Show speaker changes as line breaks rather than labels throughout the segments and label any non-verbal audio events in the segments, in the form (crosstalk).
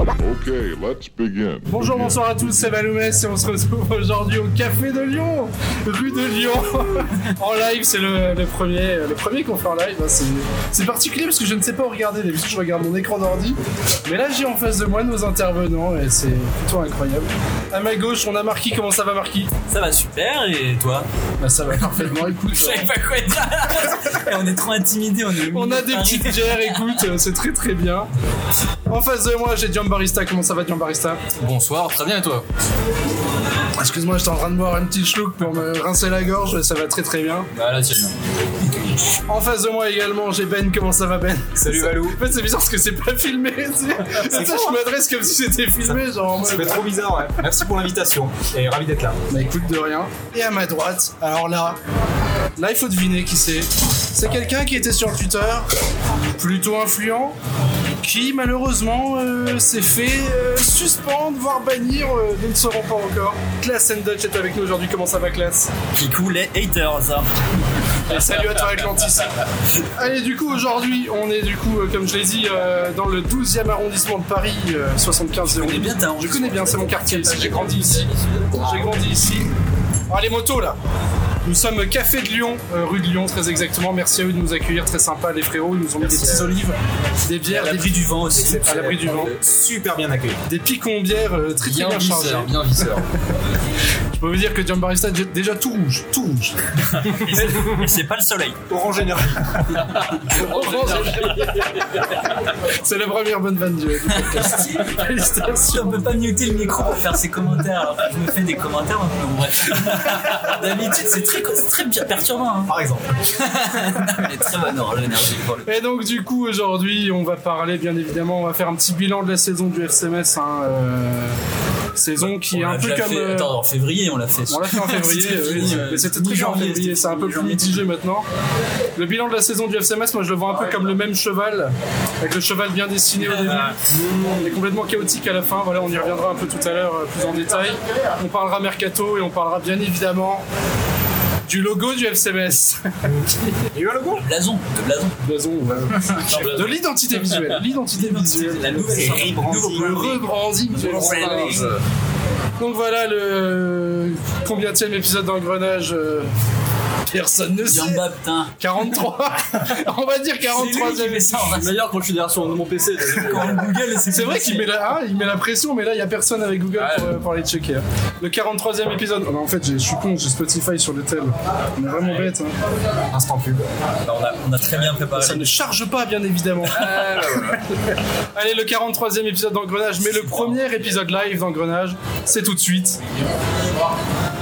Okay, let's begin.
Bonjour,
Begin.
bonsoir à tous, c'est Valoumès et on se retrouve (laughs) aujourd'hui au Café de Lyon, rue de Lyon, (laughs) en live. C'est le, le premier, euh, le premier qu'on fait en live. hein, C'est, c'est particulier parce que je ne sais pas où regarder. D'habitude, je regarde mon écran d'ordi, mais là, j'ai en face de moi nos intervenants et c'est plutôt incroyable. À ma gauche, on a Marquis. Comment ça va, Marquis
Ça va super et toi
Bah, ça va (laughs) parfaitement. Écoute,
Je savais pas quoi dire. Et (laughs) on est trop intimidés, on est.
on a des petites bières. Écoute, euh, c'est très très bien. En face de moi, j'ai Dion Barista. Comment ça va, Dion Barista
Bonsoir, très bien et toi
Excuse-moi, j'étais en train de boire un petit schluck pour me rincer la gorge. Ça va très très bien.
Bah là tiens.
En face de moi également, j'ai Ben. Comment ça va, Ben
Salut,
Ça-
Valou.
En fait, c'est bizarre parce que c'est pas filmé. tu sais. (laughs) C'est ça, je m'adresse comme si c'était filmé, genre en mode.
C'est trop bizarre ouais. Merci pour l'invitation et ravi d'être là.
Bah écoute de rien. Et à ma droite, alors là, là il faut deviner qui c'est. C'est quelqu'un qui était sur Twitter, plutôt influent, qui malheureusement euh, s'est fait euh, suspendre, voire bannir, euh, nous ne saurons pas encore. Class and Dutch est avec nous aujourd'hui, comment ça va Class
Picou les haters. hein.
Et salut à toi Atlantis Allez du coup aujourd'hui on est du coup euh, comme je l'ai dit euh, dans le 12 e arrondissement de Paris euh, 75
Tu connais bien ta
Je connais bien, c'est mon quartier, j'ai grandi ici. J'ai grandi ici. Alors les motos là nous sommes Café de Lyon, euh, rue de Lyon très exactement. Merci à eux de nous accueillir, très sympa les frérots. Ils nous ont mis des
Merci
petites
à eux.
olives, des
À
bières, des,
l'abri du vent aussi.
à l'abri du vent,
Super bien accueilli.
des picons bières euh, très très bien chargées.
bien visseur.
Je peux vous dire que John Barista est déjà tout rouge, tout rouge.
Et c'est- et c'est pas le soleil.
Orange énergie.
C'est la première bonne vanne du du podcast.
Si on
Félicitations.
peut pas muter le micro pour faire ses commentaires, alors que je me fais des commentaires. hein. Bon,
(laughs)
bref. D'habitude, c'est très, c'est très bien perturbant. hein.
Par exemple.
(laughs) Elle est très bonne, oh, l'énergie. pour le-
Et donc du coup aujourd'hui on va parler bien évidemment, on va faire un petit bilan de la saison du FCMS. hein, euh, saison qui est
On
un
l'a
peu
déjà
comme...
fait-
euh,
Attends, en février, on l'a fait.
On l'a fait en février,
(laughs) C'était
oui,
fini,
mais
euh,
c'était très bien en
mi-janvier,
février,
c'était
c'est un peu plus
mi-janvier.
mitigé maintenant. Le bilan de la saison du FCMS, moi je le vois un peu comme le même cheval, avec le cheval bien dessiné au début.
Ah.
On est complètement chaotique à la fin, voilà, on y reviendra un peu tout à l'heure euh, plus en détail. On parlera mercato et on parlera bien évidemment du logo du FCMS.
Il y a eu un logo
Blason, (laughs) de blason.
Blason, ouais. De (laughs) l'identité visuelle, l'identité visuelle.
La nouvelle
C'est rebranding.
Le
nouveau
rebranding
Oh,
du FCMS. Donc voilà le combien tième épisode d'engrenage euh, Personne ne sait.
Jamba, putain.
43 On va dire
C'est lui qui
43ème.
fait ça en vrai.
Meilleure configuration de
(laughs)
mon PC.
Quand Google,
C'est vrai qu'il met, la, ah, il met la pression, mais là, il n'y a personne avec Google pour, euh, pour aller checker. hein. Le 43e épisode. Oh, bah, en fait, j'ai- je suis con, j'ai Spotify sur le tel. On est vraiment bête. hein.
Instant pub.
on, a, on a très bien préparé.
Ça ne charge pas, bien évidemment. (laughs) Allez, le 43e épisode d'Engrenage, mais le premier épisode live d'Engrenage, c'est tout de suite.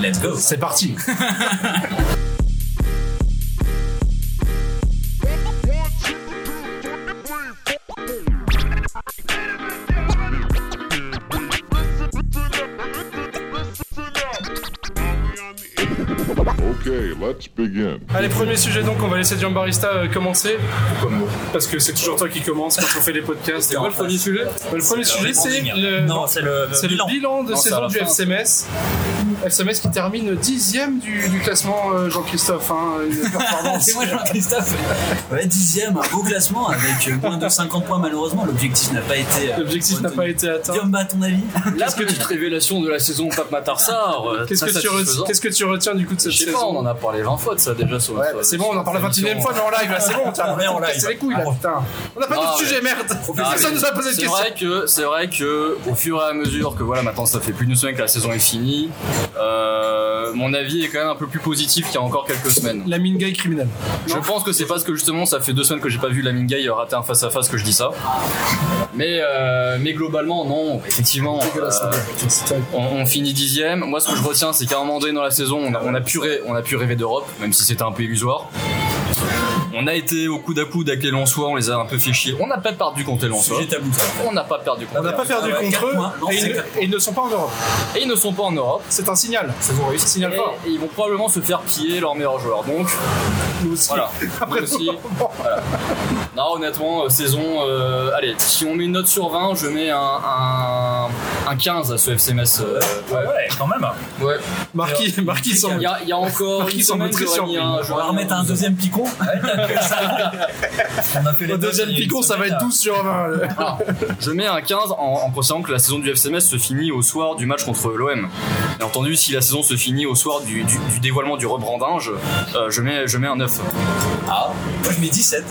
Let's go.
C'est parti.
Okay, let's begin.
Allez, premier sujet donc, on va laisser John Barista euh, commencer. Parce que c'est toujours toi qui commence quand on fait les podcasts.
C'est quoi le premier sujet
Le premier sujet, c'est le.
Non, c'est le,
C'est le
bilan.
bilan de
Non, c'est à
saison
la
du
fin.
FCMS. FCMS qui termine dixième du, du classement euh, Jean-Christophe. hein,
(laughs)
une performance.
Ah, C'est moi Jean-Christophe. Ouais, dixième, un beau classement avec euh, moins de 50 points malheureusement. L'objectif n'a pas été. euh,
L'objectif n'a pas été atteint.
Guillaume, bah, à ton avis
La petite révélation de la saison Pape Matarsar. euh,
Qu'est-ce
très
que, tu retiens,
satisfaisant.
qu'est-ce que tu retiens du coup de cette
Je sais
saison
pas, on en a parlé 20 fois de ça déjà sur
Ouais,
sur-
bah, C'est bon, on en parle la
sur
21 e fois, mais en live, là, c'est
(laughs)
bon, tiens,
On est en
on
live.
les couilles, là,
Ah,
putain. On n'a pas
Ah,
d'autre
ouais.
sujet, merde.
Ah,
Personne
mais
nous a posé de
c'est
questions.
vrai que c'est vrai que au fur et à mesure que voilà maintenant ça fait plus d'une semaine que la saison est finie, euh, mon avis est quand même un peu plus positif qu'il y a encore quelques semaines.
La mine gay criminelle.
Je pense que c'est parce que justement ça fait deux semaines que j'ai pas vu la Mingay rater un face à face que je dis ça. Mais euh, mais globalement non, effectivement. euh, on, on finit dixième. Moi ce que je retiens c'est qu'à un moment donné dans la saison on a, on a pu ré- on a pu rêver d'Europe, même si c'était un peu illusoire. On a été au coude à coude avec les Lensois, on les a un peu fait chier. On n'a pas perdu contre les Lensois.
Sujet tabou. ça.
On n'a pas perdu
On
contre.
n'a pas perdu
ouais,
contre
quatre
eux
points. Non,
et,
c'est
ils ne,
quatre
et ils ne sont pas en Europe.
Et ils ne sont pas en Europe.
C'est un signal.
Saison réussie.
Signal
Et
fort.
et ils vont probablement se faire piller leurs meilleurs joueurs. Donc
Nous aussi.
voilà.
(laughs) Après
Nous aussi.
tout. Bon.
Non, honnêtement, euh, saison. euh, allez, si on met une note sur 20, je mets un, un, un 15 à ce FCMS. euh,
Ouais, ouais, quand même.
ouais.
Marquis, Marquis sans
Il y a, il y a encore
Marquis
une
semble
semaine, hein,
très
j'aurais mis
surpris.
un-
On va
j'aurais mis
remettre un deuxième picon. (laughs) On a fait les
le
deux
deuxième
il y a une
picon, ça va
semaine, hein.
être
là.
12 sur 20. là.
(laughs) Alors, je mets un 15 en, en considérant que la saison du FCMS se finit au soir du match contre l'OM. Bien entendu, si la saison se finit au soir du, du- du dévoilement du rebrandinge, euh, je, mets, je mets un 9.
Ah, moi je
(laughs)
mets 17.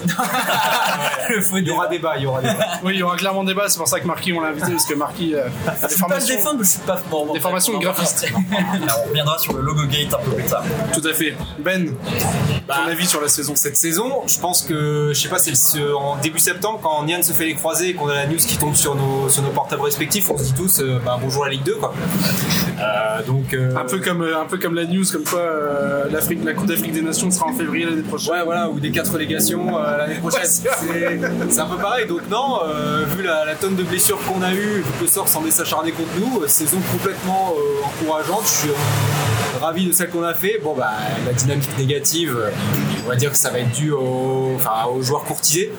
Le faux
Il y aura débat, il y aura débat.
Oui, il y aura clairement débat, c'est pour ça que Marquis, on l'a invité, parce que Marquis, euh,
Je suis pas le défendre, mais je suis pas bon.
Des formations de graphistes.
Alors, (laughs) on reviendra sur le logo gate un peu plus tard.
Tout à fait. Ben, ton avis sur la saison
Cette saison, je pense que, je sais pas, c'est le- ce- en début septembre, quand Nian se fait les croisés et qu'on a la news qui tombe sur nos, sur nos portables respectifs, on se dit tous, euh, bah, bonjour à la Ligue 2, quoi. Euh, donc, euh,
un peu, comme, euh, un peu comme la news, comme quoi euh, l'Afrique, la Coupe d'Afrique des Nations sera en février l'année prochaine.
Ouais, voilà, ou des quatre légations euh, l'année prochaine.
Ouais, c'est
c'est c'est un peu pareil. Donc, non, euh, vu la, la tonne de blessures qu'on a eues, vu que le sort semblait s'acharner contre nous, euh, saison complètement euh, encourageante. Je suis euh, ravi de celle qu'on a fait. Bon, bah, la dynamique négative, euh, on va dire que ça va être dû au- enfin, aux joueurs courtisés.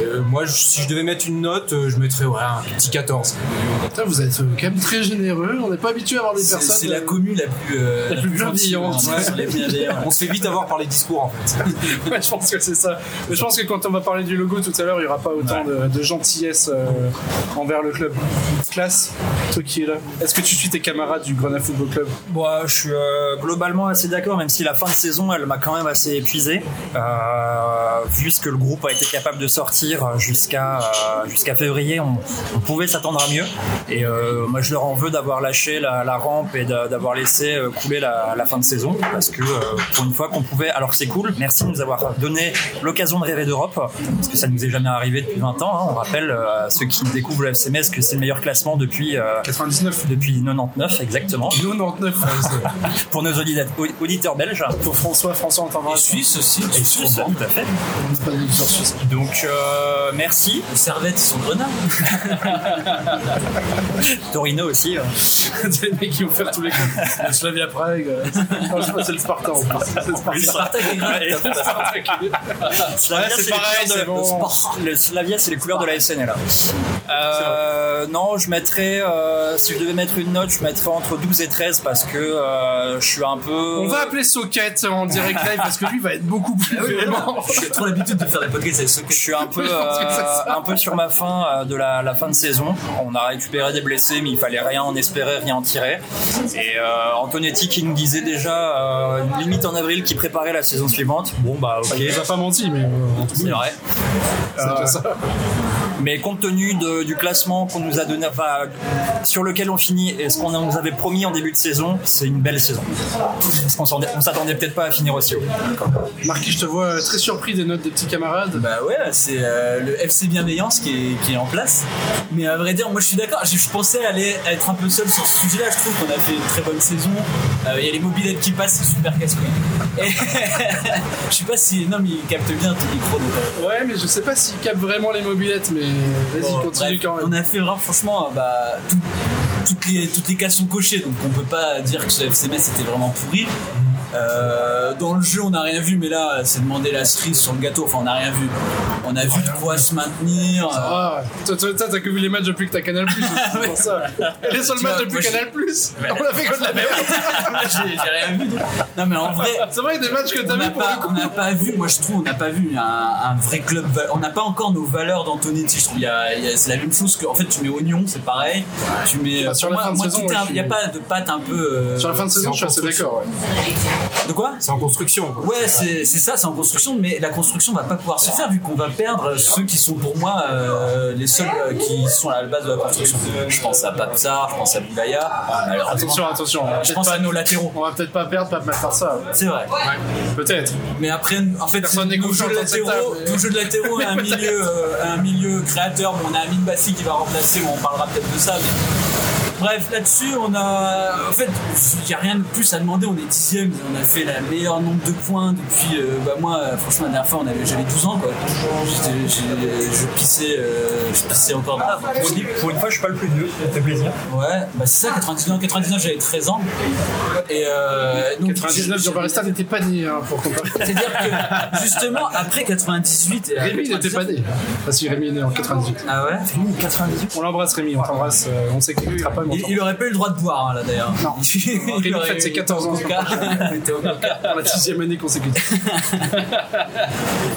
Euh, moi, je- si je devais mettre une note, euh, je mettrais ouais, un petit 14.
Putain, vous êtes euh, quand même très généreux, on n'est pas habitué à avoir des
C'est
personnes.
c'est la
euh,
commune la plus, euh,
La plus
gentille,
bienveillante.
hein, ouais,
(laughs)
sur les bienveillants.
On se fait vite avoir par les discours, en fait.
(laughs) Ouais, je pense que c'est ça. Mais je pense que quand on va parler du logo tout à l'heure, il n'y aura pas autant de, de gentillesse euh, envers le club. Classe, toi qui es là, est-ce que tu suis tes camarades du Grenade Football Club
Moi, je suis euh, globalement assez d'accord, même si la fin de saison, elle m'a quand même assez épuisé, euh, vu ce que le groupe a été capable de sortir jusqu'à euh, jusqu'à février, on, on pouvait s'attendre à mieux. Et euh, moi, je leur en veux d'avoir lâché la, la rampe et d'a- d'avoir laissé euh, couler la, la fin de saison, parce que euh, pour une fois qu'on pouvait, alors c'est cool, merci de nous avoir donné l'occasion de rêver d'Europe, parce que ça ne nous est jamais arrivé depuis 20 ans. hein. On rappelle euh, à ceux qui découvrent le FCMS que c'est le meilleur classement depuis euh,
99.
depuis 99 exactement
99.
(laughs) pour nos auditeurs, auditeurs belges.
Pour François, François entendra.
Et Suisse aussi.
Et Suisse, tout à fait.
C'est pas une émission suisse.
Donc, euh, merci.
Les servettes, ils sont grenades.
(laughs) Torino aussi. euh.
(laughs) C'est les mecs qui vont faire tous les clubs. Le Slavia Prague. euh, Non, je crois que c'est le Spartan. en plus. C'est le Spartan.
Le Spartak est grenade.
Ouais. (laughs) Slavia,
c'est
c'est les
pareil,
couleurs
c'est
de-
bon.
le sport. Le Slavia, c'est les couleurs de la SNL. là. Euh, non, je mettrais, euh, si je devais mettre une note, je mettrais entre 12 et 13 parce que euh, je suis un peu.
On va appeler Socket en direct live parce que lui va être beaucoup plus
(laughs)
véhément.
J'ai trop l'habitude de faire des podcasts avec
Je
ce
suis un peu,
Je pense que c'est
euh,
ça.
un peu sur ma fin euh, de la, la fin de saison. On a récupéré des blessés, mais il fallait rien en espérer, rien en tirer. Et euh, Antonetti qui nous disait déjà euh, limite en avril qui préparait la saison suivante. Bon bah ok,
Il va pas menti, mais euh, en tout
c'est
cas,
vrai.
c'est déjà ça.
Mais compte tenu de- du classement qu'on nous a donné, enfin, sur lequel on finit et ce qu'on nous avait promis en début de saison, c'est une belle saison. Parce qu'on s'en- on s'attendait peut-être pas à finir aussi haut.
Marquis, je te vois euh, très surpris des notes des petits camarades.
Bah ouais, c'est euh, le FC Bienveillance qui est, qui est en place. Mais à vrai dire, moi je suis d'accord, je, je pensais aller être un peu seul sur ce sujet-là. Je trouve qu'on a fait une très bonne saison. Euh, Il y a les mobilettes qui passent, c'est super casse-couille. Et (laughs) je sais pas si. Non, mais il capte bien ton micro. donc, euh,
Ouais, mais je sais pas s'il capte vraiment les mobilettes, mais vas-y,
bon,
continue
bref,
quand même.
On a fait vraiment, franchement, euh, bah, tout- toutes, les, toutes les cases sont cochées, donc on peut pas dire que ce FCMS était vraiment pourri. Euh, dans le jeu, on n'a rien vu, mais là, c'est demander la cerise sur le gâteau. Enfin, on n'a rien vu. On a vu de quoi se maintenir. euh,
Ah, toi, toi, toi, t'as que vu les matchs depuis que t'as Canal Plus,
(laughs)
c'est pour ça. Et les seuls
Tu
matchs
vois,
depuis
moi, je-
Canal Plus, on a fait que de la merde.
Ah, j'ai j'ai rien vu. Non, mais en vrai,
(laughs) C'est vrai, des matchs que
on
t'as
n'a
vu pour
pas,
le
on
coup.
n'a pas vu, moi je trouve, on n'a pas vu un, un vrai club. va- On n'a pas encore nos valeurs d'Antonetti. Je trouve Il y a- il y a- c'est la même chose que, en fait, tu mets Oignon, c'est pareil. Tu mets.
Bah, sur la
moi-
fin de
moi,
saison,
tout est
ouais,
un-
je
il n'y a
suis-
pas de patte un peu. euh,
Sur la fin de saison, je suis assez d'accord. ouais.
De quoi
C'est en construction, quoi.
Ouais, c'est c'est ça, c'est en construction, mais la construction va pas pouvoir se faire vu qu'on va perdre euh, ceux qui sont pour moi euh, les seuls euh, qui sont à la base de la construction. Je pense à Papsar, je pense à Boulaya. Alors,
Ah, Attention, attention, on va
je
peut-être
pense
pas,
à nos latéraux.
on va peut-être pas perdre Pape Matarsa.
C'est vrai.
Peut-être.
Mais après, en fait,
Personne n'est
nos
confiant
jeux de
dans cette
latéraux,
table, mais-
nos jeux de latéraux, on a un milieu, euh, un milieu créateur. Bon, on a Amin Bassi qui va remplacer, bon, on parlera peut-être de ça. mais- Bref, là-dessus, on a. En fait, il n'y a rien de plus à demander. On est dixième, on a fait la meilleure nombre de points depuis. euh, bah, moi, euh, franchement, la dernière fois, on avait- j'avais 12 ans, quoi. J'étais- j'ai- Je pissais, euh, je pissais encore de là.
Pour une fois, je suis pas le plus vieux, ça fait plaisir.
Ouais, bah c'est ça, 99, 99, j'avais 13 ans. Et euh, donc,
99,
j'ai-
Jean Barista n'était pas né, hein, pour
(laughs)
comparer.
c'est-à-dire que justement après 98 et
Rémi n'était pas né. Parce que Rémi est né en 98.
Ah ouais
On l'embrasse, Rémi, on t'embrasse. euh, On sait qu'il n'écoutera pas, mais
Il,
longtemps.
il aurait pas eu le droit de boire, hein, là d'ailleurs.
Non.
(laughs) il,
Il a
aurait
fait ses
eu
14 ans. (laughs)
le coca. Il était au coca.
Pour la sixième année consécutive.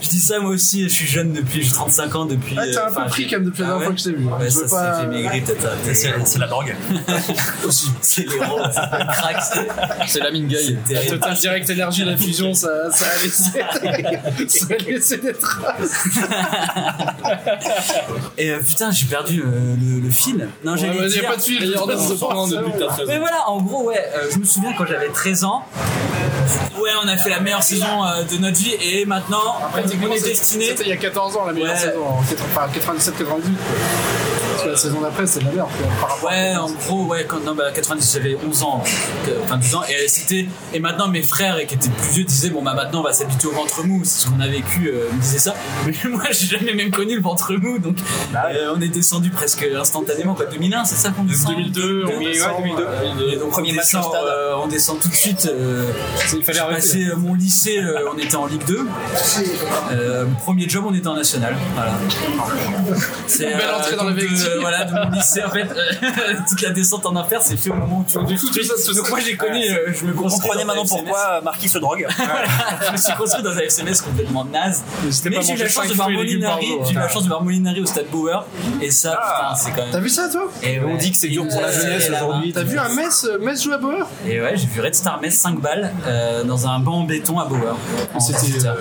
Je dis ça moi aussi, je suis jeune depuis, j'ai 35 ans depuis.
Ah, t'as un
euh, enfin,
peu pris
j'ai-
quand même depuis la
Ah
dernière
ouais
fois que je t'ai vu. hein.
Ouais,
Je
ça,
veux
c'est-
pas-
j'ai maigri peut-être. euh,
C'est c'est la drogue.
(laughs) C'est les rôles, c'est le crack, c'est-
C'est la mine
c'est terrible.
(laughs) Total Direct Energy, la fusion, ça, ça a (laughs) laissé, ça a laissé des traces.
Et euh, putain, j'ai perdu euh, le, le fil. Non,
Ouais,
j'allais
mais y a
dire.
pas de fil,
Mais
il y a
en
pas de
fait,
fil.
Mais voilà, en gros, ouais, euh, je me souviens quand j'avais 13 ans. euh, Ouais, on a fait la meilleure saison euh, de notre vie et maintenant, on est destiné.
C'était il y a 14 ans la meilleure
Ouais.
saison, en 97-98. quoi. Parce que la saison d'après, c'est de la merde. quoi, par rapport
Ouais,
à-
en gros, ouais, quand, non, bah, 90, j'avais 11 ans, euh, enfin 12 ans, et c'était, et maintenant mes frères et qui étaient plus vieux disaient, bon, bah maintenant on va s'habituer au ventre mou, c'est ce qu'on a vécu, euh, ils me disaient ça, mais (laughs) moi j'ai jamais même connu le ventre mou, donc
Bah
euh, on est descendu presque instantanément, quoi, 2001, c'est ça qu'on descend
2002, on
descend,
ouais, 2002.
euh, et donc
Premier
on
match
descend,
au stade.
euh, on descend tout de suite, euh,
Il fallait
j'ai
arrêter.
passé euh, mon lycée, euh, on était en Ligue 2, euh, mon premier job on était en National, voilà. C'est
Une belle entrée dans la
donc,
victime.
euh, Voilà, de mon lycée, en fait, euh, (laughs) toute la descente en enfer, c'est fait au moment où tu
Du coup, tout ça, tout ça.
Donc moi, j'ai connu, euh, je me
Vous
construis.
comprenez
dans un
maintenant
FCMS.
pourquoi euh, Marquis se drogue.
Voilà, je me suis construit dans un FCMS complètement naze.
c'était
Mais
pas
j'ai eu
manger
la chance
cinq
de voir
fruits et légumes par
Molinari,
jour,
j'ai eu
hein.
la chance de voir Molinari au stade Bauer, et ça,
Ah.
putain, c'est quand
T'as
même.
vu ça, toi
Et ouais.
On dit que c'est dur pour la
Et
jeunesse
là,
aujourd'hui.
T'as vu un Metz, euh, Metz jouer à Bauer
Et ouais, j'ai vu Red Star Metz 5 balles euh, dans un banc en béton à Bauer. En-
C'était, euh,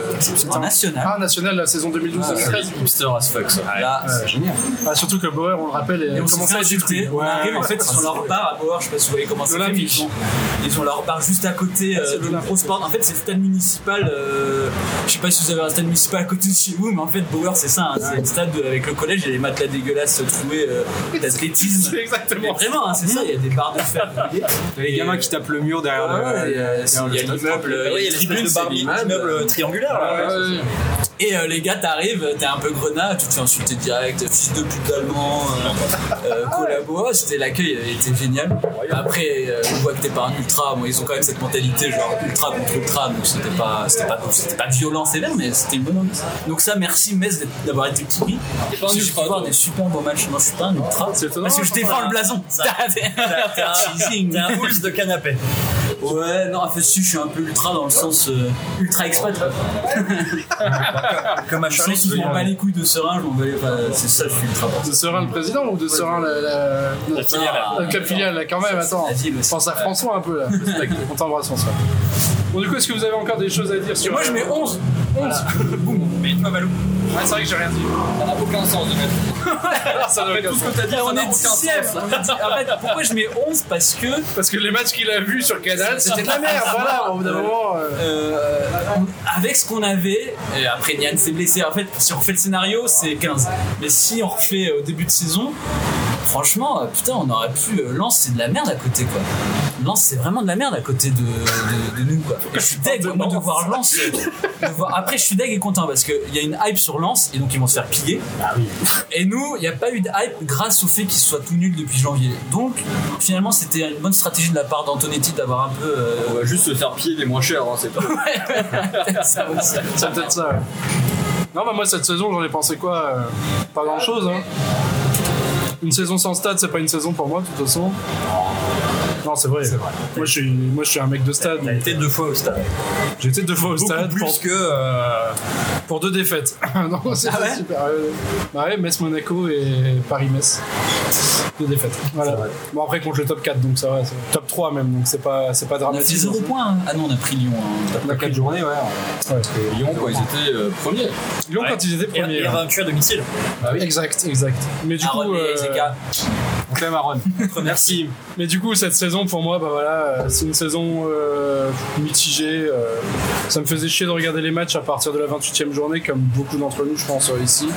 en national.
Ah, national, la saison 2012-2013.
Booster as fuck ça.
Là,
génial. Bah, surtout que Bauer, on le rappelle,
Et on
commence
s'est
à être
insulté. On arrive en fait sur leur bar à Bauer, je sais pas si vous voyez comment c'est fait, mais
L'Olympique.
ils ont, ils ont leur bar juste à côté euh, d'une grosse porte. En fait, c'est le stade municipal. euh, je sais pas si vous avez un stade municipal à côté de chez vous, mais en fait, Bauer, c'est ça. hein, c'est le stade avec le collège et les matelas dégueulasses troués euh, d'athlétisme.
(laughs) C'est
Mais
exactement.
vraiment, hein, c'est ça. Il y a des barres de fer. vous voyez.
Les gamins qui tapent le mur derrière
Ouais, ouais,
le.
il y a-
derrière
il y a
le stade.
l'immeuble, euh, il y a
Oui,
une
l'espèce
tribune,
de
c'est
bar
l'immeuble. euh,
immeuble triangulaire. là.
Ouais,
Et euh, les gars, t'arrives, t'es un peu grenat, tu te fais insulter direct, fils de pute allemand, euh, euh, collabo. Oh, C'était l'accueil, euh, était génial. Après, euh, on voit que t'es pas un ultra. Moi, ils ont quand même cette mentalité genre ultra contre ultra, donc c'était pas, c'était pas, c'était pas violent sévère, mais c'était une bonne ambiance. Donc ça, merci Metz d'être- d'avoir été pourri. Parce que je peux voir des super beaux matchs. Non, je suis pas un ultra. Parce que je défends le blason. T'es un teasing.
T'es un houls de canapé.
Ouais, non, en fait, si, je suis un peu ultra dans le sens euh, ultra expat. quoi.
Comme à
Je
Charlie.
sens que je m'en bats les couilles de serin, je m'en bats les- enfin, c'est ça, je suis ultra bon.
De Serein le président ou de Serein la, la, notre-
filiale.
notre club filiale, hein. là, quand même, attends.
la ville aussi.
Pense à François un peu (laughs) là. On t'embrasse François. Bon du coup est-ce que vous avez encore des choses à dire sur
Moi, je mets 11.
11
(laughs) Boum, Ah. mais toi, Valou.
Ouais c'est vrai que j'ai rien dit.
Ça n'a aucun sens de mettre.
(laughs) Ça doit être tout ce que t'as dit.
Et on
n'a
est
aucun
10ème.
sens.
on est dix- En fait, pourquoi je mets 11 Parce que
Parce que les matchs qu'il a vus sur Canal c'était de la merde, (laughs) voilà, au bout d'un moment. euh,
euh, on- avec ce qu'on avait, et après Nian s'est blessé, en fait, si on refait le scénario, c'est 15. Mais si on refait euh, au début de saison, franchement, euh, putain, on aurait pu. euh, Lens, c'est de la merde à côté, quoi. Lens, c'est vraiment de la merde à côté de, de- de nous, quoi. Et je suis deg, moi, de voir Lens. euh, de voir- Après, je suis deg et content parce qu'il y a une hype sur Lens et donc ils vont se faire piller. Et nous, il n'y a pas eu de hype grâce au fait qu'ils soient tout nuls depuis janvier. Donc, finalement, c'était une bonne stratégie de la part d'Antonetti d'avoir un peu. euh,
On va juste se faire piller les moins chers, hein, c'est
(laughs)
tout.
ça aussi.
C'est peut-être ça. ouais. Non, bah moi cette saison, j'en ai pensé quoi euh, Pas grand-chose. Hein. Une saison sans stade, c'est pas une saison pour moi, de toute façon. Non, c'est vrai. Moi, je suis, moi, je suis un mec de stade.
T'as été deux fois au stade.
J'ai été deux fois au
Beaucoup
stade pour,
plus que. euh,
pour deux (laughs) défaites. non, c'est pas super. euh, bah ouais, Metz Monaco et Paris Metz. Deux défaites. Voilà. Bon après contre le top 4, donc ça va. c'est- Top 3 même, donc c'est pas, c'est pas
On a
dramatique.
fait 0 point. hein. Ah non, on a pris Lyon. hein.
On a pris
Quatre journées, ouais.
Lyon, quoi, ils étaient euh, premiers.
Lyon quand ils étaient
Et
premiers.
et
hein.
ouais.
vaincu à domicile.
Exact, exact. Mais du
Aaron
coup,
et
euh,
Iseka.
On t'aime, Aaron.
(laughs)
Merci.
Mais du coup, cette saison, pour moi, bah voilà, euh, c'est une saison euh, mitigée. euh, ça me faisait chier de regarder les matchs à partir de la 28e journée, comme beaucoup d'entre nous, je pense, euh, ici.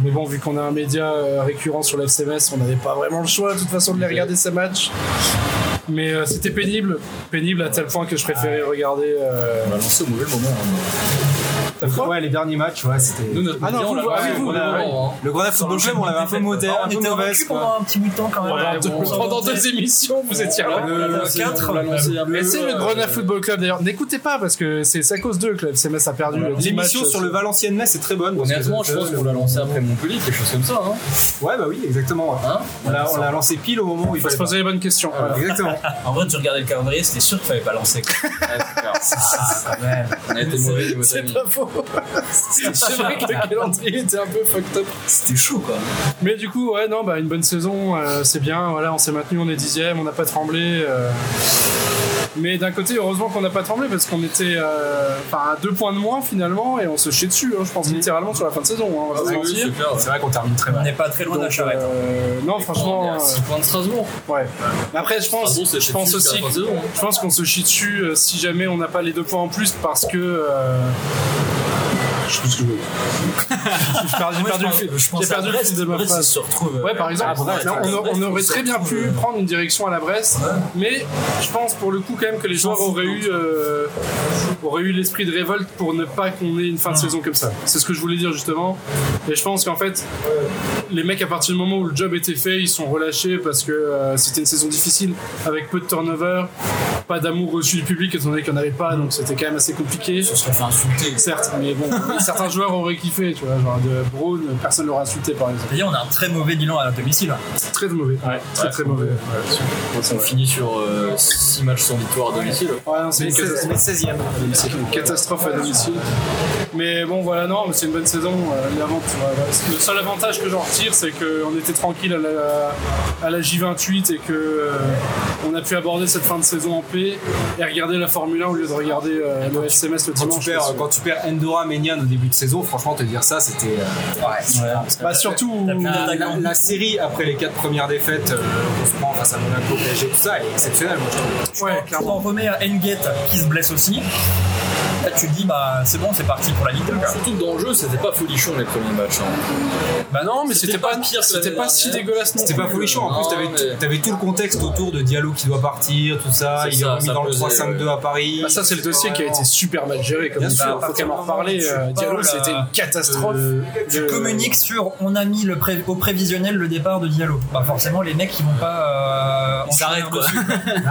Mais bon, vu qu'on a un média euh, récurrent sur l'FCMS, on n'avait pas vraiment le choix, de toute façon, de les regarder ces matchs. Mais euh, c'était
Bah,
pénible, pénible à tel point que je préférais regarder. euh,
On va lancer au mauvais moment.
Ouais, les derniers matchs, ouais, c'était.
Nous, notre
Ah non,
média, on
vous
l'a
le
pas
voyez,
fait
vous
pour
le
le
voyez.
moment, hein.
Le Grand
Sans
Football
le
Club,
jeu
on l'avait un peu
des
modé,
Ah,
défaites,
un peu mauvaise. quoi.
pendant un petit bout de temps quand même.
Ouais, Ah, bon,
Pendant deux émissions, vous étiez là.
Voilà, on l'a lancé-
quatre.
on l'a lancé un peu,
Mais c'est le
euh,
Grenade Football Club d'ailleurs. N'écoutez pas parce que c'est c'est à cause d'eux que le FCMS a perdu. euh, dix
L'émission
matchs,
sur le Valenciennes Metz est très bonne. parce que-
Honnêtement, je pense qu'on l'a lancé après Montpellier, quelque chose comme ça. Hein.
Ouais, bah oui, exactement. ouais.
Hein
On l'a on l'a lancé pile au moment où il
Faut se
fallait.
poser les bonnes questions.
pas.
voilà.
Exactement.
En vrai, tu regardais le calendrier, c'était sûr qu'il fallait pas lancer. quoi.
Ouais, c'est
(laughs)
clair. Ah, On a été
C'est-
mauvais niveau
C'est
timing.
pas faux. (laughs) C'est vrai que le calendrier était un peu fucked up.
C'était chaud quoi.
Mais du coup, ouais, non, bah une bonne saison, euh, c'est bien. Voilà, on s'est maintenu, on est dixième, on n'a pas tremblé. euh. Mais d'un côté, heureusement qu'on n'a pas tremblé parce qu'on était, euh, enfin, à deux points de moins finalement et on se chiait dessus. hein, je pense littéralement sur la fin de saison. hein, on va pas se
Mm. Ah Oui,
mentir.
c'est clair, ouais.
C'est vrai qu'on termine très
On
mal.
n'est pas très loin de la
Donc,
charrette.
euh, non,
On est
franchement,
à 6
euh,
points de Strasbourg.
ouais. Mais Après, je pense,
Strasbourg, c'est
je pense
chez
aussi,
nous jusqu'à la fin de saison, hein.
je pense qu'on se chie dessus euh, si jamais on n'a pas les deux points en plus parce que. euh, je sais plus ce que je veux dire. (laughs) J'ai perdu- perdu
Moi, je
le
pense-
fil.
je pense
J'ai
à
perdu le
Brest,
fil de ma
Brest,
phrase.
ils se retrouve. euh,
Ouais, par
Ah,
exemple, on, on- on aurait très bien pu prendre une direction à la Bresse, mais je pense pour le coup quand même que les joueurs auraient eu, euh, auraient eu l'esprit de révolte pour ne pas qu'on ait une fin de saison comme ça. C'est ce que je voulais dire justement. Et je pense qu'en fait, les mecs, à partir du moment où le job était fait, ils sont relâchés parce que euh, c'était une saison difficile avec peu de turnover, pas d'amour reçu du public étant donné qu'il n'y en avait pas, donc c'était quand même assez compliqué.
On se serait fait insulter.
Certes, mais bon, certains joueurs auraient kiffé, tu vois, genre de Brown, personne l'aurait insulté par exemple.
D'ailleurs, on a un très mauvais bilan à domicile.
C'est très mauvais, très très mauvais.
On finit sur 6 matchs sans victoire à domicile.
Ouais, non, c'est une catastrophe.
16 e
Une catastrophe à domicile. Mais bon, voilà, non, mais c'est une bonne saison. euh, l'avant- ouais, ouais. Le seul avantage que j'en retire, c'est qu'on était tranquille à la, à la J28 et que euh, on a pu aborder cette fin de saison en paix et regarder la Formule 1 au lieu de regarder euh, le SMS le
Eh, Quand
dimanche.
tu, perds,
parce que-
quand tu perds Endora Ménian au début de saison, franchement, te dire ça, c'était. euh, bah, surtout,
t'as plus
la,
d'attaquants.
la- la série après les quatre premières défaites euh, qu'on se prend face à Monaco, PSG, tout ça, elle est exceptionnelle, moi, je trouve.
Ouais,
Quand on remet à Engate qui se blesse aussi, là tu te dis bah c'est bon, c'est parti pour la Ligue 2. quoi.
Surtout que dans le jeu, c'était pas folichon les premiers matchs. hein.
Bah non, mais
C'était
c'était
pas
pas,
pire que
c'était
l'année
pas si
dernière.
dégueulasse non
euh, C'était pas
plus.
folichon, en
Non,
plus, t'avais,
mais-
tout- t'avais tout le contexte autour de Diallo qui doit partir, tout ça,
C'est
il est
ça,
remis
ça euh,
dans le
pesait,
3-5-2 à Paris.
Bah ça c'est le dossier qui a été super mal géré comme
Bien
il
sûr,
faut
à partir
quand même en
du moment où
reparler.
tu
euh, Diallo
parles,
c'était
euh,
une catastrophe.
Tu
de-
communiques sur on a mis le pré- au prévisionnel le départ de Diallo. Bah forcément les mecs ils vont pas. euh,
Ils s'arrêtent quoi.
Ah
(laughs)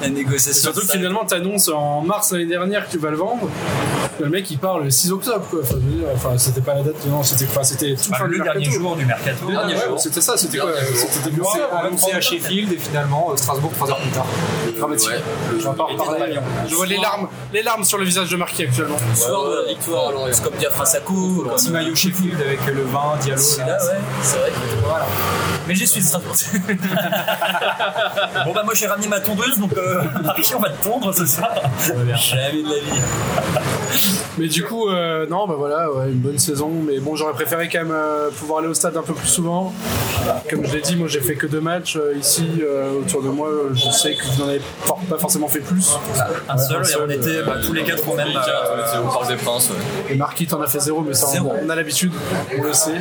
La négociation.
Surtout que finalement, t'annonces en mars l'année dernière que tu vas le vendre. Le mec, il part le 6 octobre, quoi. Enfin, je veux dire, enfin, c'était pas la date, non, c'était enfin, c'était tout
Bah,
fin du
le dernier
mercato.
jour du mercato.
Le dernier
Dernier
jour,
jour.
C'était ça, c'était quoi
Dernier jour.
C'était début
Annoncé-
octobre.
Annoncé à Sheffield et finalement euh, Strasbourg 3 heures plus tard. Dramatique.
Ouais.
Je vais pas en reparler. Je vois les larmes, les larmes sur le visage de Marquis actuellement.
le soir de la victoire à Lorient. C'est comme Diafra Sakou. comme-
Petit maillot Sheffield avec le vin, Diallo.
C'est là, ouais. C'est vrai que. Voilà. Mais je suis de
(laughs)
Strasbourg.
Bon bah moi j'ai ramené ma tondeuse donc euh, (laughs) Marquis, on va te tondre ce soir. (laughs)
Jamais de la vie.
Mais du coup, euh, non, bah voilà, ouais, une bonne saison. Mais bon, j'aurais préféré quand même euh, pouvoir aller au stade un peu plus souvent. Comme je l'ai dit, moi j'ai fait que deux matchs euh, ici euh, autour de moi. euh, Je sais que vous n'en avez for- pas forcément fait plus.
Un seul, et on
seul,
était bah, tous les quatre au même.
Les quatre,
euh,
on était au Parc des Princes.
Et
ouais.
Marquis t'en a fait zéro, mais ça on-
Zéro.
on a l'habitude, on le sait.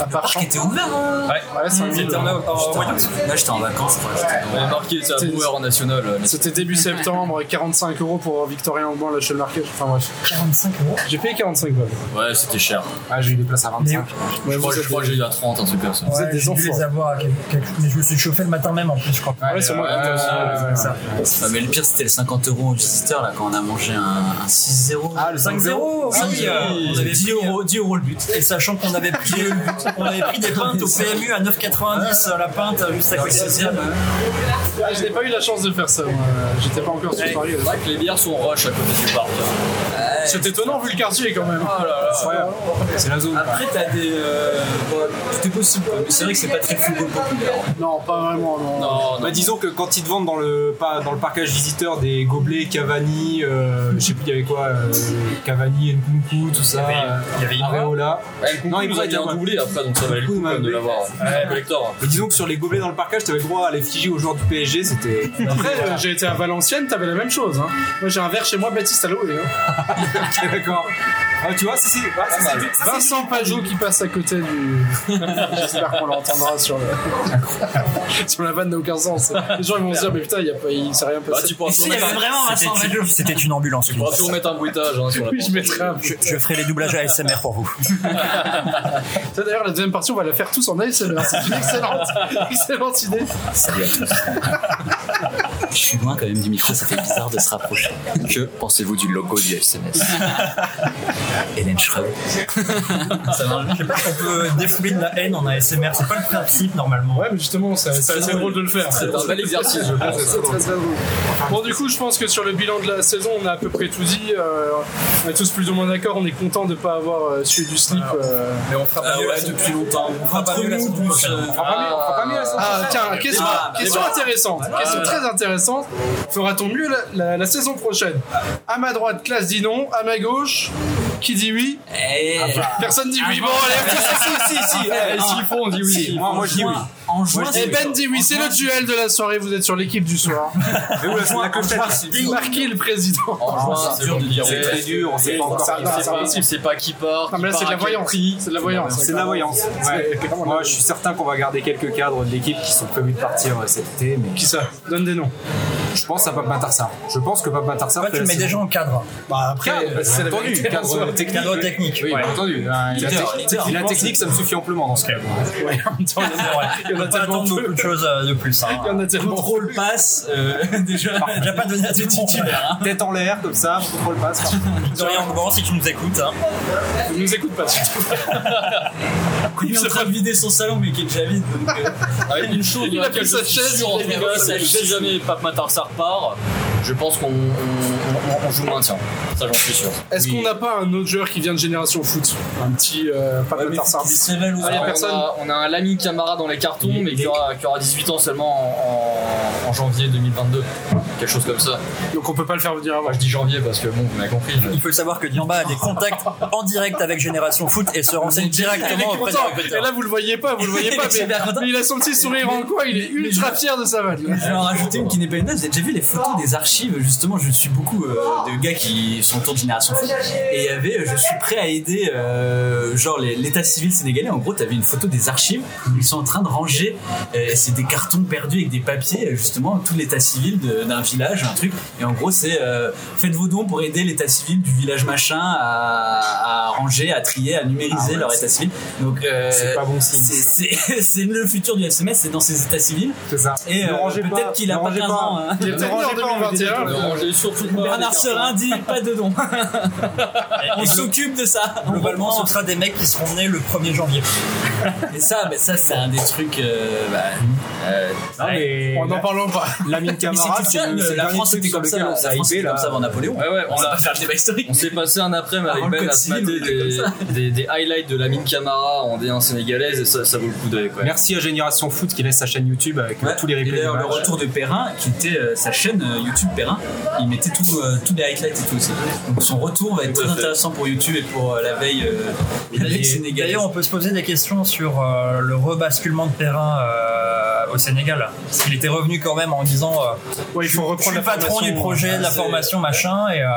À part
Parc
Champ.
était ouvert, hein.
Ouais.
Ouais, c'est un
C'était
nul.
en- en- en-
Là, j'étais en vacances, quoi. J'étais dans-
On avait marqué était à
C'est-
Brouwer en national. euh, mais-
C'était début septembre, 45 euros pour Victorien Aubin, là chez le marqué. Enfin bref,
45 euros.
j'ai payé 45 balles.
Ouais, c'était cher.
Ah, j'ai eu des places à 25.
je, crois, je crois que j'ai eu à 30, un truc comme ça.
Vous êtes des
j'ai dû
enfants.
les avoir à quelque- quelque- Mais je me suis chauffé le matin même en plus, je crois.
Ouais, c'est moi.
ouais,
qui-
ouais,
C'est ça.
Ah, mais le pire, c'était le 50 euros aux visiteurs, là, quand on a mangé un, un 6-0.
Ah, le 5-0
Ah oui, euh, on avait
10
pris, euh,
euros, 10 euros le but.
Et sachant qu'on avait pris,
(laughs)
on avait pris des pintes au PMU à 9,90 euh, la pinte euh, juste à côté de la
Ah, je n'ai pas eu la chance de faire ça. moi. J'étais pas encore sur Paris.
C'est vrai que les bières sont rush à côté du parc. hein.
C'est étonnant vu le quartier quand même.
Oh là là.
C'est la zone.
Après, t'as des. Euh, bon, tout est possible, quoi. Mais c'est vrai que c'est pas très football
Eh,
populaire.
Non, pas vraiment. Non.
Non, non.
Bah, disons que quand ils te vendent dans le, pas, dans le parcage visiteur des gobelets, Cavani, euh, je sais plus, il y avait quoi euh, Cavani, Nkunku, tout ça. euh,
Il y avait une
Areola.
Ouais, le
Non, il
il nous
nous
a
a
mis
dit,
un
ouais.
doublé après, donc ça valait le coup
Oui,
quand même
mais-
de l'avoir. Ouais, collector.
Mais disons que sur les gobelets dans le parcage, t'avais le droit à les figer aux joueurs du PSG, c'était. (laughs)
Après, euh, j'ai été à Valenciennes, t'avais la même chose. hein. Moi, j'ai un verre chez moi, Baptiste à l'eau.
D'accord. Ah, tu vois, si, si, ouais, ça, c'est vite, ça, c'est vite.
Vincent Pajot qui passe à côté
(laughs)
du. J'espère qu'on l'entendra sur le. (laughs) sur la vanne n'a aucun sens. Les gens ils vont se dire, mais putain, il y a pas... il s'est rien
Bah,
passé.
tu pourras
Si,
tout mettre-
vraiment
Ah,
Vincent Pajot. C'était une ambulance.
tu pourras tout remettre un bruitage hein, sur la
Oui,
porte.
je mettrai un
Je, je ferai les doublages ASMR pour vous.
Ça, D'ailleurs, la deuxième partie, on va la faire tous en ASMR. C'est (laughs) une excellente, excellente idée.
Je suis loin quand même du micro, ça fait bizarre de se rapprocher. Que pensez-vous du logo du FCMS Hélène Schröder.
Je sais pas si on peut défouler de la haine en ASMR. C'est pas le principe normalement.
Ouais, mais justement, ça- c'est assez drôle de le faire.
C'est un bel exercice, je pense.
C'est très, très drôle. Bon, du coup, je pense que sur le bilan de la saison, on a à peu près tout dit. euh, on est tous plus ou moins d'accord. On est content de ne pas avoir euh, sué du slip. euh.
Mais on fera
Ah ouais, depuis longtemps. On va pas
mieux la
nous,
semaine
plus. euh,
Ah, tiens, question,
Ah,
question intéressante. question très intéressante. Fera-t-on mieux la, la- la saison prochaine À ma droite, classe dit non. À ma gauche, qui dit oui
Euh,
eh,
Personne dit oui. Bon, allez, si, si, si. (laughs) Eh, S'il faut, on dit oui.
si,
moi,
en
moi, je dis
juin-
oui.
En juin,
Et
c'est-
Ben dit oui, c'est le duel de la soirée, vous êtes sur l'équipe du
(laughs)
soir.
Mais oui, là, Ah, c'est Oh, la cloche
Vous marquez le président.
En
Ah,
juin, c'est dur de dire.
C'est très dur, on sait pas encore.
ça-
On
non,
sait
c'est
pas-
impossible.
on sait pas qui part.
Non, mais là,
qui
c'est de la
part à quel
voyance.
prix.
C'est de la voyance.
C'est de la voyance. Ouais.
(laughs)
Moi, je suis certain qu'on va garder quelques cadres de l'équipe qui sont prévus de partir euh, cet été, mais
Qui ça Donne des noms.
je pense à Papa Tarsar. Je pense que Papa Tarsar.
Toi, tu le mets déjà en cadre. Bah,
cadre, c'est
la
entendu.
vérité.
Cadre technique.
cadre technique.
Oui, bien entendu. La,
Leader,
technique-
leader.
la technique, ça me suffit amplement dans ce cas.
Ouais, en même temps, il y en a- il y en
(laughs)
a
On peut
tellement
attendre
peu.
beaucoup de choses euh, de plus.
Il y en
Hein.
a tellement trop.
contrôle passe. euh, (laughs) déjà,
Déjà pas donné à tout le monde.
hein.
Tête en l'air, comme ça, je contrôle pas. ça.
Dorian Gban, si tu nous écoutes. hein.
Ils nous écoutent pas,
(laughs)
surtout.
il est en train de vider son salon, mais qui est déjà vide. donc, euh,
Avec Ah une chose hein, de
Il
laquelle
appelle
je
sa
suis
chaise,
sûr en
il
tout
est
cas,
dans
c'est
sa
que hein, si
chaise.
jamais Pape Matar ça repart, je pense qu'on on- on- on joue le maintien. Ça, j'en suis sûr.
Est-ce qu'on n'a pas un autre joueur qui vient de Génération Foot Un petit. euh, Pas
Ouais,
de
mais
Tarsar.
Sevel ou
Ah, y a
Alors,
personne.
on, a, on a un Lamy Camara dans les cartons, mais qui aura, qui aura 18 ans seulement en, en- en janvier 2022. Quelque chose comme ça.
Donc on peut pas le faire venir avant.
Moi, je dis janvier parce que, bon, vous m'avez compris. mais-
Il faut savoir que Diamba a des contacts en direct avec Génération Foot et se renseigne
Il est
directement auprès du
content. Et
recruteur.
là, vous le voyez pas, vous le voyez
(laughs)
pas,
Je suis
mais,
bien content.
mais il a son petit sourire en coin, il est ultra fier de sa vanne.
Je vais en rajouter une qui n'est pas une date. Vous avez déjà vu les photos des archives Justement, je suis beaucoup euh, de gars qui sont autour de Génération Foot. Et il y avait euh, Je suis prêt à aider, euh, genre les- l'état civil sénégalais. En gros, t'avais une photo des archives où ils sont en train de ranger. euh, c'est des cartons perdus avec des papiers, euh, justement, tout l'état civil de- d'un village, un truc. Et en gros, c'est euh, faites vos dons pour aider l'état civil du village machin à, à ranger, à trier, à numériser leur état civil. Donc, euh,
Ah C'est pas bon signe.
c'est- c'est (laughs) c'est le futur du FCMS, c'est dans ces états civils.
C'est ça.
Et
Ne
euh,
rangez pas,
peut-être qu'il a
ne
pas
rangez
15
pas.
ans. hein.
Il est
Ne
peut-être né
rangez pas, on
en
veut des
2021.
dons.
là.
Non, j'ai surtout pas les
Bernard
cartons.
Serin dit pas de dons. On s'occupe de ça. On
Globalement,
reprend.
ce sera des mecs qui seront nés le 1er janvier.
Et ça, mais ça c'est un des trucs. euh, bah, euh,
Non,
ouais.
mais
En en parlant pas.
Lamine
Mais
Camara,
c'était
c'est
fun,
le- c'est le
la
dernier
France
truc
c'était
sur
comme hein. ça,
lequel on
la
s'est
France
hypé,
c'était
là.
comme ça avant Napoléon.
Ouais, ouais, on
On va
a-
pas faire le débat historique.
On s'est passé un après-midi
Avant
avec
le
Ben
code
à se
civil,
mater
on était
des, des- des highlights de la mine Camara en D1 sénégalaise et ça, ça vaut le coup d'œil. quoi.
Merci à Génération Foot qui laisse sa chaîne YouTube avec euh,
Ouais.
tous les
Et
replays.
d'ailleurs,
de
le
matchs.
retour de Perrin, qui était euh, sa chaîne euh, YouTube Perrin, il mettait tout, euh, tous les highlights et tout aussi. Donc son retour va être très intéressant pour YouTube et pour euh, la veille, euh, la veille
Et
sénégalaise.
D'ailleurs, on peut se poser des questions sur euh, le rebasculement de terrain euh, au Sénégal. S'il était revenu quand même en disant euh,
Ouais, il faut
Je suis
reprendre
le
la
patron
formation.
du projet, de la
c'est-
formation, machin, et euh,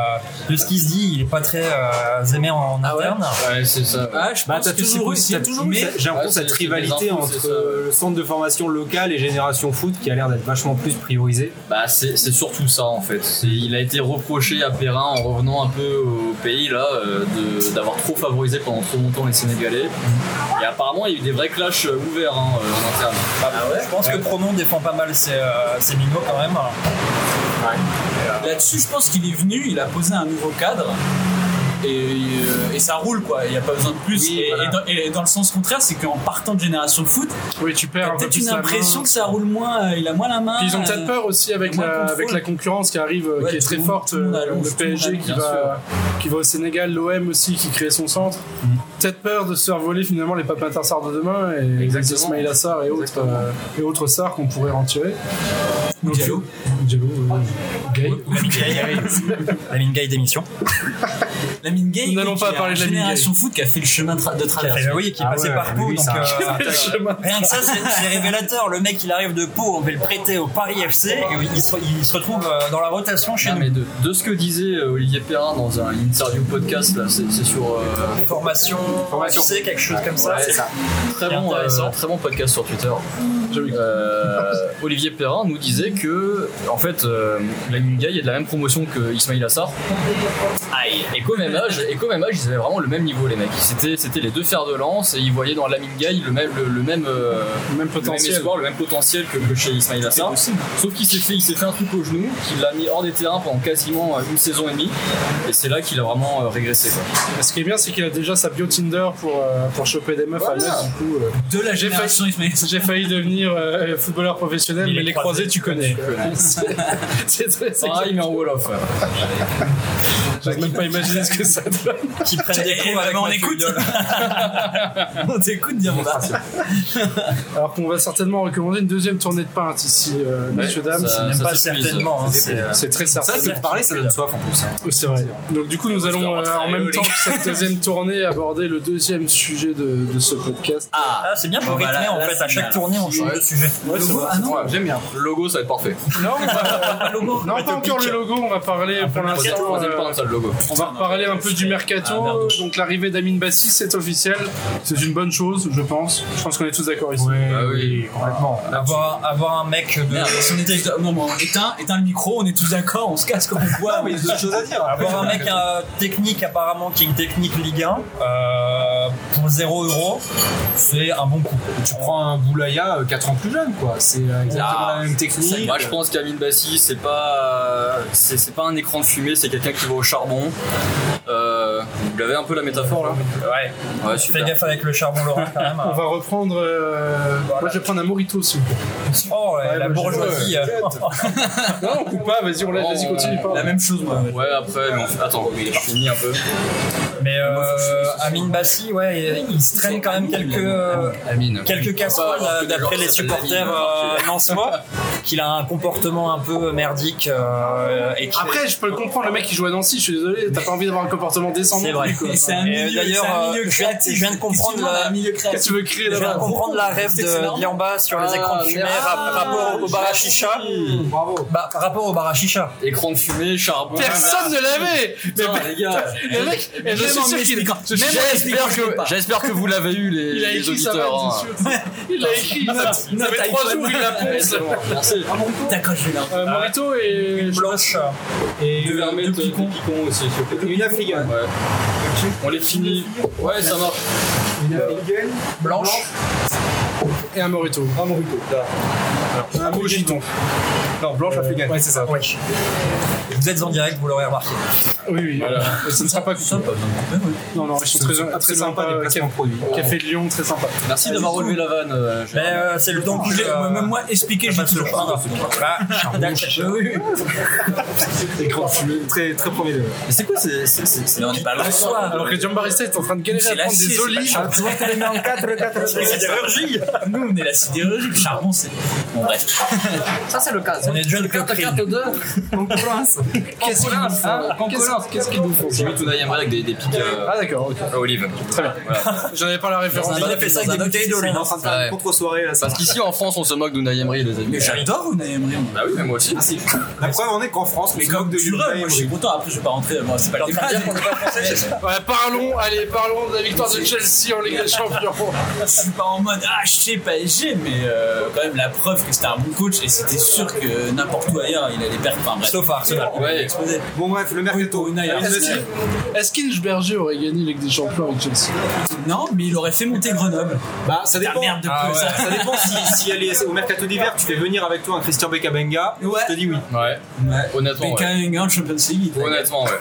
de ce qui se dit, il est pas très euh, aimé en
Ah
ouais
interne.
Ouais, c'est ça.
Ah, je
Bah,
pense
t'as
que c'est
toujours eu,
possible,
t'as toujours eu
mais
cette- j'ai l'impression
Ouais,
cette
c'est- c'est des
rivalité
infos,
entre
c'est ça, ouais.
euh, le centre de formation local et Génération Foot qui a l'air d'être vachement plus priorisé.
Bah, c'est c'est surtout ça en fait. C'est- Il a été reproché à Perrin en revenant un peu au pays là euh, de- d'avoir trop favorisé pendant trop longtemps les Sénégalais. Et apparemment, il y a eu des vrais clashs euh, ouverts hein, euh, en interne.
Je pense que Pronon défend pas mal ses, euh, ses minots quand même.
Là-dessus, je pense qu'il est venu, il a posé un nouveau cadre. Et, euh, et ça roule quoi, il n'y a pas besoin de plus.
Oui,
et,
voilà.
et dans, et dans le sens contraire, c'est qu'en partant de Génération Foot,
Oui, tu perds
t'as
hein,
un peu
peut-être
plus
une
la main.
impression que ça roule moins, euh, il a moins la main.
Puis ils ont
euh,
peut-être peur aussi avec
moins
la,
contrôle.
avec la concurrence qui arrive, euh,
Ouais,
qui est
tout
très
le monde-
forte.
tout le monde
euh,
allonge,
le
tout le
PSG
monde
qui
allonge,
va, qui va au Sénégal, l'OM aussi qui crée son centre.
Mhm.
Peut-être peur de se faire voler finalement les Papins Tarsar de demain et les
Exactement.
Ismail Assar et autres,
Exactement.
euh, et autres Sars qu'on pourrait en tirer.
Donc, Diallo.
Jello, euh, Gay.
La Mingai, la Mingai d'émission.
(laughs) La mine gay.
Nous n'allons
qui
pas
est
parler de la mine
Génération foot qui a fait le chemin tra- de travers.
Et bah oui, qui est
Ah
passé
ouais,
par
mais
Pau.
lui,
donc,
c'est un
euh,
Le chemin.
Rien que ça, c'est c'est révélateur. Le mec, il arrive de Pau, on va le prêter au Paris FC et il se, il se retrouve euh, dans la rotation chez
Non,
nous.
Ah, mais de, de ce que disait euh, Olivier Perrin dans un interview podcast, là, c'est c'est sur. euh,
Formation,
Formation.
tu sais, quelque chose comme ça.
ouais,
c'est-
Très bon,
Intéressant.
euh, très bon podcast sur Twitter. Euh, Olivier Perrin nous disait que, en fait, euh, la Mingai est de la même promotion que Ismail Assar. Et qu'au même âge, et qu'au même âge, ils avaient vraiment le même niveau, les mecs. C'était, c'était les deux fers de lance et ils voyaient dans la Mingai le même, le, le même, euh,
Le même
le même
potentiel.
espoir, le même potentiel que, que chez Ismail Assar. Sauf qu'il s'est fait, il s'est fait un truc au genou, qu'il l'a mis hors des terrains pendant quasiment euh, une saison et demie. Et c'est là qu'il a vraiment euh, régressé. quoi.
Ce qui est bien, c'est qu'il a déjà sa bio Tinder pour, euh, pour choper des meufs
Voilà.
à l'œil, du coup. euh,
De la
J'ai
génération Ismaël.
J'ai failli devenir euh, footballeur professionnel,
Mais
mais
les
les croisés, tu connais. (laughs) C'est c'est- c'est-
Ah,
Pareil, mais en
(laughs)
Wolof. ouais.
J'ose même pas imaginer ce que ça donne.
Qui prennent des
Eh
cours
ben, (laughs)
avec
on
Mathieu
écoute.
Vidal.
(laughs) On t'écoute, Diamanda.
Alors qu'on va certainement recommander une deuxième tournée de peintes ici, euh, messieurs,
ça-
dames.
ça
Même pas
se suffise.
certainement. hein, c'est, euh,
C'est très certain.
Ça, c'est de parler, ça donne soif en plus. hein.
C'est vrai. Donc du coup, nous allons euh, en même temps que cette deuxième tournée aborder le deuxième sujet de, de ce podcast.
Ah, c'est bien pour
Bon, bah,
rythmer
là-
en
là,
fait.
c'est
À chaque
bien.
tournée, on change
Ouais.
de sujet.
Ouais, c'est vrai.
Ah non,
Ouais,
J'aime bien.
Le logo, ça va être parfait.
Non, on va- (laughs) non, pas encore le logo. On va parler pour
Troisième
l'instant.
troisième
euh,
point, ça, le logo.
On va reparler un peu du
Ah,
mercato.
merde.
Donc l'arrivée d'Amin Bassi, c'est officiel. C'est une bonne chose, je pense. Je pense qu'on est tous d'accord ici.
Bah oui.
Complètement. Avoir, avoir un mec de.
Merde, si on était avec- Non, bon, éteins, éteins le micro, on est tous d'accord, on se casse comme on boit.
Ah, mais il y a d'autres choses à dire.
Avoir un mec euh, technique apparemment qui est une technique Ligue 1 euh, pour 0 euros, c'est un bon coup.
Tu prends un Boulaya 4 ans plus jeune, quoi. C'est euh, exactement
Ah,
la même technique.
Moi, je pense qu'Amin Bassi, c'est pas, euh, c'est c'est pas un écran de fumée, c'est quelqu'un qui va au charbon. Euh, vous l'avez un peu la métaphore là
Ouais.
Ouais,
Fais
super.
gaffe avec le charbon Laurent quand même. hein.
(laughs)
On va reprendre. euh,
Voilà.
Moi, je vais prendre un Morito, s'il vous plaît.
Oh,
Ouais, bah,
la
je-
bourgeoisie.
ouais,
euh,
Non, on coupe pas. Vas-y, on l'a-
Oh,
vas-y, continue. Pas.
(laughs)
La même chose, moi.
Ouais, après, mais on fait- attends, je finis un peu.
Mais euh, Amin Bassi, ouais, il se traîne quand même quelques.
Ah
euh,
Amine.
Quelques casseroles euh, d'après les supporters euh, nansois, qu'il a un comportement un peu merdique euh, et qu'il-
Après, je peux le comprendre. Le mec qui joue à Nancy, je suis désolé. T'as pas envie d'avoir un comportement décent.
c'est
non
vrai.
plus, quoi.
Et C'est un
Et
milieu,
d'ailleurs,
c'est un
euh,
milieu
je viens-
créatif.
je viens de comprendre
Qu'est-ce que tu demandes à
la-
un milieu
Qu'est-ce que
créatif.
tu veux créer
Je viens de
là-bas
comprendre la rêve
C'est énorme.
de Diamba sur les
Ah,
écrans de fumée
merde.
rap- rapport au Barachicha.
Bravo.
Bah, par rapport au Barachicha.
Écran de fumée, charbon.
Personne ne l'avait.
Putain, les gars.
Le mec,
Mais
je suis
même en
sûr qu'il
m'expliquant-
même en
Ah, J'espère
m'expliquant-
que, j'espère que vous l'avez eu, les,
Il a
les
écrit sa
auditeurs.
vanne,
hein.
c'est sûr. Il a écrit une note. Ça
note
fait trois
iPhone.
jours, il la
Ouais,
ponce.
c'est bon, merci.
D'accord, je vais là.
Euh, Morito et.
Blanche.
Et deux vermettes, deux picons aussi. s'il vous plaît.
Une
hein.
Fligan.
Ouais. On les finit. Ouais, ça marche.
Une Fligan.
Blanche.
Et un Morito.
Un Morito.
Un Mojito.
Non, Blanche la Fligan. Ouais, c'est ça.
Ouais. Vous êtes en direct, vous l'aurez remarqué.
Oui, oui. Ça ne sera pas coupé. Non, non, ils sont très, très
Ah, Très sympa
sympas.
des placements
Café,
de produits.
Café de Lyon, très sympa.
Merci d'avoir relevé la vanne. euh,
Mais
Gérard.
euh, c'est le temps
Donc,
que
je
j'ai.
l'ai- moi- même moi, expliqué, je l'ai toujours pas.
Ah,
Bah,
Bah
Écran fumé. Très, très premier degré.
Mais c'est quoi c'est- c'est- c'est- c'est-
Mais on est pas loin.
Alors que John Barista est en train de galérer
C'est
à
la
prendre des
scie,
olives.
c'est pas le charbon. C'est la sidérurgie. Nous, on est la sidérurgie. Le charbon, c'est. Bon, bref.
Ça, c'est le cas.
On est déjà le club Krill.
Qu'est-ce qu'il nous faut
Ah,
Qu'est-ce- Qu'est-ce qu'il nous faut
J'ai vu Tunay Emre avec des, des pics euh,
Ah, d'accord, ok.
à olive.
Très bien. J'en avais pas la référence.
Il a fait ça avec des bouteilles d'eau. hein.
Il est en train de faire
Ouais.
une contre-soirée là. ça.
Parce qu'ici en France, on se moque d'Unai Emery, les amis.
Mais j'adore Unai Emery. moi.
Bah oui, mais moi aussi.
La preuve en est qu'en France, on
Mais
se moque
comme
de
tu le
Unai
rêves, moi je suis
Emery.
content. Après, je vais pas rentrer. Moi, c'est pas le débat.
Ouais, Ah, parlons, allez, parlons de la victoire de Chelsea en Ligue des Champions.
Je suis pas en mode ah, je sais PSG, mais euh, quand même la preuve que c'était un bon coach et c'était sûr que n'importe où ailleurs il allait perdre. Enfin, bref.
Sauf à Arsenal.
Il allait
Ouais.
exploser.
Bon, bref, le mercato. Ah,
Pour Unai, alors,
Est-ce
c'est-
que- Est-ce qu'Inchberger aurait gagné Ligue des Champions avec Chelsea
Non, mais il aurait fait monter Grenoble.
Bah, ça
La
dépend.
merde de
Ah
peu,
ouais.
ça.
Ça dépend si, si elle est au mercato d'hiver, tu fais venir avec toi un Christian Bekabenga.
Ouais.
Je te dis oui.
Ouais.
Ouais.
Honnêtement, ouais.
Pékin en hein, Champions League. il t'a-
Honnêtement, ouais.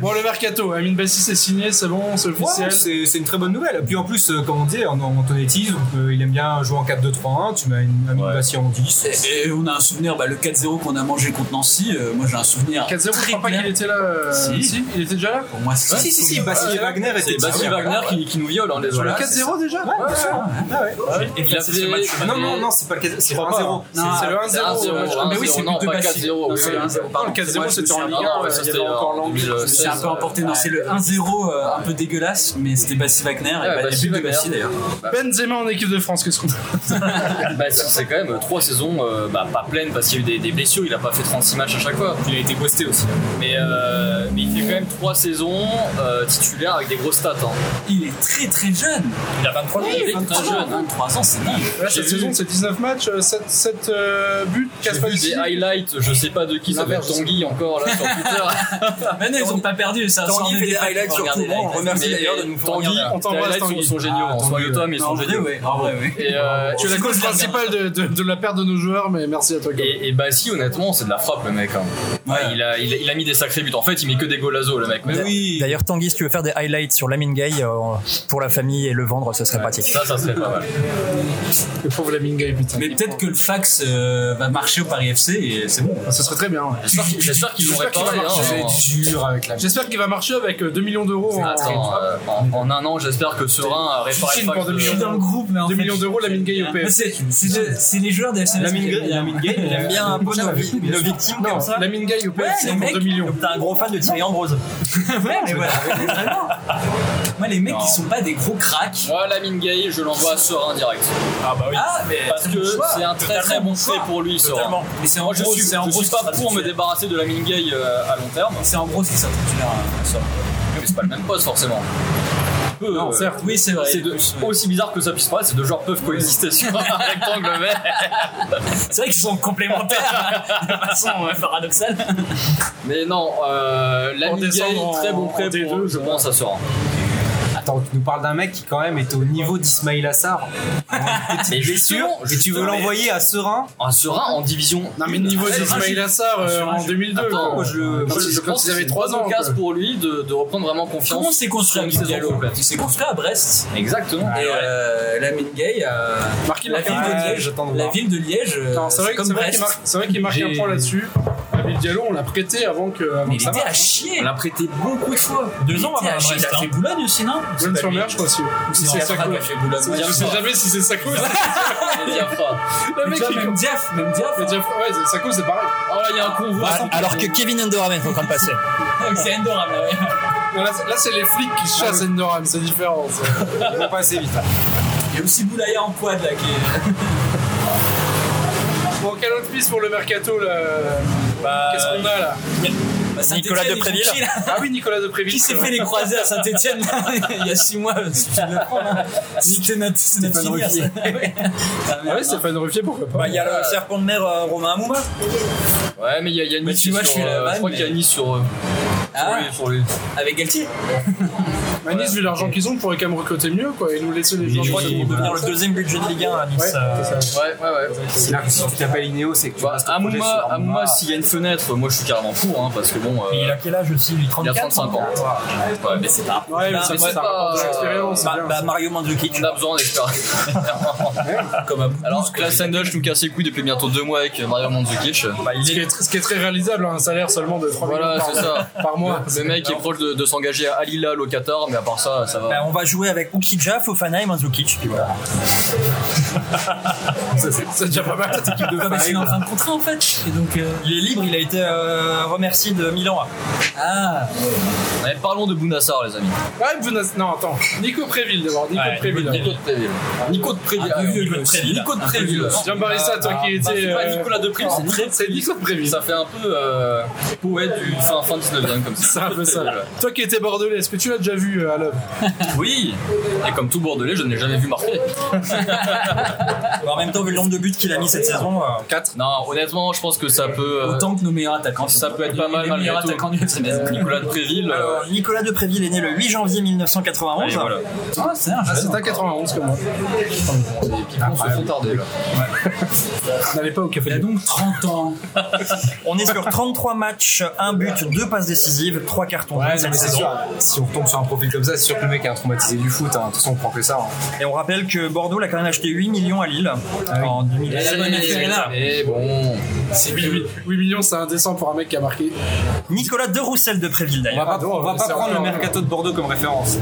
Bon, le mercato, Amine Bassi c'est signé, c'est bon, c'est
Ouais,
officiel.
c'est c'est une très bonne nouvelle. Puis en plus, euh, comme on dit, en Antonetti, donc, euh, il aime bien jouer en 4-2-3-1. Tu mets une, une
Ouais.
Bassi en 10.
Et, et on a un souvenir, bah, le 4-0 qu'on a mangé contre Nancy, euh, moi j'ai un souvenir.
4-0, je crois pas
clair.
qu'il était là. euh,
Si.
il était déjà là
Pour moi, c'est
Si, si, si, Bassi et Wagner étaient
C'est Basti Wagner qui, qui nous viole, hein, les
Le
voilà,
4-0 déjà
Ouais, bien sûr. Ah ouais.
Il a fait...
Non, non, non, c'est pas le 4 C'est
crois pas,
1-0.
Non,
C'est
euh,
le 1-0.
Mais oui, c'est le
non,
but de
pas
Bassi.
4-0.
Non,
c'est
c'est le 1-0,
Non,
pardon.
le
C'est moi,
4-0,
je
c'était
me suis
en
un
Ligue
peu-
1,
ouais,
ouais,
ça,
il y
c'était
avait encore
en euh,
l'angle.
2016.
C'est un peu emporté, non, c'est le 1-0 euh, un peu dégueulasse, mais c'était Bassi Wagner et
Ouais,
bah, les
Bassi
buts de
Wagner.
Bassi d'ailleurs.
Benzema en équipe de France, qu'est-ce qu'on
(laughs) Bah, c'est c'est quand même trois saisons euh, bah, pas pleines parce qu'il y a eu des, des blessures, il a pas fait 36 matchs à chaque fois. Il a été posté aussi. Mais, euh, mais il fait quand même trois saisons euh, titulaires avec des grosses stats. hein.
Il est très très jeune.
Il a 23 ans, il est très jeune. hein.
23 ans, c'est dingue.
Là,
J'ai
cette
vu-
saison, c'est 19 matchs, euh, 7, euh, buts, 4
J'ai vu des highlights, je sais pas de qui, ça va être Tanguy encore là sur (laughs) Twitter.
Ah, Mais non, ils ont pas perdu, ça a
Tanguy
sorti
fait des
défaites,
highlights
faut
sur
regarder
tout le monde.
les highlights.
Merci
Mais
d'ailleurs de nous fournir
Tanguy,
la-
On
tes
t'embrasse,
highlights sont,
Tanguy.
sont géniaux, hein. en soi de toi, mais ils
Non, en
sont
vrai,
géniaux.
ouais, en vrai, ouais.
Et, euh,
Tu es la cause principale de, de- de la perte de nos joueurs, mais merci à toi, Gab.
et, et Bassi, honnêtement, c'est de la frappe le mec. hein.
Ouais.
Il, a, il, a- il a mis des sacrés buts. En fait, il met que des golazos le mec. Mais
oui.
D'ailleurs, Tanguy, si tu veux faire des highlights sur Lamine Gay euh, pour la famille et le vendre, ce serait pratique.
Ça, ça serait pas mal.
Le pauvre Lamine Gueye, putain.
Mais peut-être que le fax euh, va marcher au Paris FC et c'est bon.
Ah, Ce serait très bien. ouais.
J'espère qu'ils- J'espère qu'ils vont
J'espère qu'il va
réparer.
marcher.
hein, en-
dur avec la
J'espère qu'il va marcher avec euh, 2 millions d'euros en,
Attends,
en-
euh, en, en un an, j'espère que Serein a réparé
Chine
le
pour
fax
deux
de-
millions.
le groupe, mais en
2 millions d'euros, Lamine Gueye au
Mais
PF.
c'est- C'est c'est les joueurs de FC
La mine
qui aiment
gain,
bien.
la mine gain, il aime
Bien un peu nos, vi- nos victimes comme ça.
Lamine Gueye au
Ouais,
PF,
les
pour
mecs,
2 millions.
Donc, T'as un gros fan de
(laughs)
Thierry Ambrose.
Ouais, mais voilà, vraiment. Moi, les mecs
Non.
qui sont pas des gros cracks.
Moi, Lamine Gay, je l'envoie à Serein direct.
Ah, mais
Bah Parce que c'est un très très bon trait pour lui, Serein.
Totalement. Mais c'est en
Moi, je
gros,
suis,
c'est en
je
gros
suis pas pour me débarrasser de Lamine Gay euh, à long terme.
C'est en gros, c'est ça, titulaire. hein, ça.
Mais c'est pas le même poste, forcément. Peu, euh,
Certes, oui, c'est vrai.
C'est de-
Plus, ouais.
aussi bizarre que ça puisse paraître, ces deux joueurs peuvent coexister sur un rectangle, mais
C'est vrai qu'ils sont complémentaires
(laughs)
hein, de façon euh, paradoxale.
Mais non, euh, Lamine
descend
Gay,
en-
très bon
en
prêt
D2,
pour, je
ouais.
pense, à Serein.
Attends, tu nous parles d'un mec qui quand même est au niveau d'Ismail Assar.
Mais
Blessure,
justement,
et tu veux
justement,
l'envoyer à Serein
Un Serein en division
Non, mais niveau
Serein,
d'Ismail
je-
Assar euh, en 2002.
Attends,
quoi.
moi,
je-
Quand
Moi,
il-
je
quand
pense
ils
qu'il
avaient
avait
3 ans.
casse
quoi.
pour lui de, de reprendre vraiment confiance.
Comment s'est construit
Une
Lamine
saison
Diallo
complète.
Il s'est construit à Brest.
Exactement.
Et
Et, euh,
euh, Lamine Gay, euh,
Marquis
la,
marque
ville
un-
de
Ouais,
Liège,
j'attends de
la
voir.
ville de Liège, euh,
Non, c'est vrai
c'est
que-
comme
c'est vrai
Brest.
qu'il marque- c'est vrai qu'il marque un
J'ai-
point là-dessus. David Ah, Diallo, on l'a prêté avant que avant
Mais
que
il
ça
était à
marche.
chier.
on l'a prêté beaucoup de fois.
Deux ans avant
à
Brest. Il a
Brest,
fait
hein.
Boulogne aussi, non
Bonne-sur-mer, je crois, si.
C'est
C'est
Diafra
Sacco.
qui a fait Boulogne.
Je sais jamais si c'est Sacco.
Et Diafra.
Le mec,
Déjà,
il
Même Diaf, même Diaf.
Mais Jeff- ouais, c'est- Sacco, c'est pareil.
Oh là, il y a un convoi.
Alors que Kevin Endoram est en train de passer.
Ah, (laughs) C'est Endoram, ouais.
Non, là, c'est- là, c'est les flics qui chassent Endoram, c'est différent. ça.
Ils vont passer vite.
Il y a aussi Boulaya en quad là qui est.
Bon, quelle autre piste pour le mercato là Qu'est-ce qu'on a là
Bah, Saint-Étienne,
Nicolas
ils ont
Depréville.
qui, là
Ah oui, Nicolas de Préville.
Qui s'est fait les croisés à Saint-Etienne (laughs) il y a 6 mois C'était notre, c'était notre filière, ça. (laughs) Ouais. Ah,
Ah
merde,
ouais, Stéphane Ruffier, pourquoi pas
Bah, il y a le serpent de mer euh, Romain Amouma.
Ouais, mais il y a, il y a
Mais
Nice
tu vois, je
sur.
fais la
euh,
vanne,
je crois qu'il y a
mais-
Nice sur. euh,
Ah,
sur les- sur les-
Avec Galtier
Bah, Nice, vu l'argent qu'ils ont, pourraient quand même recruter mieux quoi, et nous laisser les gens.
Je crois
qui-
qu'il vont devenir le deuxième budget de Ligue 1 à Nice.
Ouais,
euh,
c'est ça.
Ouais, ouais, ouais.
C'est là que si tu t'appelles Inéo, c'est que tu
Bah,
restes au projet
Amouma,
sur
Amouma, s'il y a une fenêtre, moi je suis carrément pour, hein, parce que bon. euh,
Et il a quel âge aussi lui
il a
34
35 ans. Ouais, mais c'est pas.
Ouais, mais
Bah,
ça
mais
va,
c'est
ça rapporte de
pas-
l'expérience. c'est
Bah,
bien.
bah, Mario Mandzukic.
On a besoin d'expérience.
Comme à Boulou,
(laughs) Alors,
ce que-
Klaas Handel, je nous casse les couilles depuis bientôt deux mois avec Mario Mandzukic.
Ce qui, est, ce qui est très réalisable, un salaire seulement de 3
Voilà,
millions
c'est
par,
ça.
par mois.
Le mec est proche de, de s'engager à Al Hilal au Qatar, mais à part ça, ça va.
Bah, on va jouer avec Ukija, Fofana et Mandzukic. puis voilà.
Ça, c'est c'est déjà pas mal. cette équipe de
Ah,
bah,
mais
Paris.
c'est en fin de contrat en fait. Et donc. euh,
Il est libre, il a été euh, remercié de Milan.
Ah,
Mais parlons de Bounassar, les amis.
Ouais, Bounas- Non, attends. Nico Préville d'abord. Nico
Ouais,
Préville.
Nico de Préville. Nico de Préville.
Un peu vieux,
Nico de
Ah, le
Préville.
Préville.
Nico de Préville.
Jean Barissa, toi qui
Bah,
étais.
c'est pas
euh,
Nicolas de Préville, c'est Nico.
C'est Nico Préville.
Ça fait un peu euh, poète du fin, fin 19e comme ça.
C'est un peu ça.
(laughs)
Toi qui étais bordelais, est-ce que tu l'as déjà vu euh, à l'œuvre
Oui. Et comme tout Bordelais, je ne l'ai jamais vu marquer.
Bah, en même temps, vu le nombre de buts qu'il a mis cette saison. euh,
4 Non, honnêtement, je pense que ça peut. euh,
Autant que nos meilleurs attaquants.
Ça peut être pas mal
Les
malgré
meilleurs
tout.
attaquants du
euh,
SMS.
Nicolas de Préville. euh,
Alors, Nicolas de Préville est né le 8 janvier 1991.
allez, voilà.
Ah, c'est un
Ah,
jeune. Ah,
c'est un 91 comme moi.
Les pipons se font tarder là.
N'allez pas au café
Il a
de
donc 30 ans.
On est sur 33 matchs, 1 but, 2 passes décisives, 3 cartons jaunes
Ouais, non,
cette
mais c'est
saison.
sûr. Si on tombe sur un profil comme ça, c'est sûr que le mec est un traumatisé du foot. hein. De toute façon, on prend que ça. hein.
Et on rappelle que Bordeaux l'a quand même acheté 8 millions à Lille
Ah
en 2000.
la bonne Ferreira.
Mais bon.
C'est 8, millions, c'est indécent pour un mec qui a marqué.
Nicolas de Roussel de Préville
On va
d'ailleurs.
pas, on va pas
c'est
prendre le
encore-
mercato de Bordeaux comme référence.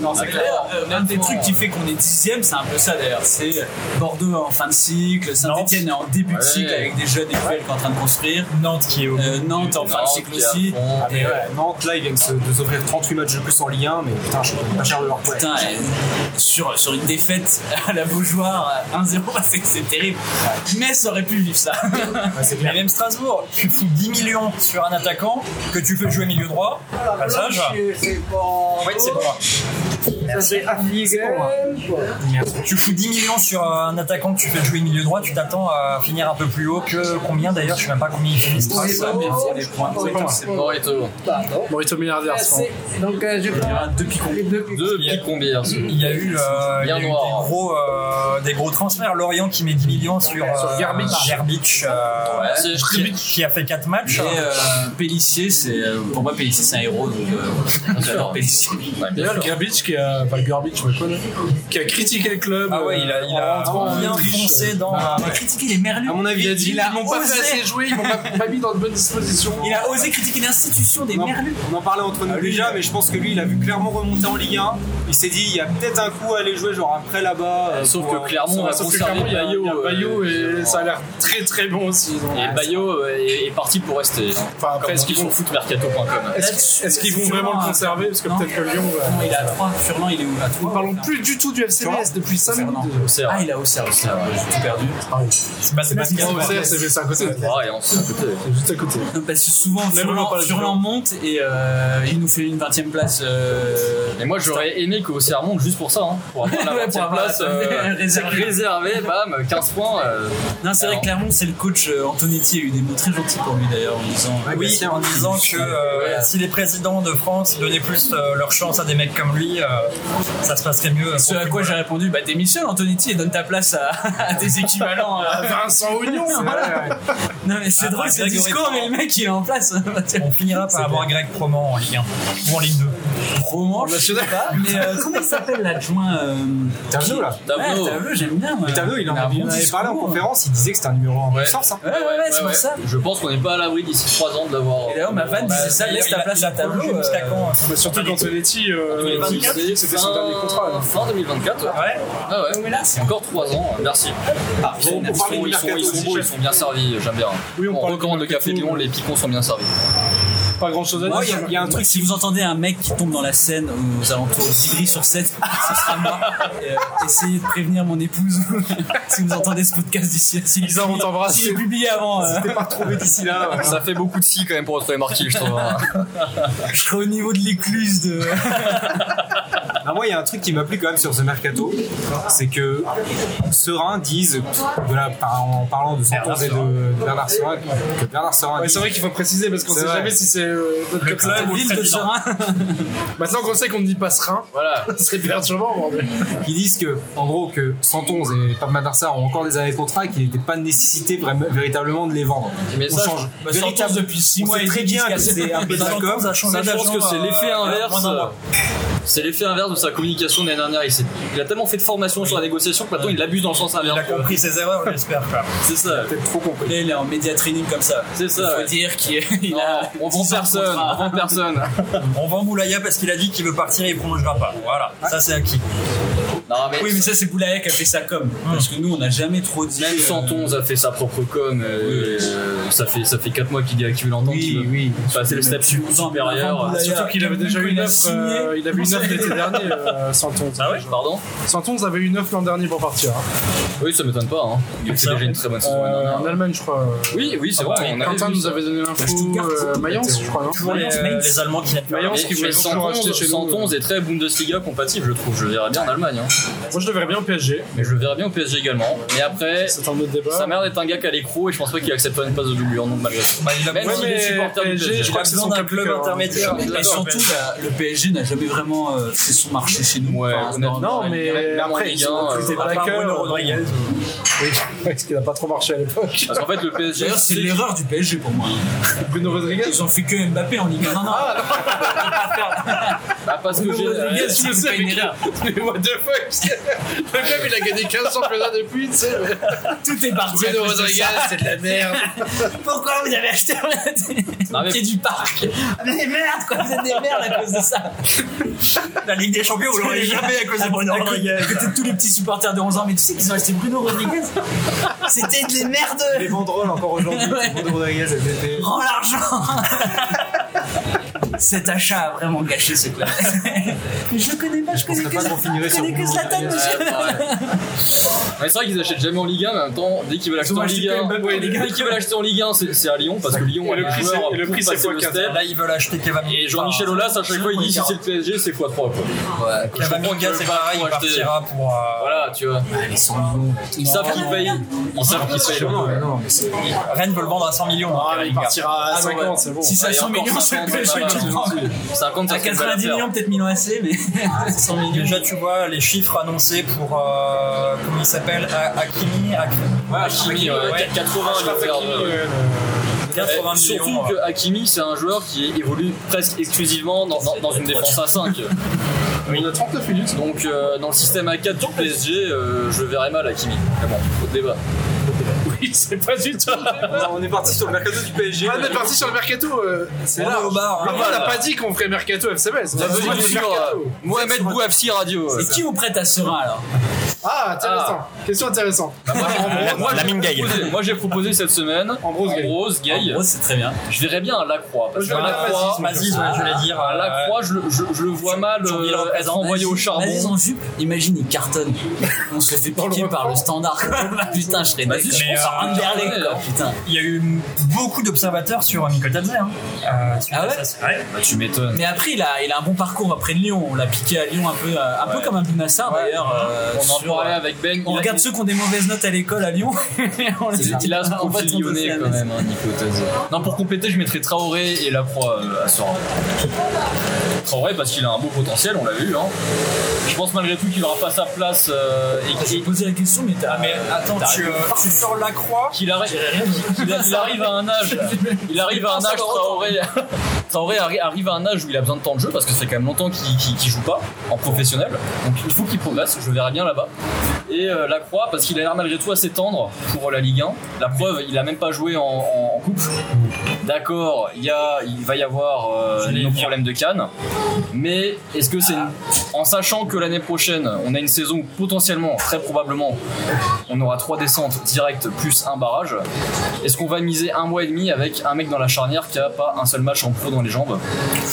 Non, c'est clair. Euh, L'un des trucs qui fait qu'on est dixième, c'est un peu ça d'ailleurs. C'est Bordeaux en fin de cycle, Saint-Etienne est en début de
Ouais.
cycle avec des jeunes écoles qui sont en train de construire.
Nantes qui est au.
Euh, Nantes en fin de
Nantes
cycle
qui est à
aussi. euh,
fond.
Ah, mais ouais, Nantes, là, ils viennent se- de s'offrir 38 matchs de plus en Ligue 1, mais putain, je suis pas cher de leur poids.
Putain, euh, sur, sur une défaite à la Beaujoire, euh, 1-0, (laughs) c'est- c'est terrible. Mais ça aurait pu vivre ça. (laughs)
Mais même Strasbourg, tu fous 10 millions sur un attaquant que tu fais jouer milieu droit. Passage. Ouais, c'est bon. Tu fous 10 millions sur un attaquant que tu fais jouer milieu droit, tu t'attends à finir un peu plus haut que combien d'ailleurs, je sais même pas combien il finit Strasbourg.
mais c'est les points.
C'est pas moi.
Morito.
Mauricio Milliardaire, c'est vrai.
Donc, euh, je
Il y aura deux picons.
Deux pics combien
Il y a eu, euh, il y a
Bien
eu des,
noir.
gros, euh, des gros transferts. Lorient qui met 10 millions sur, euh,
Gerbic.
Gerbic, euh,
C'est
qui, qui a fait 4 matchs.
Et euh, Pélissier, c'est, euh, pour moi, Pélissier, c'est un héros. donc, euh, J'adore Pélissier.
D'ailleurs, Garbage qui a. Pas Garbage, mais quoi, là Qui a critiqué le club.
Ah ouais,
euh,
il a, il a
en rentrant euh, en
bien
Autriche.
foncé dans.
Il a critiqué les merlus.
À mon avis,
Il a dit
Il a
ils m'ont pas
osé.
fait assez jouer, ils m'ont pas, pas mis dans de bonnes dispositions.
Il a osé critiquer l'institution des
On en,
merlus.
on en parlait entre
Ah
nous déjà, mais je pense que lui, il a vu Clermont remonter en Ligue 1. Il s'est dit, il y a peut-être un coup à aller jouer, genre après là-bas. euh,
Sauf
pour,
que
euh,
Clermont va
Sauf que clairement,
conserver
il y a Bayo,
Bayo,
et
euh,
ça a l'air très très bon aussi. donc.
Ah,
Et Bayo est, est parti pour rester. hein.
Enfin,
Après,
après,
est-ce qu'ils vont foutre mercato.com
Est-ce est-ce qu'ils vont
Furlan,
vraiment le
hein.
conserver Parce que
Non.
peut-être que Lyon. ouais.
Non, il a 3. Furlan, il est où à
Nous
3
ne parlons plus du tout du FCBS depuis 5 minutes.
Fernand.
Auxerre.
Ah, il a aussi, aussi, j'ai tout perdu.
Bah, c'est pas ce qu'il y a.
Oh, Ah c'est c'est- c'est à
(laughs)
côté.
Ouais, on s'est à côté.
C'est juste à côté.
Non, parce que souvent,
on en
Furlan,
parle
Furlan monte et euh, il nous fait une 20 e place. euh,
Et moi, j'aurais aimé qu'Auxerre monte juste pour ça. hein,
(laughs)
pour avoir la
Ouais, pour
20e
avoir la
place euh,
table réservée.
réservée, bam, 15 points. euh,
Non, c'est vrai que Clermont, c'est le coach euh, Antonetti. Il y a eu des mots très gentils pour lui d'ailleurs en disant
Oui, en disant que euh, si les présidents de France donnaient plus euh, leur chance à des mecs comme lui, euh, ça se passerait mieux.
Ce à quoi j'ai répondu, bah démissionne Antonetti et donne ta place
(laughs)
à, à tes équivalents. euh.
Vincent Oignon
Non mais c'est
Ah,
drôle
bah,
ce
Grégory
discours,
Furlan.
mais le mec il est en place. (laughs)
On finira par avoir Greg Proman en Ligue 1 ou en Ligue 2.
Roman, je sais pas,
(laughs)
mais (laughs) euh, comment il s'appelle l'adjoint euh...
Tavenot, là.
Tavenot.
Ouais, Tavenot, j'aime bien. moi.
Mais Tavenot, il en
a un
a
bon
il parlait en
discours.
conférence, il disait que c'était un numéro 1
Ouais.
puissance. hein.
hein. Ouais, ouais, ouais, c'est pour ça.
Je pense qu'on n'est pas à l'abri d'ici 3 ans de l'avoir. euh,
Et d'ailleurs, ma fan disait ça,
D'ailleurs,
laisse ta
il a-
place
il a
à Tavenot.
prolongé jusqu'à
euh,
quand hein,
Mais Surtout quand Tonetti,
Euh,
euh,
c'est-
c'était
c'est
son dernier contrat. là.
Fin 2024. ouais.
Ouais.
Ah ouais. C'est encore 3 ans. hein, Merci.
Ah,
Ils sont,
on parlait du
ils sont-
mercato
ils sont
aussi,
beaux, ils
chef.
sont bien servis, j'aime bien. hein.
Oui, on
on
parle
recommande
du
le café de
mercato,
Lyon,
mais-
les picons sont bien servis.
Pas grand chose à dire.
Ouais, il y a- il y a un truc.
Si vous entendez un mec qui tombe dans la Seine aux alentours de Tivry-sur-Seine, (laughs) ce sera moi. Euh, essayez de prévenir mon épouse (laughs) si vous entendez ce podcast d'ici. à- Si
Lisa, on t'embrasse.
Si j'ai publié avant, euh,
T'es pas retrouvé d'ici là.
(laughs)
ouais.
Ça fait beaucoup de si quand même pour retrouver Marquis, je trouve. hein.
je serai (laughs) au niveau de l'écluse de.
Ah, moi, il y a un truc qui m'a plu quand même sur ce mercato, c'est que Serein disent, de la- par- en parlant de Santos et de Bernard Serin, que Bernard Serin
Ouais,
dit-
c'est vrai qu'il faut préciser parce qu'on
C'est
sait
vrai.
jamais si c'est euh, notre club.
la
ou le
ville de
président.
Serein.
Maintenant qu'on sait qu'on ne dit pas (laughs) Serein,
Voilà.
ce serait perturbant. bon, mais-
qui disent que, en gros, que Santos et Pablo Madarsar ont encore des années de contrat et qu'il n'était pas nécessité vraiment, véritablement de les vendre.
Mais
on
ça,
change.
Bah,
Véritable-
Santos, depuis six
on
mois
sait
et
très
demi
bien
qu'il
que
se casse
c'est un peu
les dents.
d'accord.
Santos a changé
Ça, je
d'agent.
pense que c'est
euh,
l'effet inverse. euh, C'est l'effet inverse de sa communication de l'année dernière. Il, s'est- il a tellement fait de formation sur la négociation que maintenant il l'abuse dans le sens
Il
inverse.
a compris ses erreurs, j'espère. quoi.
C'est ça.
Là, (laughs) il est en média training comme ça.
C'est ça,
Il
ouais.
faut dire qu'il est- il
Non,
a.
on vend personne, on vend
(laughs)
personne.
On vend Moulaya parce qu'il a dit qu'il veut partir et il prolongera pas. Voilà, ça c'est acquis. Hmm.
Non, mais,
Ah. Oui, mais ça, c'est Boulaya qui a fait ça comme. Parce que nous, on n'a jamais trop dit.
même
euh,
Santonze a fait sa propre com. euh, euh, ça fait ça fait 4 mois qu'il dit à qui veut l'entendre.
Oui,
qu'il veut
oui.
Passer le step
ans,
supérieur.
mais avant
Surtout qu'il avait déjà eu
Il
une
a
offre.
signé.
euh, il avait une offre l'été dernier, euh, Santonze.
Ah ouais Pardon
Santonze avait une offre l'an dernier pour partir. hein.
Oui, ça m'étonne pas. Hein. Il fait déjà une très bonne saison. l'année
Euh,
dernière.
en Allemagne, je crois. euh,
Oui, oui, c'est vrai. on avait
Quentin
vu
nous
ça.
avait donné l'info. euh, Mayence, je crois. non
Toujours les,
Mainz.
les Allemands qui n'aiment pas.
Mayence qui
Mais,
voulait
mais
toujours acheter
111,
chez nous.
111 est très Bundesliga compatible, je trouve. Je le verrais bien en Allemagne. hein.
Moi, je le verrais bien au PSG.
Mais je le verrais bien au PSG également. Mais après,
C'est un autre débat.
sa mère est un gars qui a l'écrou et je pense pas qu'il accepterait une place de doublure, donc malgré tout.
il a
Même
Ouais,
s'il est
mais
supporter du
PSG,
PSG.
je crois que c'est
besoin
son
d'un
cap
club
cœur, hein.
intermédiaire.
Je suis
Et
d'accord,
surtout,
mais-
la- le PSG n'a jamais vraiment euh, fait son marché chez nous.
Ouais,
Enfin,
honnêtement,
Non,
la
mais
Ligue 1, même en
après,
Ligue
ils ont
1, euh,
recruté
À part
Blacker,
Bruno
euh,
Rodriguez.
Oui, (laughs) parce qu'il n'a pas trop marché à l'époque.
Parce qu'en fait, le PSG.
D'ailleurs, c'est l'erreur du PSG pour (laughs) moi.
Bruno Rodriguez
Ils ont fait que Mbappé en Ligue 1. Non, non,
Ah, parce que j'ai.
Rodriguez,
euh,
je le sais,
une
mais-
erreur.
(laughs) Mais what the fuck (laughs) parce que Le même, il a gagné 15 championnats depuis, tu sais. mais-
Tout est parti. à
Bruno
cause de
Rodriguez,
ça.
c'est de la merde.
Pourquoi vous avez acheté
Non,
un (laughs)
mais-
pied du parc Ah, Mais merde, quoi, vous êtes des merdes à cause de (laughs) ça.
La Ligue des Champions, on l'aurait jamais à cause de Bruno
À côté-
Rodriguez.
à côté de tous les petits supporters de 11 ans, mais tu sais qu'ils ont acheté Bruno Rodriguez C'était des merdes
Les banderoles encore aujourd'hui,
(laughs)
Ouais.
les banderoles de elles étaient.
Oh,
Rends l'argent (laughs) Cet achat a vraiment gâché ce club. Mais (laughs) je le connais pas, je connais que
pas qu'on finirait
je
sur
connais que
Bruno
Zlatan,
Ouais,
monsieur.
ouais. Mais c'est vrai qu'ils achètent jamais en Ligue 1, mais en même temps, dès qu'ils veulent acheter
ont
en
acheté
Ligue
quand
1,
même Mbappé, les gars.
dès qu'ils veulent acheter en Ligue 1, c'est c'est à Lyon, parce que Lyon
Et
a
le
des
prix,
joueurs
c'est- et le
pour
prix, c'est
passer le
x15.
step.
Là, ils veulent acheter Kevin
Et Jean-Michel Aulas, à chaque fois, il dit si c'est le PSG, c'est x3. Quoi. Ouais,
Kevin Minga, c'est pareil, il partira pour. euh,
Voilà, tu vois.
Ils sont millions.
Ils savent qu'ils payent. Ils savent qu'ils payent.
Non, mais non, mais
Rennes peut le vendre à 100 millions. hein,
Ah, mais
Kevin
il
Minga.
partira à 50, c'est bon.
Si ça
Et
100
encore
millions, c'est le
50,
PSG
voilà,
qui prend.
c'est- 50, ça
À
fait une belle
90
affaire.
millions, peut-être Milan AC, mais 100 millions.
Déjà, tu vois les chiffres annoncés pour. euh, comment il s'appelle A- Hakimi Hakimi.
Ouais, Hakimi, ouais,
Ouais.
80 millions.
Ah,
Euh,
Et
80
Surtout
millions.
que Hakimi, c'est un joueur qui évolue presque exclusivement dans, dans- dans une défense à 5.
Il a 39 minutes.
Donc, euh, dans le système A4 du PSG, euh, je verrais mal Hakimi. Mais bon, faut de débat.
Oui, c'est pas du tout.
Ah,
non, on est parti sur le mercato du PSG.
On est parti sur le mercato. euh,
On est au bar. hein.
Parfois, on n'a pas dit qu'on ferait mercato FCMS. On a dit qu'on
Bienvenue
ferait
sur euh,
mercato.
Mohamed Bouafsi Radio. euh,
Et qui vous prête à Serein alors
Ah, intéressant. Question intéressante.
Ah, Moi,
la
j'ai
mine Gaye.
proposé- Moi, j'ai proposé cette semaine
Ambrose Gaye.
Gaye.
En gros, c'est très bien.
Je verrais bien un Lacroix. Parce que
Je verrais bien
Lacroix,
Mazis, ouais, euh, je voulais dire.
à Lacroix, je, le- je- je le vois mal
sur
euh,
Milan,
être envoyé au
Vas-y, vas-y, en
charbon.
jupe, imagine, il
(laughs)
cartonne. On se fait piquer par le standard. Ah, Putain, je serais d'accord.
je pense à
Anderlecht,
Anderlecht,
quoi.
quoi. Putain.
Il y a eu beaucoup d'observateurs sur Michael Tadze. Hein, euh, suite
Ah
à
ouais
sa- ouais.
Bah, tu m'étonnes.
Mais après, il a, il a un bon parcours après Lyon. On l'a piqué à Lyon un peu, euh, un
Ouais.
peu comme un Bunassar d'ailleurs. euh,
On en
sur-
parlait avec Ben.
on
il a-
regarde ceux qui ont des mauvaises notes à l'école à Lyon. (laughs) on les
C'est il a ce
on va
profil
tomber
lyonnais
sur la
quand
messe.
même, hein, Nico Tazé. Non, pour compléter, je mettrais Traoré et Lacroix euh, à Sorin. Traoré parce qu'il a un beau potentiel, on l'a vu. Hein. Je pense malgré tout qu'il aura pas sa place euh, et
Ah, J'ai
qu'il
posé la question, mais t'as.
Ah, mais attends,
t'as-
tu, euh, tu sors Lacroix.
qu'il arri- qu'il- qu'il- il arrive à
(laughs)
un âge. Il arrive à un âge Traoré. (laughs) Traoré arri- arrive à un âge où il a besoin de temps de jeu parce que ça fait quand même longtemps qu'il qu'il- qu'il joue pas en professionnel. Donc il faut qu'il progresse, je le verrai bien là-bas. Et euh, Lacroix parce qu'il a l'air malgré tout assez tendre pour la Ligue 1. La preuve, il a même pas joué en, en- en coupe. D'accord, il, y a- il va y avoir euh,
J'allais
nos
dire.
problèmes de Cannes. Mais est-ce que c'est une- en sachant que l'année prochaine, on a une saison où potentiellement, très probablement, on aura trois descentes directes plus un barrage. Est-ce qu'on va miser un mois et demi avec un mec dans la charnière qui a pas un seul match en pro dans les jambes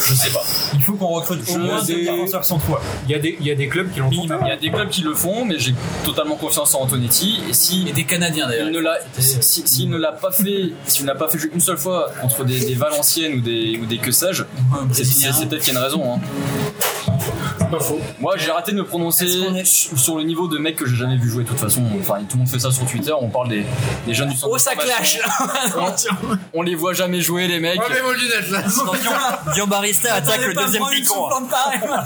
Je sais pas.
Il faut qu'on recrute au
Je
moins deux
sais.
défenseurs sans toi.
Il y, a des- il y a des clubs qui l'ont tenté.
Il y a des clubs qui le font, mais j'ai totalement confiance en Antonetti. Et si
Et des Canadiens
il ne
d'ailleurs.
l'a, si- si- s'il ne l'a pas fait, s'il n'a pas fait jouer une seule fois contre des, des Valenciennes ou des ou des que sais-je,
Un
c'est,
Brésilien.
c'est- c'est peut-être qu'il y a une raison. hein. Moi, j'ai raté de me prononcer
Est-ce qu'on est-
sur le niveau de mec que j'ai jamais vu jouer. De toute façon, enfin, tout le monde fait ça sur Twitter. On parle des, des jeunes du centre.
Oh, ça clash
On les voit jamais jouer, les mecs.
Enlevez vos lunettes là.
Attention, Guillaume Barista attaque
T'allais
le
pas
deuxième
prendre une
piquant.
soufflante (laughs) pareille, moi.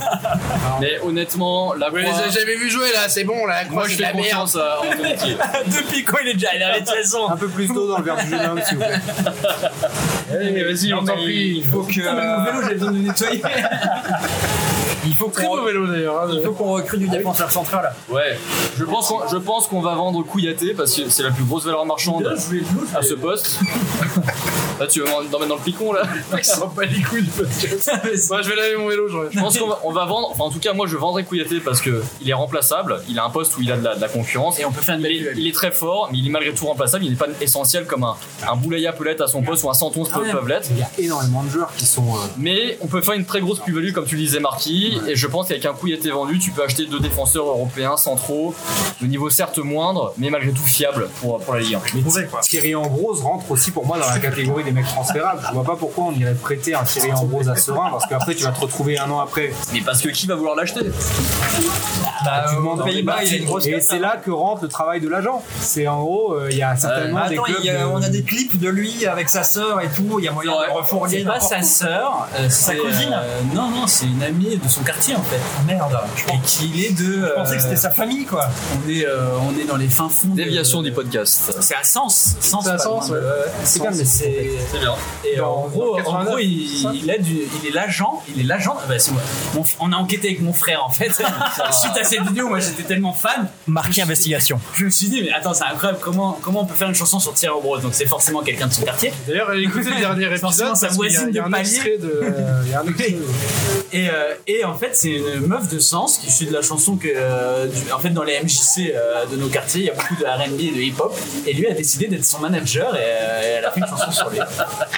Mais honnêtement, la
Vous les avez jamais vu jouer là, c'est bon là.
Moi, je fais confiance
(laughs)
à Antonetti.
Deux picots, il est déjà énervé de toute façon.
Un peu plus d'eau dans le verre du jeune homme, s'il vous plaît.
Eh, Vas-y, on t'en prie.
Il faut que.
j'ai besoin de nettoyer.
Il faut
Très
qu'on
beau vélo d'ailleurs. hein,
il faut qu'on recrute du défenseur central.
Ouais, je pense qu'on, je pense qu'on va vendre Kouyaté parce que c'est la plus grosse valeur marchande à
(laughs)
ce poste. Là, tu veux m'en t'en mettre dans le picon là
Ils s'en bat les couilles du
(laughs)
podcast. Moi, je vais laver mon vélo, je reviens.
Je pense qu'on va, on va vendre, enfin en tout cas, moi je vendrai Kouyaté parce que il est remplaçable, il a un poste où il a de la, de la concurrence.
Et on peut faire une
il,
belle
est,
duel.
il est très fort, mais il est malgré tout remplaçable, il n'est pas essentiel comme un, un Boulaya peut l'être à son poste ou un Santon
Ah ouais.
peut l'être.
Il y a énormément de joueurs qui sont. euh,
Mais on peut faire une très grosse plus-value, comme tu le disais, Marquis. Et je pense qu'avec un coup, il était vendu. Tu peux acheter deux défenseurs européens centraux, de niveau certes moindre, mais malgré tout fiable pour, pour la Ligue 1.
Thierry Ambrose rentre aussi pour moi dans la catégorie trouver des mecs transférables. Je vois pas pourquoi on irait prêter un Thierry Ambrose à Serein parce qu'après tu vas te retrouver un an après.
Mais parce que qui va vouloir l'acheter Euh,
Bah,
Tu
euh,
demandes
dans
des
les bars,
bails,
il y a une grosse
et
carte,
c'est
hein.
là que rentre le travail de l'agent. C'est en gros, euh, il y a certainement
Ah,
des
Attends,
clubs. euh,
il y a-
de-
on a des clips de lui avec sa sœur et tout. Il y a moyen de le refourguer.
C'est pas
n'importe
sa sœur, euh, c'est,
cousine
euh, non, non, c'est une amie de son quartier en fait.
où. Merde. Je
Et qu'il est de. euh,
pensais que c'était sa famille, quoi.
on est, euh, on est dans les fins fonds. de-
Déviation du podcast.
C'est à Sens. Sens,
C'est à
pas
Sens,
loin de-
ouais.
C'est
quand même des-
c'est-
C'est bien.
Et euh,
Dans-
en gros,
dans
en
89,
gros
c'est ça
il, il a du- il est l'agent. Il est l'agent. bah, c'est moi. Mon f- on a enquêté avec mon frère en fait. Suite à cette vidéo, moi j'étais tellement fan.
Marqué investigation.
Je me suis dit, mais attends, c'est incroyable. Comment, comment on peut faire une chanson sur Thierry Ambrose Donc c'est forcément quelqu'un de son quartier.
D'ailleurs, écoutez le dernier
Forcément,
épisode.
ça
parce qu'il y a-
voisine
il y a
de
un
palier.
extrait de. euh, Il y a un extrait.
Et, euh, et en fait, c'est une meuf de Sens qui suit de la chanson que, euh, du- en fait, dans les MJC euh, de nos quartiers, il y a beaucoup de R&B et de hip-hop. Et lui a décidé d'être son manager et, euh, et elle a fait une chanson sur lui.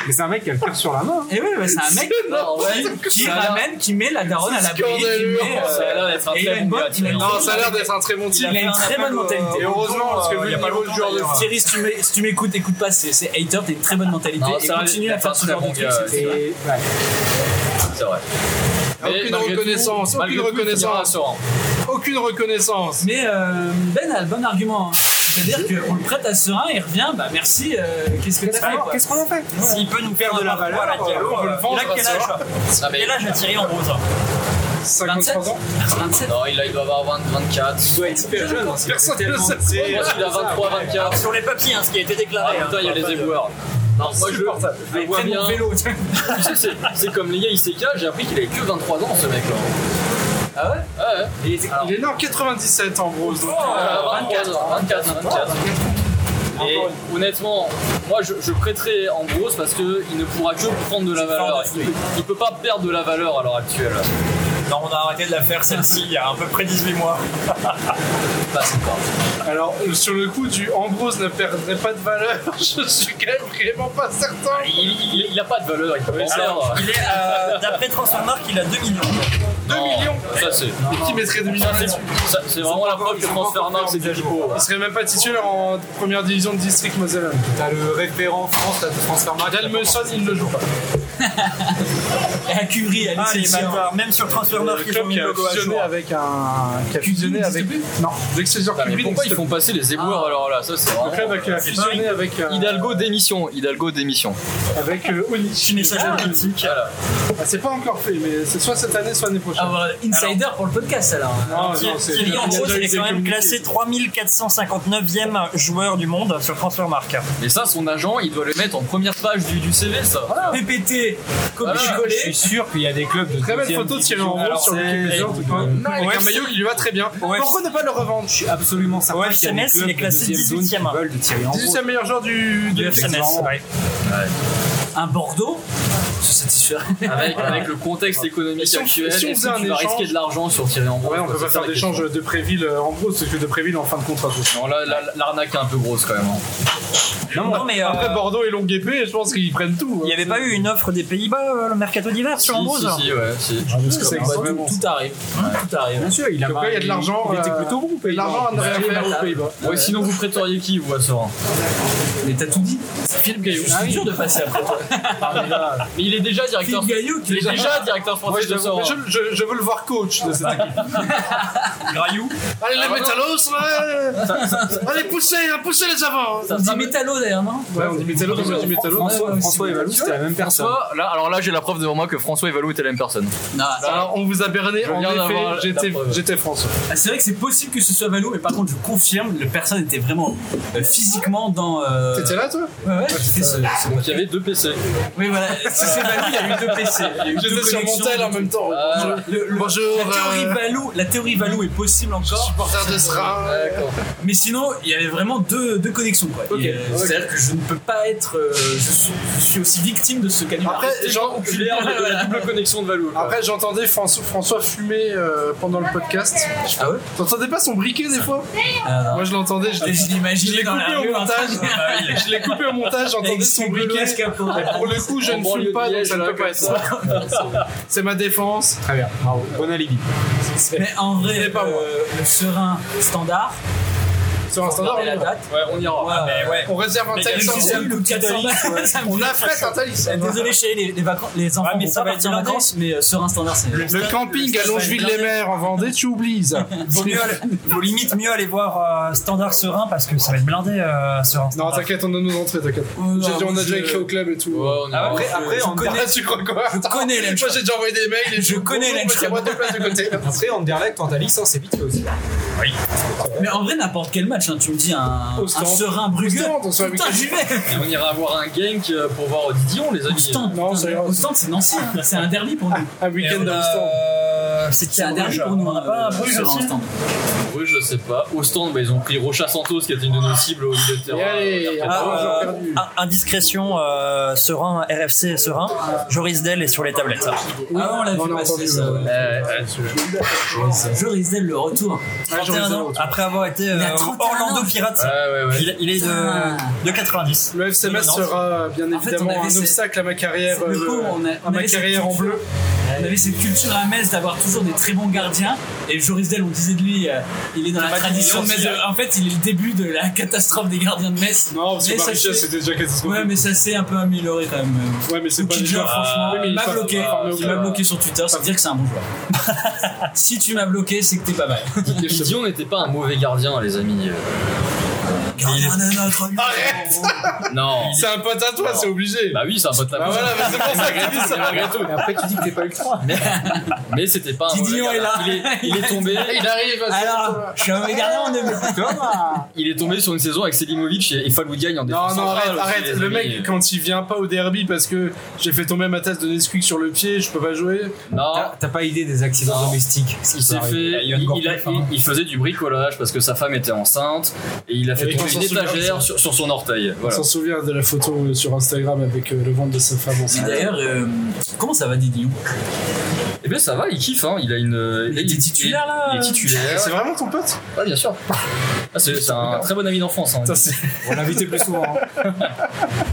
Mais c'est un mec qui a le cœur sur la main. hein.
Eh
Et oui, bah, c'est un mec
Non, ouais.
qui, qui
Ça a l'air-
ramène, qui met la daronne à la qui
scandaleux.
met, euh,
Ça a l'air d'être un
et il
très
a une
bon
bonne-
gars, tu
il a une
vois.
Non,
bonne-
ça a l'air d'être un très bon
il
type.
a une très bonne mentalité.
Et heureusement, parce que
euh,
vu
il y a
le
pas
niveau du
longtemps,
genre de.
d'ailleurs.
Thierry, si tu m'é- si tu m'écoutes, écoute pas, c'est c'est hater, t'as une très bonne mentalité.
Non,
et
ça euh, a l'air
continue à
d'être un
faire ce
très
genre
bon
de trucs.
gars,
c'est-
ouais.
c'est
Et,
vrai.
euh, ouais.
C'est vrai.
Aucune reconnaissance, aucune reconnaissance. Aucune reconnaissance.
Mais euh, Ben a le bon argument. hein. C'est-à-dire qu'on le prête à Serein, il revient, bah merci, euh, qu'est-ce que t'as fait quoi
Qu'est-ce qu'on en fait
S'il peut nous faire
de la
un
valeur,
parcours à Diallo,
on peut le
euh,
vendre
Il a quel
à
âge
Sora.
Ah, mais-
Quel âge a Thierry en rose
53 ans.
27
Non, il, a- il doit avoir 20, 24.
doit être super jeune. hein, c'est
Personne ne le
tellement-
sait.
c'est-
Moi, il a 23, 24.
Sur les papiers, hein, ce qui a été
Ah,
déclaré. hein.
putain, il y a les éboueurs. Non, moi, je, je le vois
Traîne mon
bien.
vélo.
Tu sais, c'est- c'est comme les gars Iseka, j'ai appris qu'il avait que 23 ans, ce mec-là. Ah ouais Ouais, ouais. Il était
Il est né en 97 en gros. donc,
Oh.
euh,
Ah,
24, 24, 24. Et honnêtement, moi je, je prêterai en gros parce qu'il ne pourra que prendre de la valeur. Il peut, il peut pas perdre de la valeur à l'heure actuelle.
Non, on a arrêté de la faire celle-ci il y a à peu près 18 mois.
Pas c'est pas.
Alors, euh, sur le coup du Ambrose ne perdrait pas de valeur, (laughs) je suis quand même vraiment pas certain.
Il, il, il a pas de valeur, il peut pas en
Alors,
perdre.
il est, euh, d'après Transfermarkt, il a 2 millions.
2
Non,
millions
Ça c'est.
Qui mettrait 2 millions
ça, c'est- ça, c'est vraiment la preuve que Transfermarkt c'est des
Oh.
typos.
Il serait même pas titulaire en première division de district Moselle.
T'as le référent France là, de Transfermarkt.
Dalmeson, il ne joue pas.
Et à Curie, à
Ah, les
Licencié.
hein.
bâtards. Même sur
Le
Transfermarkt, ils ont
club
mis
Euh, qui
le
a
logo à
fusionné
jour.
avec un. qui a fusionné avec. Non, l'Excelsior
Mais
Curie. donc
pourquoi ils
c'est
font passer les
Ah.
éboueurs alors là Ça c'est
Le
vraiment.
club qui a fusionné avec. euh,
Hidalgo démission, Hidalgo démission.
Avec euh, Onichi.
Message politique.
Voilà.
Ah, C'est pas encore fait, mais c'est soit cette année, soit l'année
Ah,
prochaine. Ah,
voilà, insider pour le podcast alors.
Non, non, c'est-
Thierry en
il y a
gros,
déjà eu
est
des
quand même
communiqués.
classé 3459e joueur e du monde sur Transfermarkt.
Et ça, son agent, il doit le mettre en première page du, du CV, ça.
PPT,
Voilà.
copie
Je suis
collée.
sûr qu'il y a des clubs de
Très belle
deuxième
photo de Thierry
division.
Ambrose
Alors,
sur le
c'est-
Wikipédia, en tout cas. Avec un
OFC.
maillot qui lui va très bien. Pourquoi ne pas le revendre
Je suis absolument certain
Ouais,
qu'il y a des
SMS, il
clubs
est classé
de deuxième zone
18e.
qui veulent de Thierry Ambrose.
18 meilleur joueur du.
Du
de
FMS, ouais.
Un Bordeaux, se satisfait.
Avec, avec le contexte économique
Si on-
actuel,
si on
est-ce
faisait
que
un
tu vas
échange-
risquer de l'argent sur Thierry Ambrose
Ouais, on peut
C'est
pas
ça
faire
la
d'échange
question.
de Préville euh, en gros, parce que de Préville en fin de contrat. tout ça.
Non, là, là, l'arnaque est un peu grosse quand même. hein.
Non, mais euh,
Après Bordeaux et Longuepé, je pense qu'ils prennent tout. hein.
il n'y avait pas eu une offre des Pays-Bas, euh, le mercato d'hiver sur
Si,
Ambrose
si, si, ouais, si.
parce que c'est
Bah, tout, tout arrive. Tout arrive.
Bien sûr, il a
Donc
pas-
là, il y a de l'argent,
Il était
euh,
plutôt bon. Pays-Bas.
L'argent à ne rien faire aux Pays-Bas.
Ouais, sinon, vous prêteriez qui, vous, à Sorin
Mais t'as tout dit. Philippe Gaillot. C'est dur de passer après toi.
Mais il est déjà
(laughs)
directeur.
Philippe Gaillot,
Il
qui
est déjà directeur
Moi,
français
je,
de Sorin.
je- je- je veux le voir coach de cette équipe.
Graillou.
Allez, les métallos, ouais. Allez, poussez, hein, poussez les avant
On dit métallo d'ailleurs, non
Ouais, on dit métallo, on dit métallo.
François, François et Valou, c'était la même personne.
François, là, alors là, j'ai la preuve devant moi que François Evalou était la même personne.
Non.
Alors, on vous a berné,
Je
en
viens d'avoir la
effet, j'étais-
preuve.
euh, j'étais François.
Ah, c'est vrai que c'est possible que ce soit Valo, mais par contre, je confirme, le personne était vraiment euh, physiquement dans. Euh...
T'étais là, toi
Ouais, ouais, j'étais ce- ce-
Donc il y avait deux PC.
Oui, voilà. Si c'est Valou, il y a eu deux PC. Il y a eu deux
J'étais sur mon
connexions.
tel en même temps.
Ah.
Euh,
Je- Bonjour,
La théorie
euh,
Valou, la théorie Valou est possible encore,
supporter de Sera.
mais sinon il y avait vraiment deux, deux connexions quoi. Et, euh, C'est-à-dire que je ne peux pas être, euh, je, suis, je suis aussi victime de ce canular.
Après, genre,
Populaire de
(laughs)
la double connexion de Valou. quoi.
Après, j'entendais François, François fumer euh, pendant le podcast.
Ah ouais
T'entendais pas son briquet des fois Moi, je l'entendais. Je l'ai
Je
je l'ai
l'imaginais dans la
coupé
rue
au
en train
montage.
de- ah
Je l'ai coupé au montage. J'entendais
Avec
son
ses
briquet.
gaulois escapés.
Et Pour le coup, je
En
ne
banlieue
fume pas,
de
donc
Liège,
ça ne
là,
peut pas
comme
être ça. C'est ma défense.
Très bien, bravo. Bon alibi.
Mais en vrai,
n'est pas
euh,
moi.
le serein standard,
Sur un standard, on
Regardez la
y va.
date.
Ouais, on ira.
Ouais,
Mais ouais.
On réserve un
Mais
Thalys.
il y a
en
juste
dessous.
un le petit Thalys, ouais.
On a fait un Thalys.
Eh, Désolé, chérie, les, les vacances, les enfants
Ouais, mais
vont
ça
pas
va
partir
être
en
blindé.
vacances, mais euh, sur un standard, c'est.
Le-
Le camping à Longeville-les-Mers en Vendée, tu
(laughs)
oublies. ça.
Vaut mieux aller- vaut limite mieux aller voir euh, Standard Serein parce que ça va être blindé euh, Serein.
Non, t'inquiète, on donne nos entrées, t'inquiète.
non,
J'ai dit, on
moi,
a déjà
je-
écrit au club et tout.
Ouais, on ira.
Après, après, en,
Ah, tu crois quoi
Je connais les
Moi, j'ai déjà envoyé des mails et
Je connais les-
les moi deux places de côté.
après, Anderlecht, en Thalys, hein, c'est vite fait aussi.
Mais en vrai, n'importe quel match, hein, tu me dis un,
Au
un
stand.
serein Brugge.
stand, on se fait
Putain,
avec-
j'y vais
Et on ira voir un gank euh, pour voir Didion, les
Au
amis.
stand,
Non, c'est-
au stand, c'est Nancy, hein. c'est un derby pour nous.
Un week-end dans le stand.
C'est
C'était
un derby
dernier
pour nous,
On n'a
Ah,
pas un
euh,
Bruges
sur un
aussi
stand.
Bruges, je sais pas. Au stand, bah, ils ont pris Rocha Santos, qui était une de nos cibles au milieu de terrain.
Et allez,
euh,
ah,
Mercato.
j'ai
Ah,
perdu.
euh, indiscrétion euh, Serein, RFC et Serein, Joris Del est sur les tablettes.
Oui, ah, on l'a
on
vu
l'a
passer,
entendu,
ça.
ouais.
ouais.
Euh, euh,
Je risquais le retour.
Ah,
hein.
31 ans, après avoir été
Il a
euh,
31
Orlando
ans. Ah.
Pirates,
ouais, ouais, ouais.
il, il est
euh,
euh,
de, de 90.
Le FCMS
Non, non,
sera bien
En fait,
évidemment
on avait
un
ces-
obstacle à ma carrière,
Le
euh,
pauvre, on a-
à
on
ma
avait cette
carrière en
culture.
bleu.
On avait cette culture à Metz d'avoir toujours des très bons gardiens. Et Joris Del, on disait de lui, euh, il est dans la
pas
tradition de
dit
Metz.
Nancy,
En fait, il est le début de la catastrophe des gardiens de Metz.
Non, parce que
Mais ça
Barichet,
s'est-
c'était déjà catastrophique.
Ouais, mais ça s'est un peu amélioré quand même.
Ouais, mais c'est pas
Kidjo,
déjà.
franchement,
Oui, mais
il
il
m'a
est pas-
bloqué.
pas- pas-
Il m'a bloqué sur Twitter, ça veut dire que c'est un bon (laughs) joueur. si tu m'as bloqué, c'est que t'es pas mal.
Didion n'était pas un mauvais gardien, les amis. euh,
Gardien de notre but.
Arrête
Non.
C'est un pote à toi, c'est obligé.
Bah oui, c'est un pote à
Bah voilà, mais c'est pour ça que tu dis
Mais
ça.
malgré tout.
Après, tu dis que t'es pas ultra.
Mais c'était pas un mauvais
Didion est
gardien.
là.
Il est, il est tombé, il, a-
arrive,
Ah,
Alors, je suis un mauvais gardien, on est
hein,
bien.
il est tombé sur une saison avec Selimovic et, et Falou Diagne en
Non,
défense. Ah,
non,
centrale
arrête,
aussi,
arrête.
les
Le
amis.
mec, quand il vient pas au derby parce que j'ai fait tomber ma tasse de Nesquik sur le pied, je peux pas jouer. Ah.
Non,
T'as t'as pas idée des accidents
Non.
domestiques
il s'est fait. Il, il a-
hein.
il- il faisait du bricolage parce que sa femme était enceinte et il a fait
Et
tomber
qu'on s'en
une
souvient,
étagère
ça.
sur, sur son orteil. Voilà.
On s'en souvient de la photo euh, sur Instagram avec euh, le ventre de sa femme
Dis
enceinte.
D'ailleurs, euh, comment ça va Didion
Et bien Eh ça va, il kiffe, hein. il a une.
Il était titulaire, là.
Il est titulaire.
(laughs) C'est vraiment ton pote
Ah, bien sûr. Ah, c'est c'est un très bon ami d'enfance. Hein.
Putain, c'est-
On l'invitait plus souvent. hein.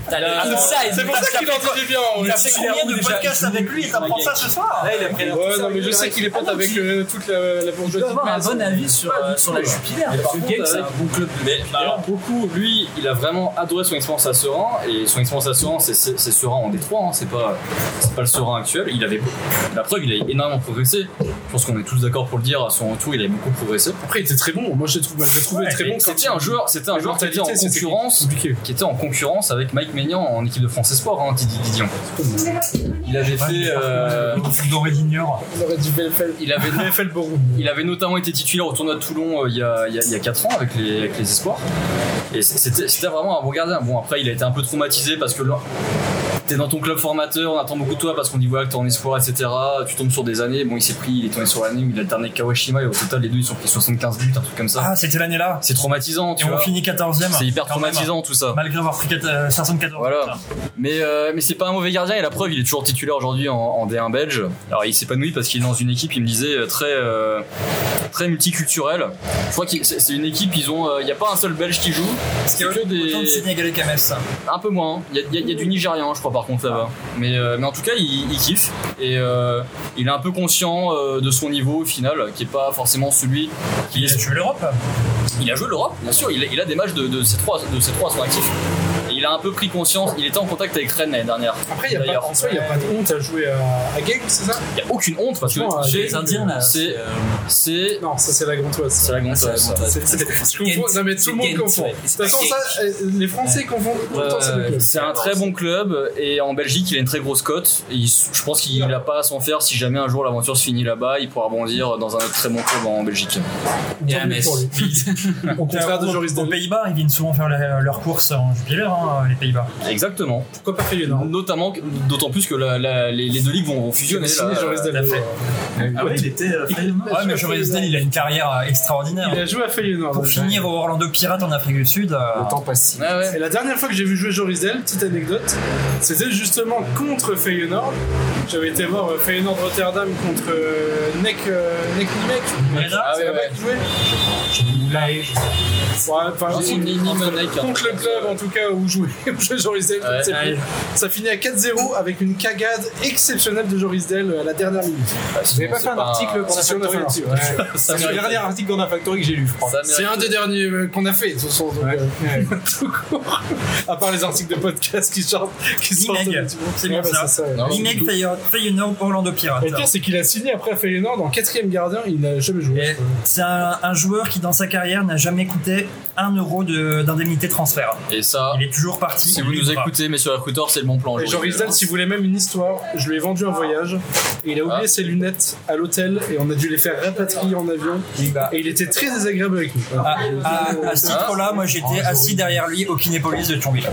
T'as le
Ah,
inside.
C'est pour ça qu'il entendait bien. on est-
fait combien de podcasts avec lui T'apprends ça ce soir
Là, il a pris la-
Ouais, non, mais je sais qu'il est pote avec euh, toute la, la
Je
bourgeoisie.
dois avoir un
mais-
bon avis sur, euh, sur la Jupiler.
Mais par
Ce
contre,
gag, c'est
avec-
un euh, bon club de
Mais bah, alors beaucoup, lui, il a vraiment adoré son expérience à Serein et son expérience à Serein, c'est- c'est c'est Serein en Détroit, hein, c'est pas c'est pas le Serein actuel. Il avait la preuve, il a énormément progressé. Je pense qu'on est tous d'accord pour le dire. À son retour, il a beaucoup progressé.
Après, il était très bon. Moi, je l'ai trouvé, je l'ai trouvé très
Mais
bon.
C'était un joueur, c'était un
La
joueur qui était en
mentalité, c'était
concurrence, qui était en concurrence avec Mike Maignan en équipe de France Espoir, hein, Didi Didion. Il avait fait. euh,
On aurait dû le faire.
il avait
Il avait fait le bon.
Il avait notamment été titulaire au tournoi de Toulon euh, il, y a, il, y a, il y a 4 ans avec les, avec les espoirs. Et c- c'était c'était vraiment un bon gardien. Bon, après, il a été un peu traumatisé parce que là, t'es dans ton club formateur, on attend beaucoup de toi parce qu'on dit voilà que t'es en espoir, etc. Tu tombes sur des années. Bon, il s'est pris, il est tombé sur l'année où il a alterné Kawashima et au total, les deux ils sont pris 75 buts, un truc comme ça.
Ah, c'était l'année là.
C'est traumatisant,
Et
tu
on
vois.
finit 14 e
C'est hyper traumatisant tout ça.
hein. Malgré avoir pris 4, euh, 514.
Voilà. Mais, euh, mais c'est pas un mauvais gardien et la preuve, il est toujours titulaire aujourd'hui en, en D1 belge. Alors il s'épanouit parce qu'il est dans une équipe, il me disait, euh, très, euh, très multiculturelle. Je crois que c'est c'est une équipe, ils ont, euh, il n'y a pas un seul belge qui joue. C'est que
Autant de
des.
Sénégalais qu'à Metz.
Un peu moins. hein. Il y a- il y, a- il y a du Nigérian, je crois, par contre là-bas. Mais, euh, mais en tout cas, il, il kiffe. Et euh, il est un peu conscient euh, de son niveau au final, qui est pas forcément celui qu'il
Il
est
a tué l'Europe.
il a joué l'Europe, bien sûr, il a, il a des matchs de, de ces trois, de ces trois à son actif. Et il a un peu pris conscience, il était en contact avec Rennes l'année dernière.
Après, il y a pas,
D'ailleurs.
en soi, il n'y a pas de honte à jouer à, à Gag, c'est ça
Il n'y a aucune honte parce que
Non,
j'ai-
Les Indiens là.
c'est.
euh,
C'est.
Non, ça, c'est la grantoise.
C'est la grande
c'est-
ça.
C'est- c'est- je confonds- Non, mais tout le monde
Ghent,
confond. De
ouais.
toute façon, ça, euh, les Français confondent tout le temps ces deux
Euh,
clubs.
C'est un très bon club et en Belgique il a une très grosse cote. Et il- je pense qu'il n'a pas à s'en faire si jamais un jour l'aventure se finit là-bas, il pourra rebondir dans un autre très bon club en Belgique.
il y a un Metz.
pour lui.
Au
contraire de Joris
Aux
Del-
Pays-Bas, ils viennent souvent faire leur- leurs courses en jubilé, hein, les Pays-Bas.
Exactement.
Pourquoi pas Fayonard
Notamment, que- d'autant plus que la- la- les, les deux ligues vont fusionner.
Signé
là.
Joris euh. Del-
la fête.
Ah ouais, il était. euh, Feyenoord.
Ouais, mais Joris Del, il a une carrière euh, extraordinaire.
Il a joué à Feyenoord.
Pour finir au Orlando Pirates en Afrique du Sud, euh,
Le temps passe si.
Ouais, ouais.
Et la dernière fois que j'ai vu jouer Joris Del, petite anecdote, c'était justement contre Feyenoord. J'avais été voir euh, Feyenoord Rotterdam contre euh, Nek euh, Nek Nimek.
Breda,
Ah
C'est là-bas qu'il jouait.
Live, je sais pas.
Ouais, enfin,
J'ai
contre-
une mini monnaie qui est en
contre le club en tout cas où jouait (laughs) où jouait Joris Dell,
hein. Ouais,
je ne sais plus.
ouais.
ça finit à 4-0 avec une cagade exceptionnelle de Joris Dell à la dernière minute.
Vous
J'avais pas fait un article pour la
Si, on a fait
factory
un
là-dessus.
article. (laughs)
ouais. C'est le dernier article qu'on a factory que j'ai lu, je crois.
C'est un des derniers euh, qu'on a fait, de toute façon, donc,
Ouais.
euh, tout court. À part les articles de podcast qui sortent, qui sortent
Ineg.
automatiquement.
C'est bien
Ouais, bah,
ça.
c'est
Non,
Et
Ineg Feyenoord Orlando Pirates.
le pire, c'est qu'il a signé après Feyenoord en quatrième gardien, il n'a jamais joué.
Et C'est un, un joueur qui, dans sa carrière, n'a jamais coûté 1 euro de- d'indemnité de transfert.
Et ça,
Il est toujours parti.
si vous
il
nous
va.
écoutez, messieurs les recruteurs, c'est le bon plan.
Et Jean
aujourd'hui.
Rizdal, si vous voulez même une histoire, je lui ai vendu un voyage et il a oublié
Ah.
ses lunettes à l'hôtel et on a dû les faire rapatrier en avion
Il
bah,
va.
et il était très désagréable avec nous.
À, à, Ah, à ce titre-là, moi j'étais
Ah,
assis derrière lui au Kinépolis de Thionville.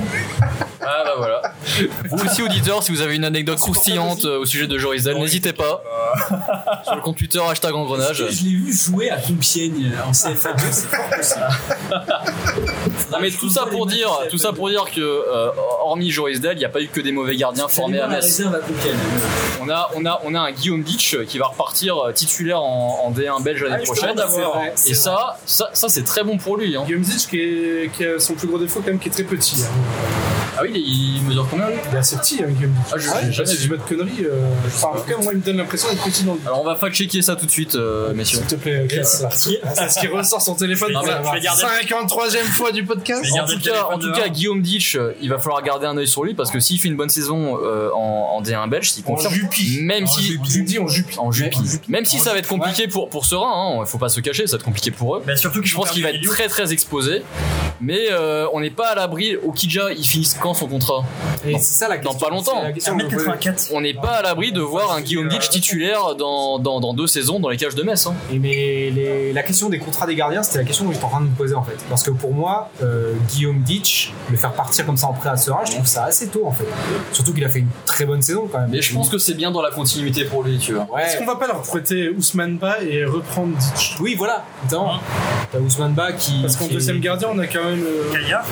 Ah bah voilà. Vous aussi auditeurs, si vous avez une anecdote croustillante euh, au sujet de Jorisdal, n'hésitez pas. Sur le compte Twitter hashtag engrenage.
Je l'ai vu jouer à Compiègne en CFA2, c'est fort possible.
Non mais tout ça pour dire, tout ça pour dire que euh, hormis Jorisdal, il n'y a pas eu que des mauvais gardiens formés à
la
Metz.
réserve à Compiègne.
On a, on a, on a un Guillaume Ditch qui va repartir euh, titulaire en, en D1 belge l'année prochaine.
vrai,
Et ça, ça, ça c'est très bon pour lui. hein.
Guillaume Zitch qui, est- qui a son plus gros défaut quand même qui est très petit. hein.
Ah oui, il il mesure combien lui
Il est assez petit hein, Guillaume Zitch.
Ah, je-
Ouais,
j'ai
bah,
jamais
si
vu.
je dis pas de conneries, euh, enfin, en tout cas moi il me donne l'impression d'être petit dans le
Alors on va fact checker ça tout de suite, euh, messieurs.
S'il te plaît, Cass. C'est ce qui ressort son téléphone
Je
Ah,
vais
pour
bah,
la
garder- je vais garder-
53ème fois du podcast.
Je vais
En
garder
tout,
le
cas,
téléphone
en tout
dehors.
cas, Guillaume Ditch, euh, il va falloir garder un œil sur lui parce que s'il fait une bonne saison euh, en, en D1 belge, s'il confirme, même si
Tu me dis on jupie.
en Jupy.
Ouais.
même si ça va être compliqué pour pour Serein, hein, faut pas se cacher, ça va être compliqué pour eux.
Bah, surtout
Je pense qu'il va être très très exposé, mais euh, on n'est pas à l'abri. Okidja, il finit quand son contrat
Et
C'est ça la question.
Dans pas longtemps.
C'est la
Ah,
question que je me posais.
1m84.
On n'est pas à l'abri de voir un Guillaume Ditch titulaire dans, dans, dans deux saisons dans les cages de Metz. hein.
Et mais les- la question des contrats des gardiens, c'était la question que j'étais en train de me poser en fait. Parce que pour moi, euh, Guillaume Ditch, le faire partir comme ça en prêt à Sera, je trouve ça assez tôt en fait. Surtout qu'il a fait une très bonne saison quand même.
Mais je pense que c'est bien dans la continuité pour lui, tu vois.
Est-ce
Ouais.
qu'on va pas leur prêter Ousmane Ba et reprendre Ditch
Oui, voilà. Notamment, t'as Ousmane Ba qui.
Hein Parce qu'en
qui est-
deuxième gardien on a quand même. euh,
Gaillard.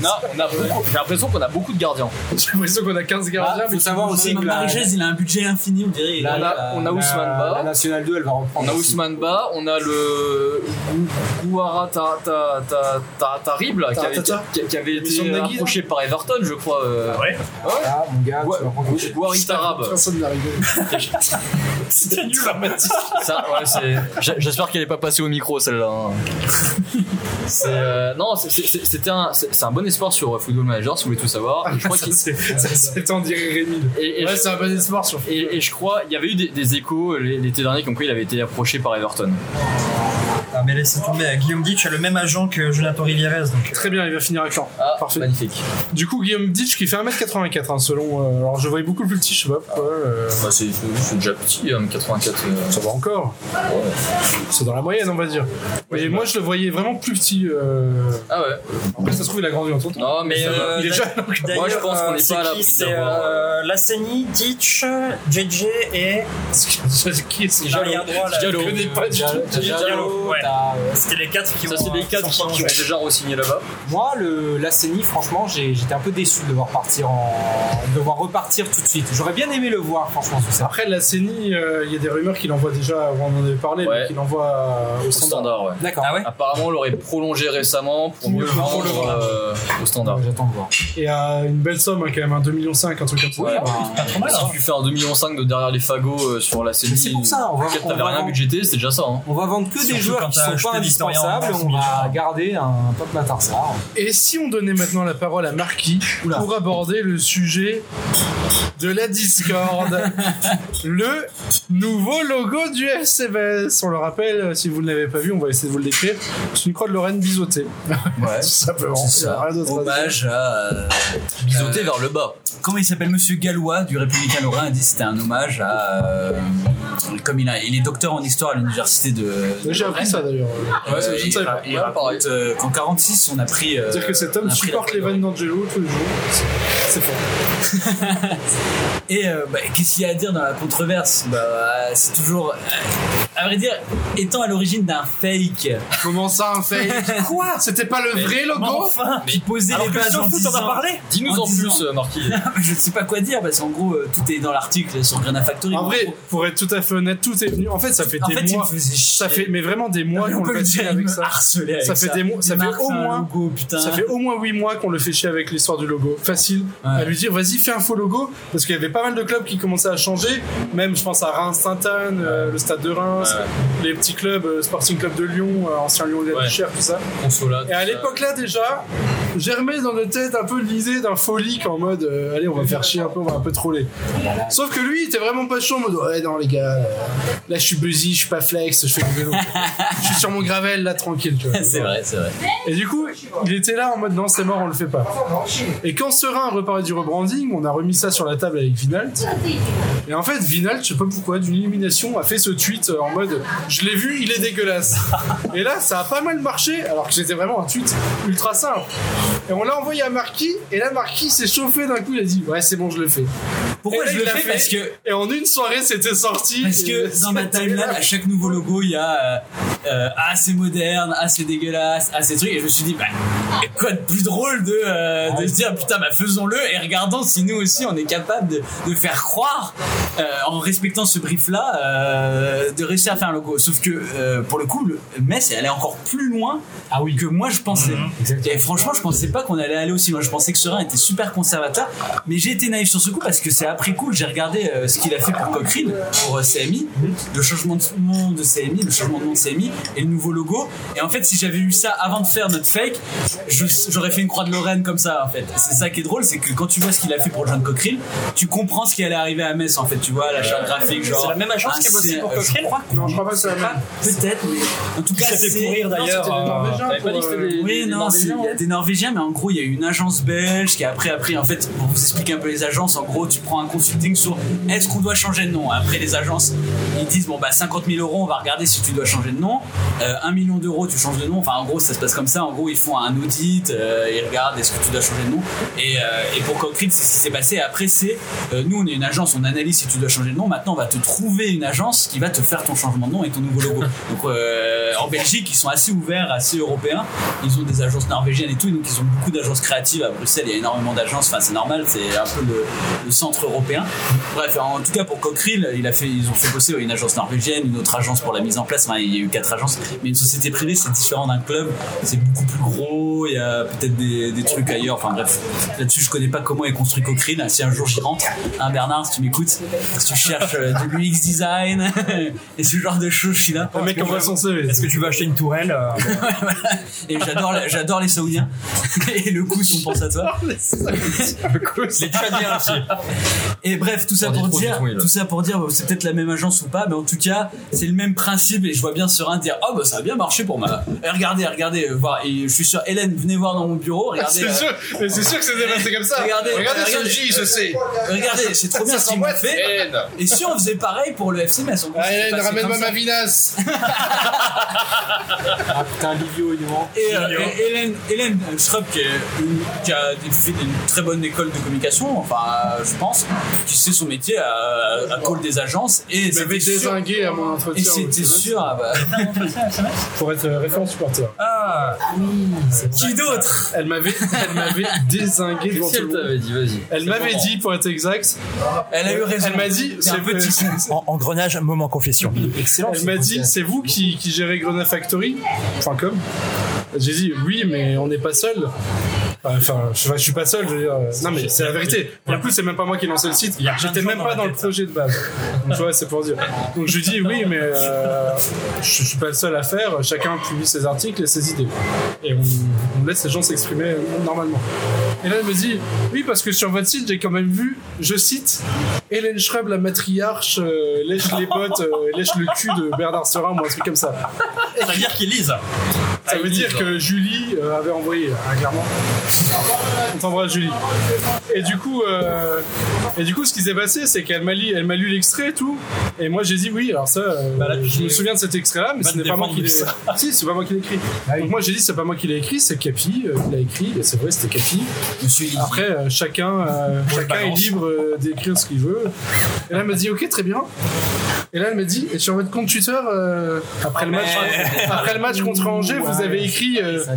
On a, on a beaucoup- j'ai l'impression qu'on a beaucoup de gardiens.
J'ai l'impression qu'on a 15 gardiens.
Ah,
mais
faut savoir aussi que la,
Marie-Gèse, il a un budget infini, on dirait. Il
Là,
a-
là, on a
la-
Ousmane Ba.
la Nationale 2, elle va
On
reprendre.
a Ousmane Ba, on a le Gou- Gouara Ta- Ta- Ta- Ta- Tarib là, qui
Ta-
avait,
Ta- Ta.
qui- qui avait
Mission de
été
Nagui, là.
approché par Everton, je crois. euh,
Ah
Ouais.
Voilà, Ah, mon gars,
Ouais.
tu vas prendre-
Gouari Tarab.
Personne n'a rigolé. (laughs) C'était nul.
Ça, ouais, c'est- j'a- J'espère qu'elle n'est pas passée au micro celle-là. hein.
(laughs)
C'est, euh, non, c'est- c'est- c'est- c'était un, c'est c'est un bon espoir sur euh, Football Manager si vous voulez tout savoir. Et je crois
Ah, Ça,
qu'il-
c'est- ça, (laughs) c'est en dirait Rémi.
et- et
Ouais,
je-
c'est un bon espoir sur
et- et je crois, il y avait eu des, des échos l- l'été dernier comme quoi il avait été approché par Everton.
Ah, mais laissez tomber. Guillaume Ditch a le même agent que Jonathan Rivierez. Donc... euh.
Très bien, il va finir à Caen.
Ah,
Parfait.
magnifique.
Du coup, Guillaume Ditch qui fait 1m84 hein, selon. euh, alors je voyais beaucoup plus petit, je sais pas pourquoi. euh,
Bah, c'est c'est déjà petit, hein, 84. euh,
Ça va encore. C'est dans la moyenne, on va dire. Mais moi, je le voyais vraiment plus petit. euh,
Ah ouais.
Après, ça se trouve, il a grandi en temps.
Non, mais. euh,
Il est jeune. donc.
Moi, je pense qu'on n'est
c'est
pas à
qui
l'abri
C'est
d'avoir,
euh, Lasseni, Ditch, JJ et
C'est qui est-ce
Ah,
l'arrière droit. là.
Diallo.
Je connais pas du tout.
T'as
Diallo,
Diallo,
ouais.
t'as, euh,
C'était les 4 qui
Ça,
ont
c'est des cadres qui, qui ont déjà re-signé là-bas.
Moi, le Lasseni, franchement, j'ai- j'étais un peu déçu de voir partir en, de voir repartir tout de suite. J'aurais bien aimé le voir, franchement, sur ça.
Après, la CENI, euh, il y a des rumeurs qu'il envoie déjà, on en avait parlé,
Ouais.
mais qu'il envoie euh, au
Au
standard.
standard, ouais.
D'accord.
Ah ouais
Apparemment, on l'aurait prolongé récemment pour mieux
Pour
vendre
le vendre.
euh, au standard.
Ouais, J'attends de
(laughs)
voir.
Et à une belle somme, hein, quand même, un 2,5 millions, un truc comme ça.
Ouais,
Bah,
Pas trop mal. hein.
Si tu fais un 2,5 million de derrière les fagots euh, sur la CENI,
c'est pour ça, on va-
t'avais
on va
rien
vendre.
budgété, c'est déjà ça. Hein.
On va vendre que
Surtout
des joueurs
quand
qui
t'as
sont
acheté
pas
l'historien
indispensables.
en
On
France,
va garder un top Matarsar.
Et si on donnait maintenant la parole à Marquis
Oula.
pour aborder le sujet de la (laughs) Discord, le nouveau logo du FCBS. On le rappelle, si vous ne l'avez pas vu, on va essayer de vous le décrire. C'est une croix de Lorraine biseautée.
Ouais.
Tout simplement.
C'est ça.
Rien d'autre à dire.
Hommage à. euh,
Biseauté
euh,
vers le bas.
Comment il s'appelle Monsieur Gallois du Républicain Lorrain a dit que c'était un hommage à. euh, comme il, a- il est docteur en histoire à l'université de. de
J'ai appris
Lorraine.
ça d'ailleurs.
Euh,
Ouais, je ne
il,
savais pas.
il raconte euh, qu'en 46, on a pris. euh,
C'est-à-dire que cet
on
homme
a pris la
supporte
Croix
les
de Lorraine.
vannes d'Angelo tous les jours. C'est- C'est fort.
Et euh, bah, qu'est-ce qu'il y a à dire dans la controverse bah, C'est toujours. euh, à vrai dire, étant à l'origine d'un fake
Comment ça, un fake Quoi (laughs) C'était pas le vrai logo
enfin, qui posait
Alors
les
que
bases en
sur foot, on en
disant-
a parlé
Dis-nous en,
En disant-
plus, euh, Marquis.
(laughs) Je ne sais pas quoi dire parce qu'en gros, euh, tout est dans l'article sur Grana Factory.
En vrai, pour être tout à fait honnête, tout est venu. En fait, ça fait
en
des
fait, il me
mois.
faisait chier.
Ça fait, mais vraiment des mois qu'on
on peut
le fait
(laughs) le
chier
dire,
avec
avec
ça.
harcelait avec
Ça
ça.
fait des mois- ça fait
Marc,
au
c'est un
moins-
logo, putain.
Ça fait au moins 8 mois qu'on le fait chier avec l'histoire du logo. Facile. À lui dire, vas-y, fais un faux logo. Parce qu'il y avait pas mal de clubs qui commençaient à changer. Même, je pense à Reims, Sainte-Anne, euh, le Stade de Reims, les petits clubs, euh, Sporting Club de Lyon, euh, ancien Lyon de la
Ouais.
Duchère, tout ça.
Consola.
Et à l'époque-là, déjà, germait dans notre tête un peu l'idée d'un folique en mode, euh, allez, on va faire chier un peu, on va un peu troller. Sauf que lui, il était vraiment pas chaud en mode, ouais, non, les gars, euh, là, je suis busy, je suis pas flex, je fais du vélo. je suis sur mon gravel, là, tranquille, tu vois.
C'est vrai, c'est vrai.
Et du coup, il était là en mode non, c'est mort, on le fait pas. Et quand Serein a reparlé du rebranding, on a remis ça sur la table avec Vinalt. Et en fait, Vinalt, je sais pas pourquoi, d'une illumination, a fait ce tweet euh, en mode je l'ai vu, il est dégueulasse. Et là, ça a pas mal marché, alors que c'était vraiment un tweet ultra simple. Et on l'a envoyé à Marquis, et là, Marquis s'est chauffé d'un coup, il a dit ouais, c'est bon, je le fais.
Pourquoi
Et là,
je
il
le
l'a
fais
fait.
Parce que
Et en une soirée, c'était sorti.
Parce
Et
que euh, dans ma
c'était
timeline,
là.
à chaque nouveau logo, il y a euh, euh, ah c'est moderne, ah c'est dégueulasse, ah c'est truc. Et je me suis dit bah quoi de plus drôle de, euh, de se dire putain bah faisons-le et regardons si nous aussi on est capable de, de faire croire euh, en respectant ce brief là de réussir à faire un logo. Sauf que euh, pour le coup, le Metz elle allait encore plus loin que moi je pensais. Et franchement, je pensais pas qu'on allait aller aussi loin. Je pensais que Serein était super conservateur, mais j'ai été naïf sur ce coup parce que c'est après coup que j'ai regardé euh, ce qu'il a fait pour Cochrane, pour euh, CMI, le changement de nom de CMI, le changement de nom de CMI et le nouveau logo. Et en fait, si j'avais eu ça avant de faire notre fake, je- j'aurais fait une croix de Lorraine comme ça. En fait, c'est ça qui est drôle, c'est que quand tu vois ce qu'il a fait pour John Cochrane, tu comprends ce qui allait arriver à Metz. En fait, tu vois la charte graphique, genre
Ah, C'est la même agence
un
qui a bossé
C-
pour
euh, je
Cochrane
crois
Non, je crois pas que c'est la même.
Peut-être, mais en tout cas,
Ça fait
c'est-
pourrir
Non,
d'ailleurs.
c'était des
euh,
Norvégiens
t'avais
pour,
pas dit que c'était
euh,
des-
oui,
des
non, c'est-
Norvégiens.
il y a des Norvégiens, mais en gros, il y a une agence belge qui après, après, en fait, pour vous expliquer un peu les agences, en gros, tu prends un consulting sur est-ce qu'on doit changer de nom. Après, les agences, ils disent bon bah 50 000 euros, on va regarder si tu dois changer de nom. Euh, 1 million d'euros, tu changes de nom. Enfin, en gros, ça se passe comme ça. En gros, ils font un audit, euh, ils regardent est-ce que tu dois changer de nom. Et, euh, et pour Concrete, c'est ce qui s'est passé. Après, c'est euh, nous, on est une agence, on analyse si tu dois changer de nom. Maintenant, on va te trouver une agence qui va te faire ton changement de nom et ton nouveau
(laughs)
logo. Donc, euh, en Belgique, ils sont assez ouverts, assez européens. Ils ont des agences norvégiennes et tout, donc ils ont beaucoup d'agences créatives à Bruxelles. Il y a énormément d'agences. Enfin, c'est normal, c'est un peu le, le centre européen. Bref, en tout cas pour Cockerill, il a fait, ils ont fait bosser une agence norvégienne, une autre agence pour la mise en place. Enfin, il y a eu quatre agences, mais une société privée, c'est différent d'un club. C'est beaucoup plus gros. Il y a peut-être des, des trucs ailleurs. Enfin bref, là-dessus, je connais pas comment est construit Cockerill. Si un jour j'y rentre, hein, Bernard, si tu m'écoutes, si tu cherches euh, du UX design (laughs) et ce genre de choses, je suis là.
Le mec envoie son CV.
Est-ce que tu veux acheter une tourelle euh,
Et j'adore, la- j'adore les Saoudiens. Et le coup, on pense à toi. (laughs)
Les Tchadiens aussi.
Et bref, tout ça
On dit
pour
trop
dire,
vite, oui, là.
tout ça pour dire, bah, c'est peut-être la même agence ou pas, mais en tout cas, c'est le même principe et je vois bien Serein dire, oh bah ça a bien marché pour ma. Eh, regardez, regardez, euh, voir. Et je suis sûr, Hélène, venez voir dans mon bureau, regardez.
Ah, C'est
euh,
sûr, mais c'est sûr que c'était passé comme ça.
Regardez, regardez.
ce J, je sais.
Regardez, c'est trop bien ce qu'il m'a fait.
Hélène,
Et si on faisait pareil pour le FC Metz, on
Ah,
se fait
Hélène,
passer
ramène-moi
comme ça.
ma vinasse.
Ah putain, Livio, il manque.
Et, euh, et Hélène, Hélène Schrupp, qui, est une- qui a fait une très bonne école de communication, enfin, euh, je pense, qui sait son métier à, à call des agences. Et
Il m'avait
c'était sûr-
désingué à mon
Et
entretien.
c'était sûr, ah
(laughs)
bah.
Pour être référence supporter.
Ah,
Qui d'autre
Elle m'avait, elle
(laughs)
m'avait désingué devant
Qu'est-ce
tout
qu'elle
le monde.
t'avait dit Vas-y.
Elle m'avait dit, pour être exact,
Elle a eu raison.
elle m'a dit,
C'est
c'est
un petit
euh,
en, engrenage, moment confession. Excellent.
elle m'a dit, c'est vous qui, qui gérez grenafactory.com J'ai dit, oui, mais on n'est pas seul. Euh, Enfin, je, je suis pas seul, je veux dire. euh, Non, mais c'est la vérité. Pour le coup, c'est même pas moi qui ai lancé le site.
Il y a plein de
J'étais
gens
même
dans
pas
la
dans le
tête, ça.
projet de base. Donc, tu vois, c'est pour dire. Donc, je lui dis, oui, mais euh, je, je suis pas le seul à faire. Chacun publie ses articles et ses idées. Et on, on laisse les gens s'exprimer euh, normalement. Et là, elle me dit, oui, parce que sur votre site, j'ai quand même vu, je cite, Hélène Schreib, la matriarche, euh, lèche les bottes, euh, lèche le cul de Bernard Serin, ou un truc comme ça.
C'est-à-dire qu'ils lisent.
Ça veut dire que Julie euh, avait envoyé,
Ah,
hein, clairement. On t'embrasse, Julie. Et du coup, euh, et du coup, ce qui s'est passé, c'est qu'elle m'a li- elle m'a lu l'extrait et tout. Et moi, j'ai dit oui. Alors ça, euh,
Bah,
je me souviens de cet extrait-là, mais
Pas
ce
de
n'est pas moi qui l'ai.
défendre Ah
Si, c'est pas moi qui l'ai écrit. Donc moi, j'ai dit c'est pas moi qui l'ai écrit, c'est Capi euh, qui l'a écrit. Et c'est vrai, c'était Capi.
Monsieur Guy.
Après, euh, chacun, euh, chacun est
balance.
libre euh, d'écrire ce qu'il veut. Et là, elle m'a dit, ok, très bien. Et là, elle m'a dit, et sur votre compte Twitter, euh, après,
Oh,
le match, après le match contre Angers, vous avez écrit, euh,
hein.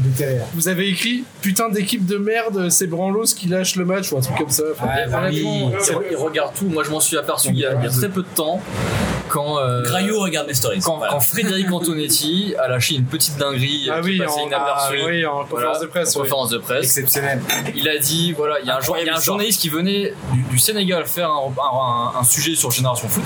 vous avez écrit, putain d'équipe de merde, c'est Branlos qui lâche le match ou un truc comme ça. Enfin,
Ouais, bah
honnêtement,
oui.
c'est-
Il regarde tout. Moi, je m'en suis aperçu il y a, il y a très peu de temps quand. euh,
Graillot regarde mes stories.
Quand,
Voilà.
quand Frédéric Antonetti a lâché une petite dinguerie
Ah
qui
oui,
passait
en,
inaperçue.
ah oui, en
Voilà,
conférence de presse.
en
ouais.
conférence de presse.
Exceptionnel.
Il a dit voilà, il y a un, jour- il y a un journaliste qui venait du, du Sénégal faire un, un- un sujet sur Génération Foot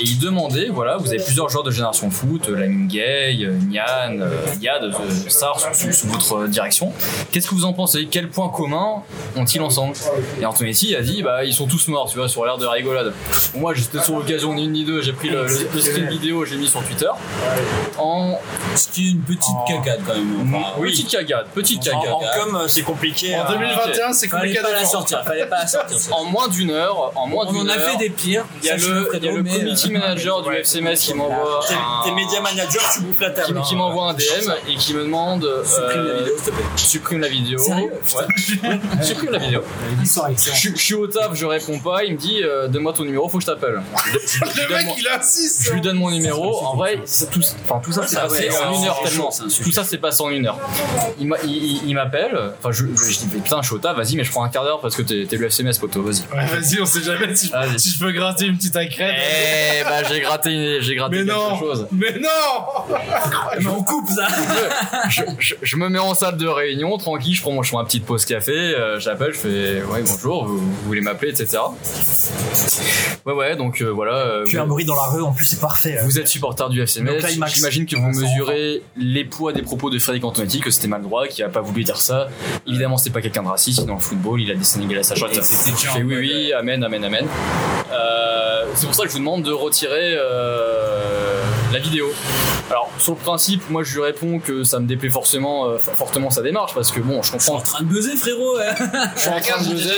et il demandait voilà, vous avez plusieurs joueurs de Génération Foot, euh, Lamine Gueye, euh, Nian, euh, Yad, euh, Sarr sous, sous- sous votre euh, direction. Qu'est-ce que vous en pensez Quels points communs ont-ils ensemble Et Antonetti a dit bah ils sont tous morts, tu vois, sur l'air de la rigolade. Moi, j'étais sur l'occasion ni une ni deux, j'ai pris le, le, le screen vidéo, j'ai mis sur Twitter. En
Ce qui est une petite
Oh.
cagade quand même.
Bah
Enfin, hein.
petite cagade, petite
En,
cagade.
en com, euh, c'est compliqué.
Mm,
hein.
En
à-
2021, c'est
Fallait
compliqué
pas
de
la
faire.
sortir. Fallait pas la sortir. ça.
En moins d'une heure, en moins
On en
d'une
a
heure.
fait des pires.
Il y
Ça,
a
je
le,
ferai
il y a le
pas, mais,
community
euh,
manager du FCMS qui m'envoie
Tes,
un-
tes médias managers, tu bouffes la
qui,
table.
qui
hein.
m'envoie un DM et qui me demande euh,
Supprime la vidéo, s'il te plaît.
supprime la
Sérieux
vidéo. Ouais. supprime la vidéo. Je, suis- je suis au taf, je réponds pas, il me dit euh, donne-moi ton numéro, faut que je t'appelle.
Le mec, il insiste.
Je lui donne mon numéro, en vrai, c'est tout, enfin, tout ça s'est
Ah
passé
ouais,
en
c'est
une heure
chaud,
tellement.
c'est un sujet.
Tout ça s'est passé en une heure. Il m'a- il- il- il m'appelle, enfin je, je, je dis putain je suis au taf, vas-y mais je prends un quart d'heure parce que t'es t'es le FCMS poteau, vas-y.
Ouais, Vas-y, on sait jamais si,
Vas-y.
si je peux gratter une petite accrète.
Eh bah j'ai gratté, j'ai gratté
Mais
quelque
non,
chose.
mais non
Mais on coupe ça.
je, je- je me mets en salle de réunion, tranquille, je prends, mon- je prends ma petite pause café, euh, j'appelle, je fais ouais bonjour, vous, vous voulez m'appeler, etc. Ouais ouais, donc euh, voilà. euh,
Puis un
vous,
bruit dans la rue, en plus, c'est parfait. là.
vous êtes supporter du
Le
FCMS,
climax.
j'imagine que vous mesurez les poids des propos de Frédéric Antonetti, que c'était mal droit, qu'il a pas voulu dire ça. Évidemment, c'est pas quelqu'un de raciste, dans le football, il a des Sénégalais à sa chatte. Je fais oui, oui, amen, amen, amen. Euh, c'est pour ça que je vous demande de retirer euh, la vidéo. Alors, sur le principe, moi je lui réponds que ça me déplaît forcément, euh, fortement sa démarche, parce que bon, je comprends.
En train de buzzer, frérot. hein.
Je suis en train de buzzer,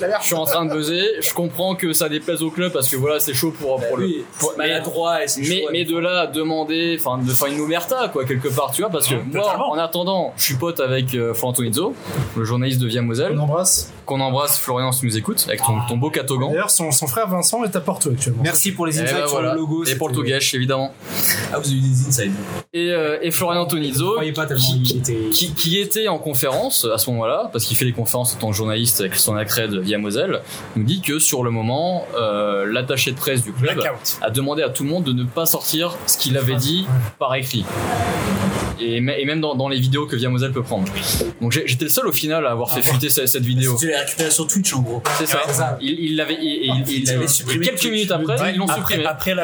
la merde.
je suis en train de buzzer, je comprends que ça déplaise au club, parce que voilà, c'est chaud pour, pour
(laughs)
le.
Oui,
pour- mais-
maladroit et c'est
mais,
chaud,
mais de là à demander, enfin, de faire une omerta, quoi, quelque part, tu vois, parce que moi,
totalement.
en attendant, je suis pote avec euh, Florent Tonizzo, le journaliste de Via
On
Moselle,
embrasse.
qu'on embrasse, Florian, si tu nous écoutes, avec ton, ton beau catogan.
D'ailleurs, son, son frère Vincent est à Porto actuellement.
Merci pour les
Eh
Et,
insights
ben
bah,
sur
voilà.
le logo.
et pour le
c'était-
Togesh, évidemment.
Ah, vous avez eu des insides.
et, euh, et Florian Tonizzo
croyais pas tellement
qui,
qu'il était-
qui- qui était en conférence à ce moment-là parce qu'il fait des conférences en tant que journaliste avec son accred via Moselle nous dit que sur le moment euh, l'attaché de presse du club
Blackout.
a demandé à tout le monde de ne pas sortir ce qu'il avait dit par écrit et, me- et même dans, dans les vidéos que via Moselle peut prendre donc j'ai- j'étais le seul au final à avoir fait fuiter cette, cette vidéo
Tu l'as récupéré sur Twitch en gros.
Ah, c'est ça. il il l'avait il, il- il- il l'avait supprimé quelques minutes après ils l'ont
après,
supprimé
Après la,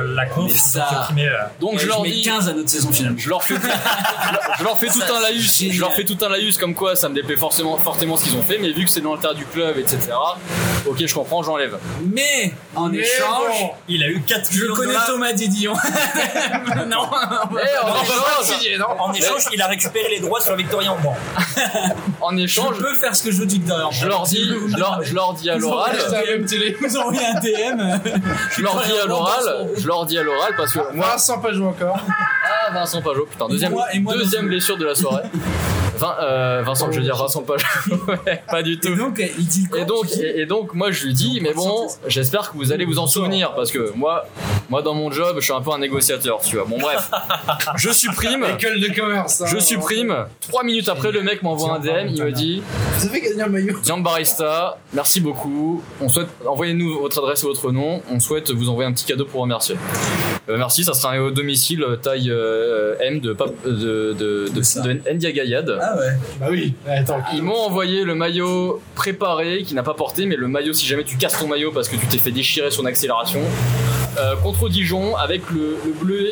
euh, la conf,
Ça.
ils ont supprimé, euh,
donc
Et
je leur
mets
dis
15 à notre saison finale.
Je leur fais, je leur- je leur fais tout
Ça,
un
c'est
laïus.
génial.
Je leur fais tout un laïus comme quoi ça me déplaît forcément, fortement ce qu'ils ont fait, mais vu que c'est dans l'intérieur du club, etc. Ok, je comprends, j'enlève.
Mais en échange,
il a eu 4
je
millions de
connais
dollars.
Thomas Didion. non,
Eh, en,
on va pas
échange,
En échange, il a récupéré les droits sur Victorien Blanc.
en échange,
je peux faire ce que je veux du Victor.
je leur dis, je leur, je leur dis à l'oral,
Vous envoyez un DM.
je leur dis à l'oral, je leur dis à l'oral parce que moi,
Vincent pas joué encore.
ah Vincent Pajot, putain, deuxième,
Et moi- et moi,
deuxième
dans-
blessure de
(laughs)
la soirée. Vin- euh, Vincent, je veux dire Vincent Pajot, (laughs) Ouais, pas du tout.
Et donc, il dit quoi
Et donc, et, et donc, moi je lui dis, mais bon, j'espère que vous allez vous en souvenir parce que moi, moi dans mon job, je suis un peu un négociateur, tu vois.
(laughs)
Bon, bref, je supprime,
École de commerce. hein.
je supprime. Trois minutes après, le mec m'envoie un DM, il me dit,
Vous avez gagné un maillot.
Jean Barista, merci beaucoup. On souhaite, envoyez-nous votre adresse et votre nom. On souhaite vous envoyer un petit cadeau pour remercier. Euh, merci, ça sera un au domicile euh, taille euh, M de, Pap- euh, de, de, de, de Ndia Gaillade.
Ah ouais.
Bah oui. Attends.
Ils m'ont envoyé le maillot préparé qui n'a pas porté, mais le maillot si jamais tu casses ton maillot parce que tu t'es fait déchirer son accélération. Euh, contre Dijon avec le, le bleu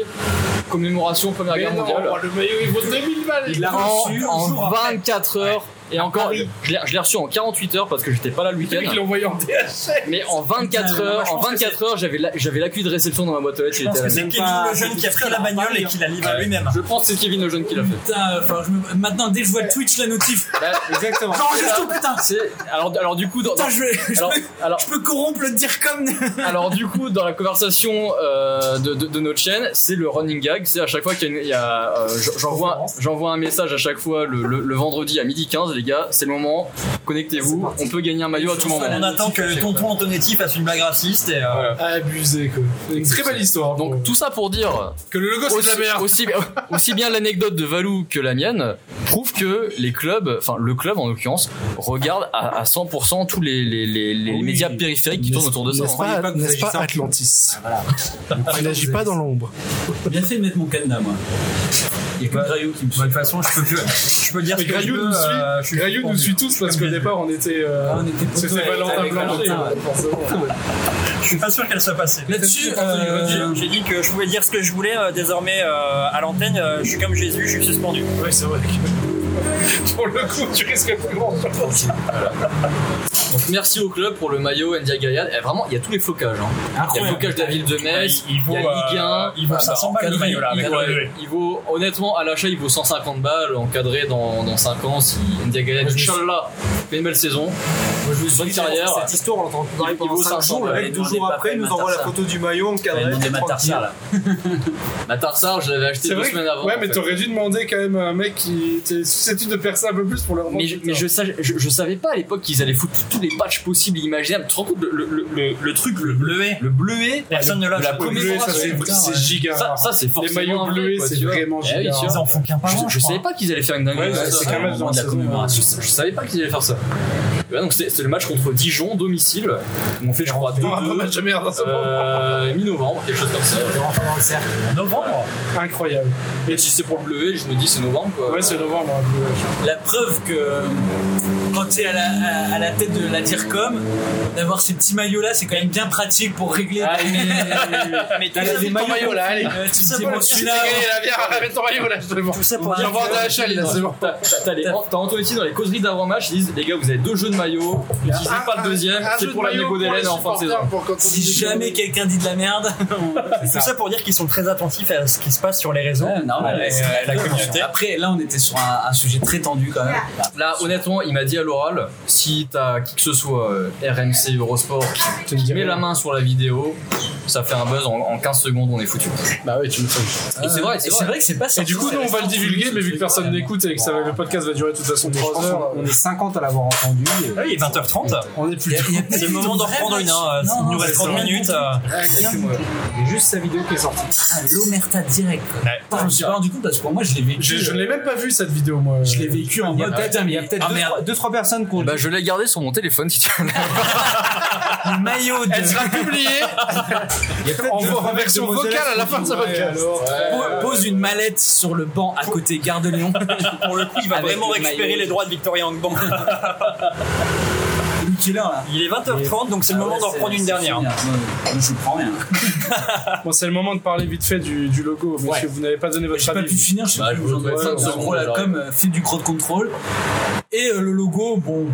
commémoration Première
Mais
Guerre
non,
mondiale.
le maillot il vaut 2000 balles.
Il l'a
En,
reçu un
en
jour après.
24 heures, Et encore, je l'ai- je l'ai reçu en 48 heures parce que j'étais pas là le
Le mec,
week-end.
il l'a envoyé en DHL.
Mais en
Putain,
24
moi, je
heures, en
pense que
24 heures, j'avais la- j'avais l'appui de réception dans ma boîte aux lettres.
Je
il était
pense
à
que
la
c'est
maison.
Kevin le jeune qui a pris la bagnole et qui la livre à lui-même.
Je pense que c'est Kevin le jeune qui l'a fait.
Putain, enfin, je me- maintenant dès que je vois Twitch la notif,
Bah,
Exactement.
j'enregistre tout putain.
c'est- alors, alors du coup, dans,
Putain, je, je
alors,
peux-
alors,
je peux corrompre le dire comme.
alors du coup, dans la conversation euh, de, de- de notre chaîne, c'est le running gag. C'est à chaque fois qu'il y a, une- il y a, euh, j- j'envoie j'envoie un message à chaque fois le, le- le vendredi à midi 15 les gars, c'est le moment. Connectez-vous, on peut gagner un maillot à tout
bah,
moment.
On attend que tonton Antonetti fasse une blague raciste et. euh,
Abusé, quoi. C'est une très belle histoire.
Donc tout ça pour dire
que le logo, c'est de
aussi,
la merde.
aussi- aussi bien l'anecdote de Valou que la mienne prouve que les clubs, enfin le club en l'occurrence, regarde à, à 100% tous les, les, les, les
Oui.
médias périphériques qui tournent autour de ça.
N'est-ce
hein.
pas,
pas que vous
n'est-ce pas
agissez en-
Atlantis
Ah,
Il n'agit pas dans l'ombre.
Bien fait de mettre mon cadenas moi. Il y a que Graillou qui me
bah, De toute façon, je peux, que- je peux dire
Mais
que je
Graillou
veux,
nous suit.
euh, je suis
Grayou
content.
nous suit tous parce qu'au départ, on était. euh,
Ah, on était potos
C'était
avec-
Valentin
avec
Blanchet.
Valentin, ouais.
forcément.
Je suis pas sûr qu'elle soit passée.
Là-dessus,
Euh,
euh,
j'ai dit que je pouvais dire ce que je voulais euh, désormais euh, à l'antenne. euh, je suis comme Jésus, je suis suspendu.
Ouais, c'est vrai que- (laughs) Pour le coup, tu risques pas grand chose.
Donc merci au club pour le maillot India Gayad. Eh, vraiment, il y a tous les flocages. hein. Il y a le
incroyable.
flocage de la ville de Metz,
Ah, Il- il
il y
vaut,
a Ligue
euh,
1.
il vaut
Ah,
500 balles,
encadré,
le maillot, là,
il
avec
vaut-
le levé.
il vaut- honnêtement, à l'achat, il vaut 150 balles, encadré dans, dans 5 ans. Si India Gayad, Inch'Allah, fait une belle saison, bonne carrière.
Cette histoire, on l'entend
Il- il
pendant
vaut
cinq
500,
jours, le
ouais,
mec,
il
deux
demande
jours
des
après, il nous
papels,
envoie la
Matarsar.
photo du maillon
Il
cadré.
y a des Matarsar, là.
La Tarsar, je l'avais acheté
C'est
deux
vrai.
semaines
que-
avant.
Ouais,
en
mais
fait.
t'aurais dû demander quand même à un mec qui était susceptible de percer un peu plus pour leur vendre.
Mais, je- mais je, sais- je, je savais pas à l'époque qu'ils allaient foutre tous les patchs possibles et imaginables. Tu te rends compte le, le- le- le- le truc, le,
Bleuet.
le bleuet
Personne ne l'a
la
Le bleu, ça, c'est-
Putain,
c'est
ouais.
giga.
Ça, ça
Ah,
c'est
Les
forcément.
maillots
un vrai,
bleus,
quoi,
c'est
tu vois.
vraiment
Eh oui,
giga.
tu vois.
Ils en font qu'un par an,
Je, je
crois.
savais pas qu'ils allaient faire une dinguerie.
Ouais,
comme
c'est-
ça. hein,
c'est quand même
Au
dans
moment de
la
la
saison,
commémoration. Je, je savais pas qu'ils allaient faire ça. Ouais, donc c'est c'est le match contre Dijon, domicile. où On fait, je crois,
Ah, pas
2-2.
match de merde, ça,
euh, Mi-novembre, quelque chose comme ça.
En novembre
Incroyable.
Et si c'est pour le bleuet, je me dis c'est novembre quoi.
Ouais, c'est novembre. hein, euh, un peu, ouais.
La preuve que quand t'es à la, à, à la tête de la DIRCOM, d'avoir ces petits maillots-là, c'est quand même bien pratique pour régler.
Ah,
(laughs)
mais-
Mais tout
Allez,
ça-
vas-y, ton maillot là, allez.
Euh, tu
ça
me dis,
pour
bon,
la-
celui-là,
T'as gagné la bière, arrête ton maillot là, je te
tout ça pour
J'en
dire
vends
que-
à HL, là, c'est bon.
T'as- t'as- T'as les- t'as Antonetti dans les causeries d'avant-match, ils disent les gars, vous avez deux jeux de maillot, n'utilisez
Ah,
pas le deuxième,
un jeu
c'est
de
pour la
maillot
négo
pour les
d'Hélène en fin de saison.
supporters, pour quand on
Si
dit-
jamais quelqu'un dit de la
(laughs)
merde,
Tout ça pour dire qu'ils sont très attentifs à ce qui se passe sur les réseaux.
Ouais, normal,
Et,
ouais, c'est
euh,
la
la
peur.
communauté.
Après, là, on était sur un, un sujet très tendu quand même.
Là, honnêtement, il m'a dit à l'oral si t'as qui que ce soit euh, RMC Eurosport qui, qui met la main sur la vidéo, ça fait un buzz en, en 15 secondes, on est foutu.
Bah ouais, tu me sens.
Et c'est vrai,
Et
c'est vrai.
que c'est pas
Et du coup, nous, on va le divulguer, mais vu que personne n'écoute et que ça, va- le podcast va durer de toute façon
Je
3
pense
heures, euh,
qu'on on est 50 à l'avoir entendu. et-
Ah Oui, 20h30.
on est plus
C'est le moment d'en reprendre une. Hein.
Non,
Il
non,
nous reste
c'est
30
vrai.
minutes. euh,
Il y a juste sa vidéo qui est sortie.
Ah, l'omerta direct. quoi.
Ouais.
Putain, je me suis pas rendu compte parce que pour moi, je l'ai vécu.
Je, je ne
euh,
l'ai même pas vu cette vidéo, moi.
je l'ai vécu en
Il y a
mode.
peut-être
Putain, mais
il y a peut-être
ah,
deux,
merde.
trois- deux, trois personnes qui ont
Bah, je l'ai gardé sur mon téléphone si tu veux.
Le maillot de.
Elle sera publiée
Il y a peut-être
en,
deux,
en
trois mecs
version
de Moselle
vocale à la
qui
fin de ce
ont dit, ouais,
podcast.
alors,
Po- (laughs) Pose une mallette sur le banc à côté Gare de Lyon.
Pour le coup, il va
Avec
vraiment
le
récupérer
maillot.
les droits de Victoria
(laughs)
Angban.
Lucky Lure, là.
Il est 20h30, donc c'est
Ah
le moment d'en reprendre une dernière. hein.
Je prends rien.
Bon, c'est le moment de parler vite fait du, du logo, monsieur. Vous n'avez pas donné votre
J'ai pas pu
avis.
finir, je suis
Bah, je vous dois cinq secondes,
gros la
alors.
com euh, fait du crowd control. Et euh, le logo, bon,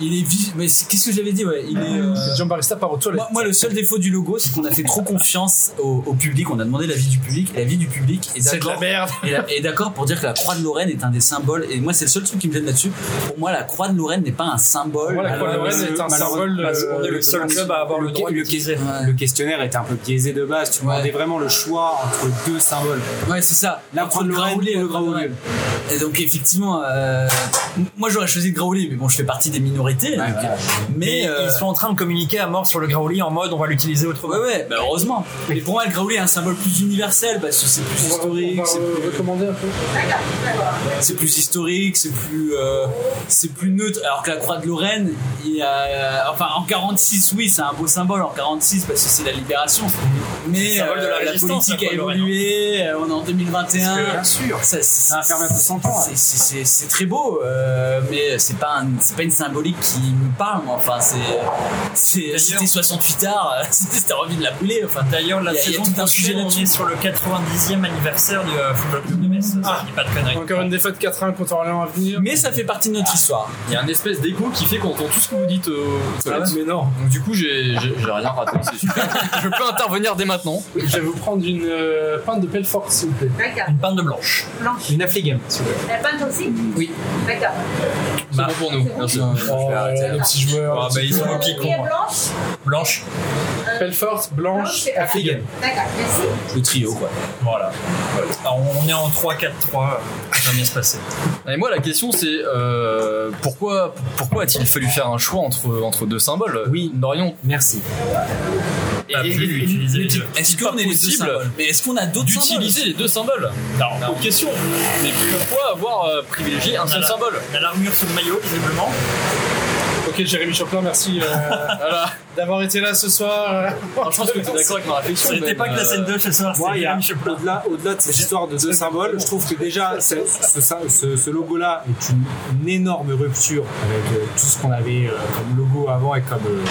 il est vif. Mais c'est- qu'est-ce que j'avais dit ouais, il est, euh,
Jean Barista part aux toilettes.
moi, moi, le seul défaut du logo, c'est qu'on a fait trop confiance au, au public. On a demandé l'avis du public. Et l'avis du public est
C'est de la
d'accord.
merde.
est la- est d'accord pour dire que la croix de Lorraine est un des symboles. Et moi, c'est le seul truc qui me gêne là-dessus. Pour moi, la croix de Lorraine n'est pas un symbole.
Moi, la Croix de
Malheureux-
Lorraine est un symbole.
On est
euh,
le seul club à avoir le droit de l'utiliser.
Ouais.
Le questionnaire était un peu biaisé de base. Tu demandais
Ouais.
vraiment le choix entre deux symboles.
Ouais, c'est ça.
La
Entre
croix de Lorraine
Graouli et
ou
le
le Graouli.
Graouli. Et donc, effectivement, euh, m- moi j'aurais choisi le Graouli, mais bon, je fais partie des minorités. donc, Mais.
Mais
euh,
ils sont en train de communiquer à mort sur le Graouli en mode on va l'utiliser
Ouais,
autrement.
ouais, bah heureusement. Mais pour moi, le Graouli est un symbole plus universel parce que c'est plus
On va, on
historique,
va,
c'est
euh, recommander un peu.
c'est plus historique, c'est plus, euh, c'est plus neutre. Alors que la croix de Lorraine, il y a, enfin, en 46, oui, c'est un beau symbole en 46 parce que c'est la libération. Mais euh,
C'est le symbole de la résistance,
politique
la
a
croix de hein.
évolué. euh, On est en
Ah.
2021.
Bien sûr.
Ça, c'est-
Ça va faire bientôt 100
hein.
ans,
c'est- C'est c'est- c'est très beau, euh, mais c'est pas un- c'est pas une symbolique qui me parle. moi. Enfin, c'est c'est j'étais 68 (laughs) tard. T'as envie de la brûler. Enfin,
D'ailleurs, la
Il y a- il y a
saison
tout un
prochaine,
sujet
on
là-dessus.
est sur le 90e anniversaire du euh, Football Club de FPS, si je dis pas de conneries. Ah.
Encore une défaite 4-1 contre Orléans à venir.
Mais ça fait partie de notre histoire.
Il y a un espèce d'écho qui fait qu'on entend tout ce que vous dites euh, aux toilettes.
mais non,
Donc du coup, j'ai j'ai- j'ai rien raté, c'est (laughs) super. Je peux intervenir dès maintenant.
je vais vous prendre une euh, pinte de Pelfort s'il vous plaît.
D'accord.
Une pinte de blanche. Ah,
Blanche.
Une affligame, s'il vous plaît.
La pinte aussi
Oui.
D'accord.
C'est
Bah,
bon pour nous. Merci.
Oh, le petit joueur.
Ah,
le
bah,
petit
ils sont
joueur.
qui,
Et
con
blanche
Blanche.
Pelfort,
Blanche
Blanche,
et
Affligem.
D'accord, merci.
Le trio, quoi.
Voilà. Alors, on est en 3-4-3. Ça va bien se passer.
Et moi, la question, c'est euh, pourquoi, pourquoi a-t-il fallu faire un choix entre, entre deux symboles Oui. Norion.
Merci.
Pas
Et-
plus utiliser les deux.
Est-ce
pas
qu'on est les deux
possible
symboles Mais est-ce qu'on a d'autres symboles
D'utiliser les deux symboles. Alors, autre question. Mais pourquoi avoir euh, privilégié un seul
Voilà.
symbole
La l'armure sur le maillot, visiblement.
Ok, Jérémy Choplin, merci euh,
Voilà.
d'avoir été là ce soir.
Alors, je pense que tu es d'accord avec ma réflexion.
Ce n'était
bah,
Ben,
pas que la
euh,
scène 2 ce soir,
(laughs) Moi,
c'était
il y a
Jérémy Choplin.
au-delà au-delà de cette histoire de deux symboles, je trouve que
(laughs)
déjà c'est- ce, ce- ce logo-là est une, une énorme rupture avec euh, tout ce qu'on avait euh, comme logo avant et comme euh,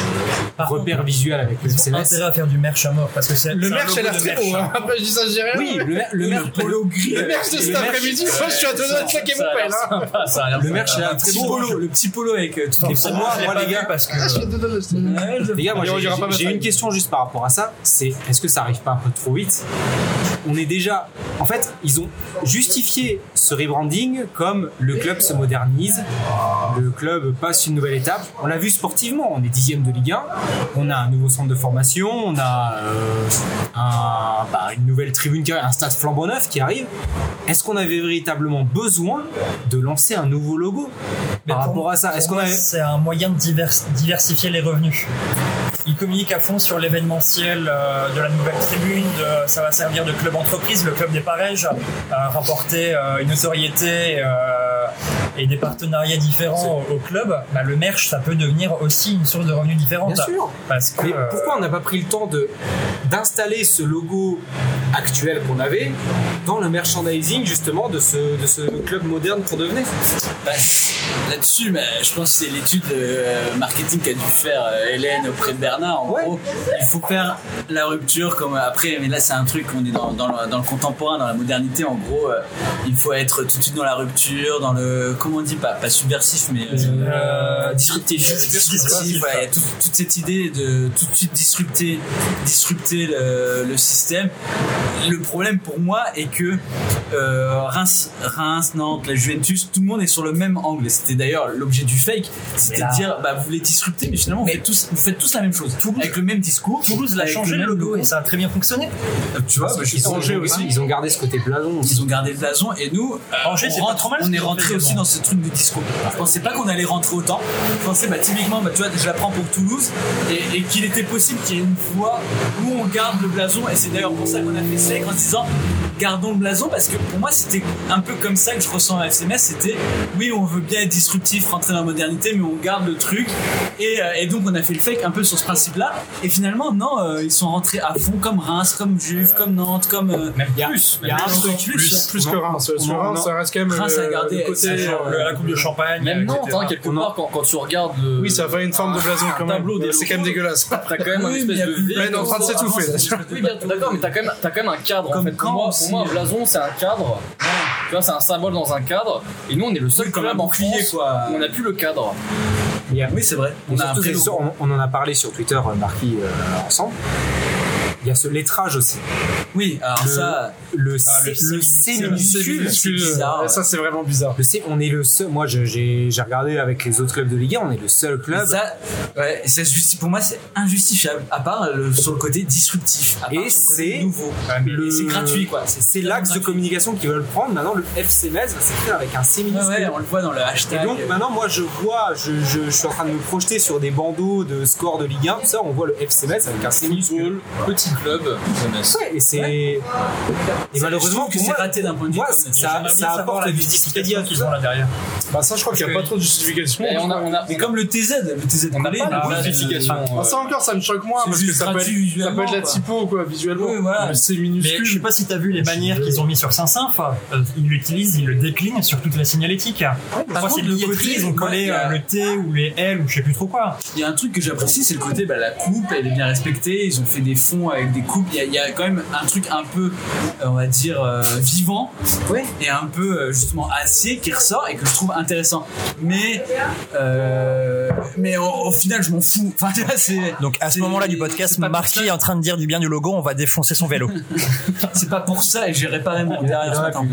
Par
repère visuel avec le
Ils ont
FCMS.
intérêt Ah, à faire du merch à mort parce que c'est
Le
c'est un
merch a
logo
l'air
de
très
merch,
haut.
hein.
hein. Après, je dis ça, Jérémy.
Oui, le, mer- le, mer-
Le merch de cet
merch,
après-midi, moi, je suis à deux doigts de claquer mon
ça a
pelle.
l'air
hein.
sympa, ah, ça a l'air
le merch, il a un
Un
très
petit
beau
polo,
rouge.
le petit polo avec euh, toutes
Et
les
pour
photos.
moi,
Je l'ai
moi,
pas
les
vu
gars- Ah,
parce que
Je suis à deux doigts de l'acheter.
Les gars, moi
Et on
j'ai-
dira pas
j'ai j'ai
bataille.
une question juste par rapport à ça, c'est est-ce que ça arrive pas un peu trop vite On est déjà, en fait, ils ont justifié ce rebranding comme le club se modernise, le club passe une nouvelle étape. On l'a vu sportivement, on est dixième de Ligue 1, on a un nouveau centre de formation, on a euh, un- bah, une nouvelle tribune, qui arrive, un stade flambant neuf qui arrive. Est-ce qu'on avait véritablement besoin de lancer un nouveau logo
Mais
par
pour-
rapport à ça Est-ce
pour
qu'on
moi,
avait
C'est un moyen de divers- diversifier les revenus. Ils communiquent à fond sur l'événementiel euh, de la nouvelle tribune, de- ça va servir de club entreprise, le club des Parèges, à rapporter euh, une notoriété euh, et des partenariats différents au, au club. Bah, le merch, ça peut devenir aussi une source de revenus différente.
Bien sûr
Parce que,
Mais
euh,
pourquoi on n'a pas pris le temps de d'installer ce logo actuel qu'on avait dans le merchandising justement de ce, de ce club moderne qu'on devenait
Bah, Là-dessus, bah, je pense que c'est l'étude euh, marketing qu'a dû faire euh, Hélène auprès de Bernard. En
Ouais.
gros, il faut faire la rupture comme après, mais là c'est un truc, on est dans, dans le, dans le contemporain, dans la modernité. En gros, euh, il faut être tout de suite dans la rupture, dans le, comment on dit, pas, pas subversif, mais euh,
euh,
disruptif.
Disruptif.
Voilà, il y a tout- toute cette idée de tout de suite disrupter, disrupter le, le système. Le problème pour moi est que euh, Reims, Reims, Nantes, la Juventus, tout le monde est sur le même angle. Et C'était d'ailleurs l'objet du fake, c'était
là-
de dire bah vous voulez disrupter, mais finalement vous, faites, tous, vous faites tous la même chose, avec le même discours.
Toulouse l'a
avec
changé
le
le
même
logo et ça a très bien fonctionné.
Euh, Tu vois, bah, je suis
ils, ont,
Angers
ils ont-
aussi.
ils ont gardé ce côté blason aussi.
Ils ont gardé le blason et nous, euh,
Angers, c'est
on,
pas
rentre-
trop mal,
on
ce
est
qu'ils ont fait,
rentré aussi
vraiment.
dans ce truc de discours. Je pensais pas qu'on allait rentrer autant. Je pensais, bah, typiquement, bah, tu vois, je la prends pour Toulouse et, et qu'il était possible qu'il y ait une fois où on garde le blason. Et c'est d'ailleurs pour ça qu'on a fait Sec en se disant, gardons le blason parce que pour moi, c'était un peu comme ça que je ressens à SMS. C'était, oui, on veut bien être disruptif, rentrer dans la modernité, mais on garde le truc. Et, euh, et donc, on a fait le fake un peu sur ce principe-là. Et finalement, non, euh, ils sont rentrés à fond comme Reims, comme Juve, comme Nantes, comme. euh,
Même
Il y a-
plus.
il y a un truc.
Plus, plus que
Non,
Reims.
non,
Sur Reims,
non.
ça reste quand même
Reims a
euh,
gardé
le côté.
sa-
euh,
la coupe de champagne.
Même
etc.
Nantes, hein, quelque
On en-
part, quand, quand tu regardes le.
Oui, ça fait une forme de blason quand même.
tableau des
Mais C'est quand même
locaux.
dégueulasse.
T'as quand même un
Oui,
espèce
mais
de
il
V.
y a-
Là, il est en train de s'étouffer. là, sur-
Oui, bien, d'accord, mais t'as quand, même- t'as quand même un cadre.
hein. Comme
en fait. Pour
Caen
moi,
aussi.
pour moi, un blason, c'est un cadre. Tu vois, c'est un symbole dans un cadre. Et nous, on est le seul
Comme
club
un
en
bouclier,
France
quoi.
où on n'a plus le cadre.
Il y a-
Oui, c'est vrai.
Et
On a un
surtout,
vrai
c'est sûr,
logo.
on, on en a parlé sur Twitter, euh, Marquis, euh, ensemble. Il y a ce lettrage aussi.
Oui, alors
Le-
ça,
Le,
Ah, le
C-
C
le C
minuscule.
minuscule.
c'est bizarre.
Ça, c'est vraiment bizarre.
Le C, on est le seul. Moi, je- j'ai j'ai regardé avec les autres clubs de Ligue 1, on est le seul club.
Ça, ouais, c'est justi- pour moi, c'est injustifiable. À part euh, le- sur le côté disruptif. À part
Et
sur le côté
c'est
nouveau.
Ah,
Ouais, mais
le-
Et c'est gratuit, quoi. C'est
C'est l'axe de communication qu'ils veulent prendre. Maintenant, le FCMS va s'écrire avec un C
Ouais,
minuscule.
ouais, on le voit dans le
Et
hashtag.
donc maintenant, moi je vois, je, je- je suis en train de me projeter sur des bandeaux de score de Ligue 1, tout ça, on voit le FC Metz avec un C minuscule.
Petit club de Metz.
Ouais, et c'est. Et
C'est- je
malheureusement,
trouve que
pour
c'est
moi,
raté d'un point de vue.
moi,
comme ça.
ça-
J'aimerais bien
apporte
savoir
la
la
justification
justification qu'ils ont là derrière.
Bah, ça, je crois qu'il n'y a
Parce
pas
que-
trop de justification.
Eh,
Et on a, on a,
Mais comme le TZ, le euh, TZ
on a
collé,
pas
là,
la euh,
là,
modification.
Ah, ça encore, ça me choque moins
C'est
parce que
juste
ça peut, être,
gratuit
ça peut être la
visuellement, quoi.
typo, quoi, visuellement.
Oui, voilà.
Mais C'est
Mais je sais
minuscule.
pas si t'as vu les bannières qu'ils ont mis sur Saint-Symph. euh, Ils l'utilisent, ils le déclinent sur toute la signalétique. Je crois que c'est
contre,
de
le
billetterie,
côté,
ils ont collé
moi, il y a-
euh, le T ou les L ou je sais plus trop quoi.
Il y a un truc que j'apprécie, c'est le côté, bah, la coupe, elle est bien respectée. Ils ont fait des fonds avec des coupes. Il y a, il y a quand même un truc un peu, euh, on va dire, euh, vivant
Ouais.
et un peu euh, justement acier qui ressort et que je trouve intéressant. Mais, euh, mais au, au final, je m'en fous. Enfin, tu vois, c'est.
Donc à ce
c'est-
moment-là du podcast,
c'est pas pour
Marquis
ça-
est en train de dire du bien du logo, on va défoncer son (laughs) vélo.
C'est pas pour ça et j'ai réparé mon derrière ce matin.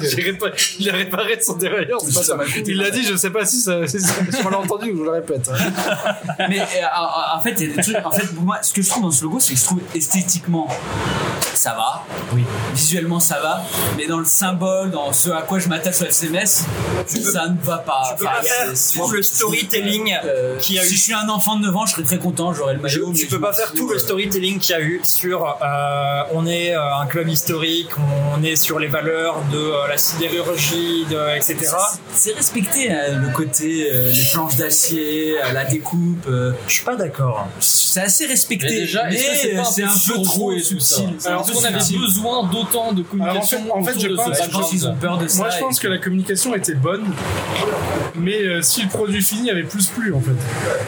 J'ai répa- Il a réparé de son dérailleur, c'est pas
Ça
ça.
m'a coûté
Il l'a
la
dit, je sais pas si ça, si ça- si on l'a entendu ou je le répète. hein.
Mais euh, en en fait, il y a des trucs- en fait, pour moi, ce que je trouve dans ce logo, c'est que je trouve esthétiquement, ça va. Visuellement, ça va. Mais dans le symbole, dans ce à quoi je m'attache au FCMS, ça ne va pas.
peux pas faire tout le storytelling
euh,
qu'il y a eu.
Si je suis un enfant de 9 ans, je serais très content, j'aurais le maillot.
tu
mais
peux
je
pas
m'en
faire
fous,
tout le
euh,
storytelling qu'il y a eu sur euh, on est euh, un club historique, on est sur les valeurs de euh, la sidérurgie, de, etc.
c'est- C'est respecté euh, le côté euh, des planches d'acier, euh, la découpe. euh,
Je suis pas d'accord.
c'est assez respecté.
Mais déjà, est-ce que c'est
mais,
pas
euh,
un
c'est un
peu
peu trop
surjoué,
subtil.
tout ça
C'est un
Alors,
peu
Parce qu'on avait
subtil.
besoin d'autant de communication
Alors, en fait- en fait,
autour
je
de
pense-
ce
Je pense qu'ils ont
background.
peur de ça.
Moi, je
et
pense que la communication était bonne, mais euh, si le produit fini avait plus plu en fait.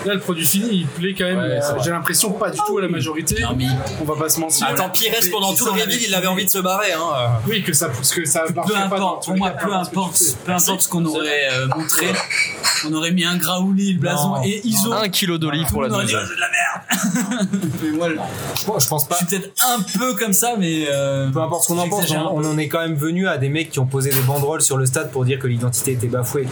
Là, le produit fini, il plaît quand même.
Ouais, c'est
euh,
vrai.
J'ai l'impression pas du tout à la majorité.
Non, mais
On va pas se mentir.
Attends, Pires pendant
c'est
tout
ça,
le
avec-
reveal, il avait envie de se barrer. Hein.
Oui, que ça, que ça marchait
peu
pas. dans
importe,
tous
pour
les
moi,
cas, hein,
peu
parce que tu
importe,
sais.
peu importe ce qu'on aurait euh, montré, on aurait mis un graouli, le blason
Non.
et ISO.
Un kilo d'olive
Tout
pour
le
la
monde aurait dit,
dose.
oh, c'est de la merde Mais moi, je
Je pense pas.
suis peut-être un peu comme ça, mais. euh,
Peu importe ce qu'on en
hein.
pense, on,
j'exagère un
on
peu.
en est quand même venu à des mecs qui ont posé des banderoles sur le stade pour dire que l'identité était bafouée.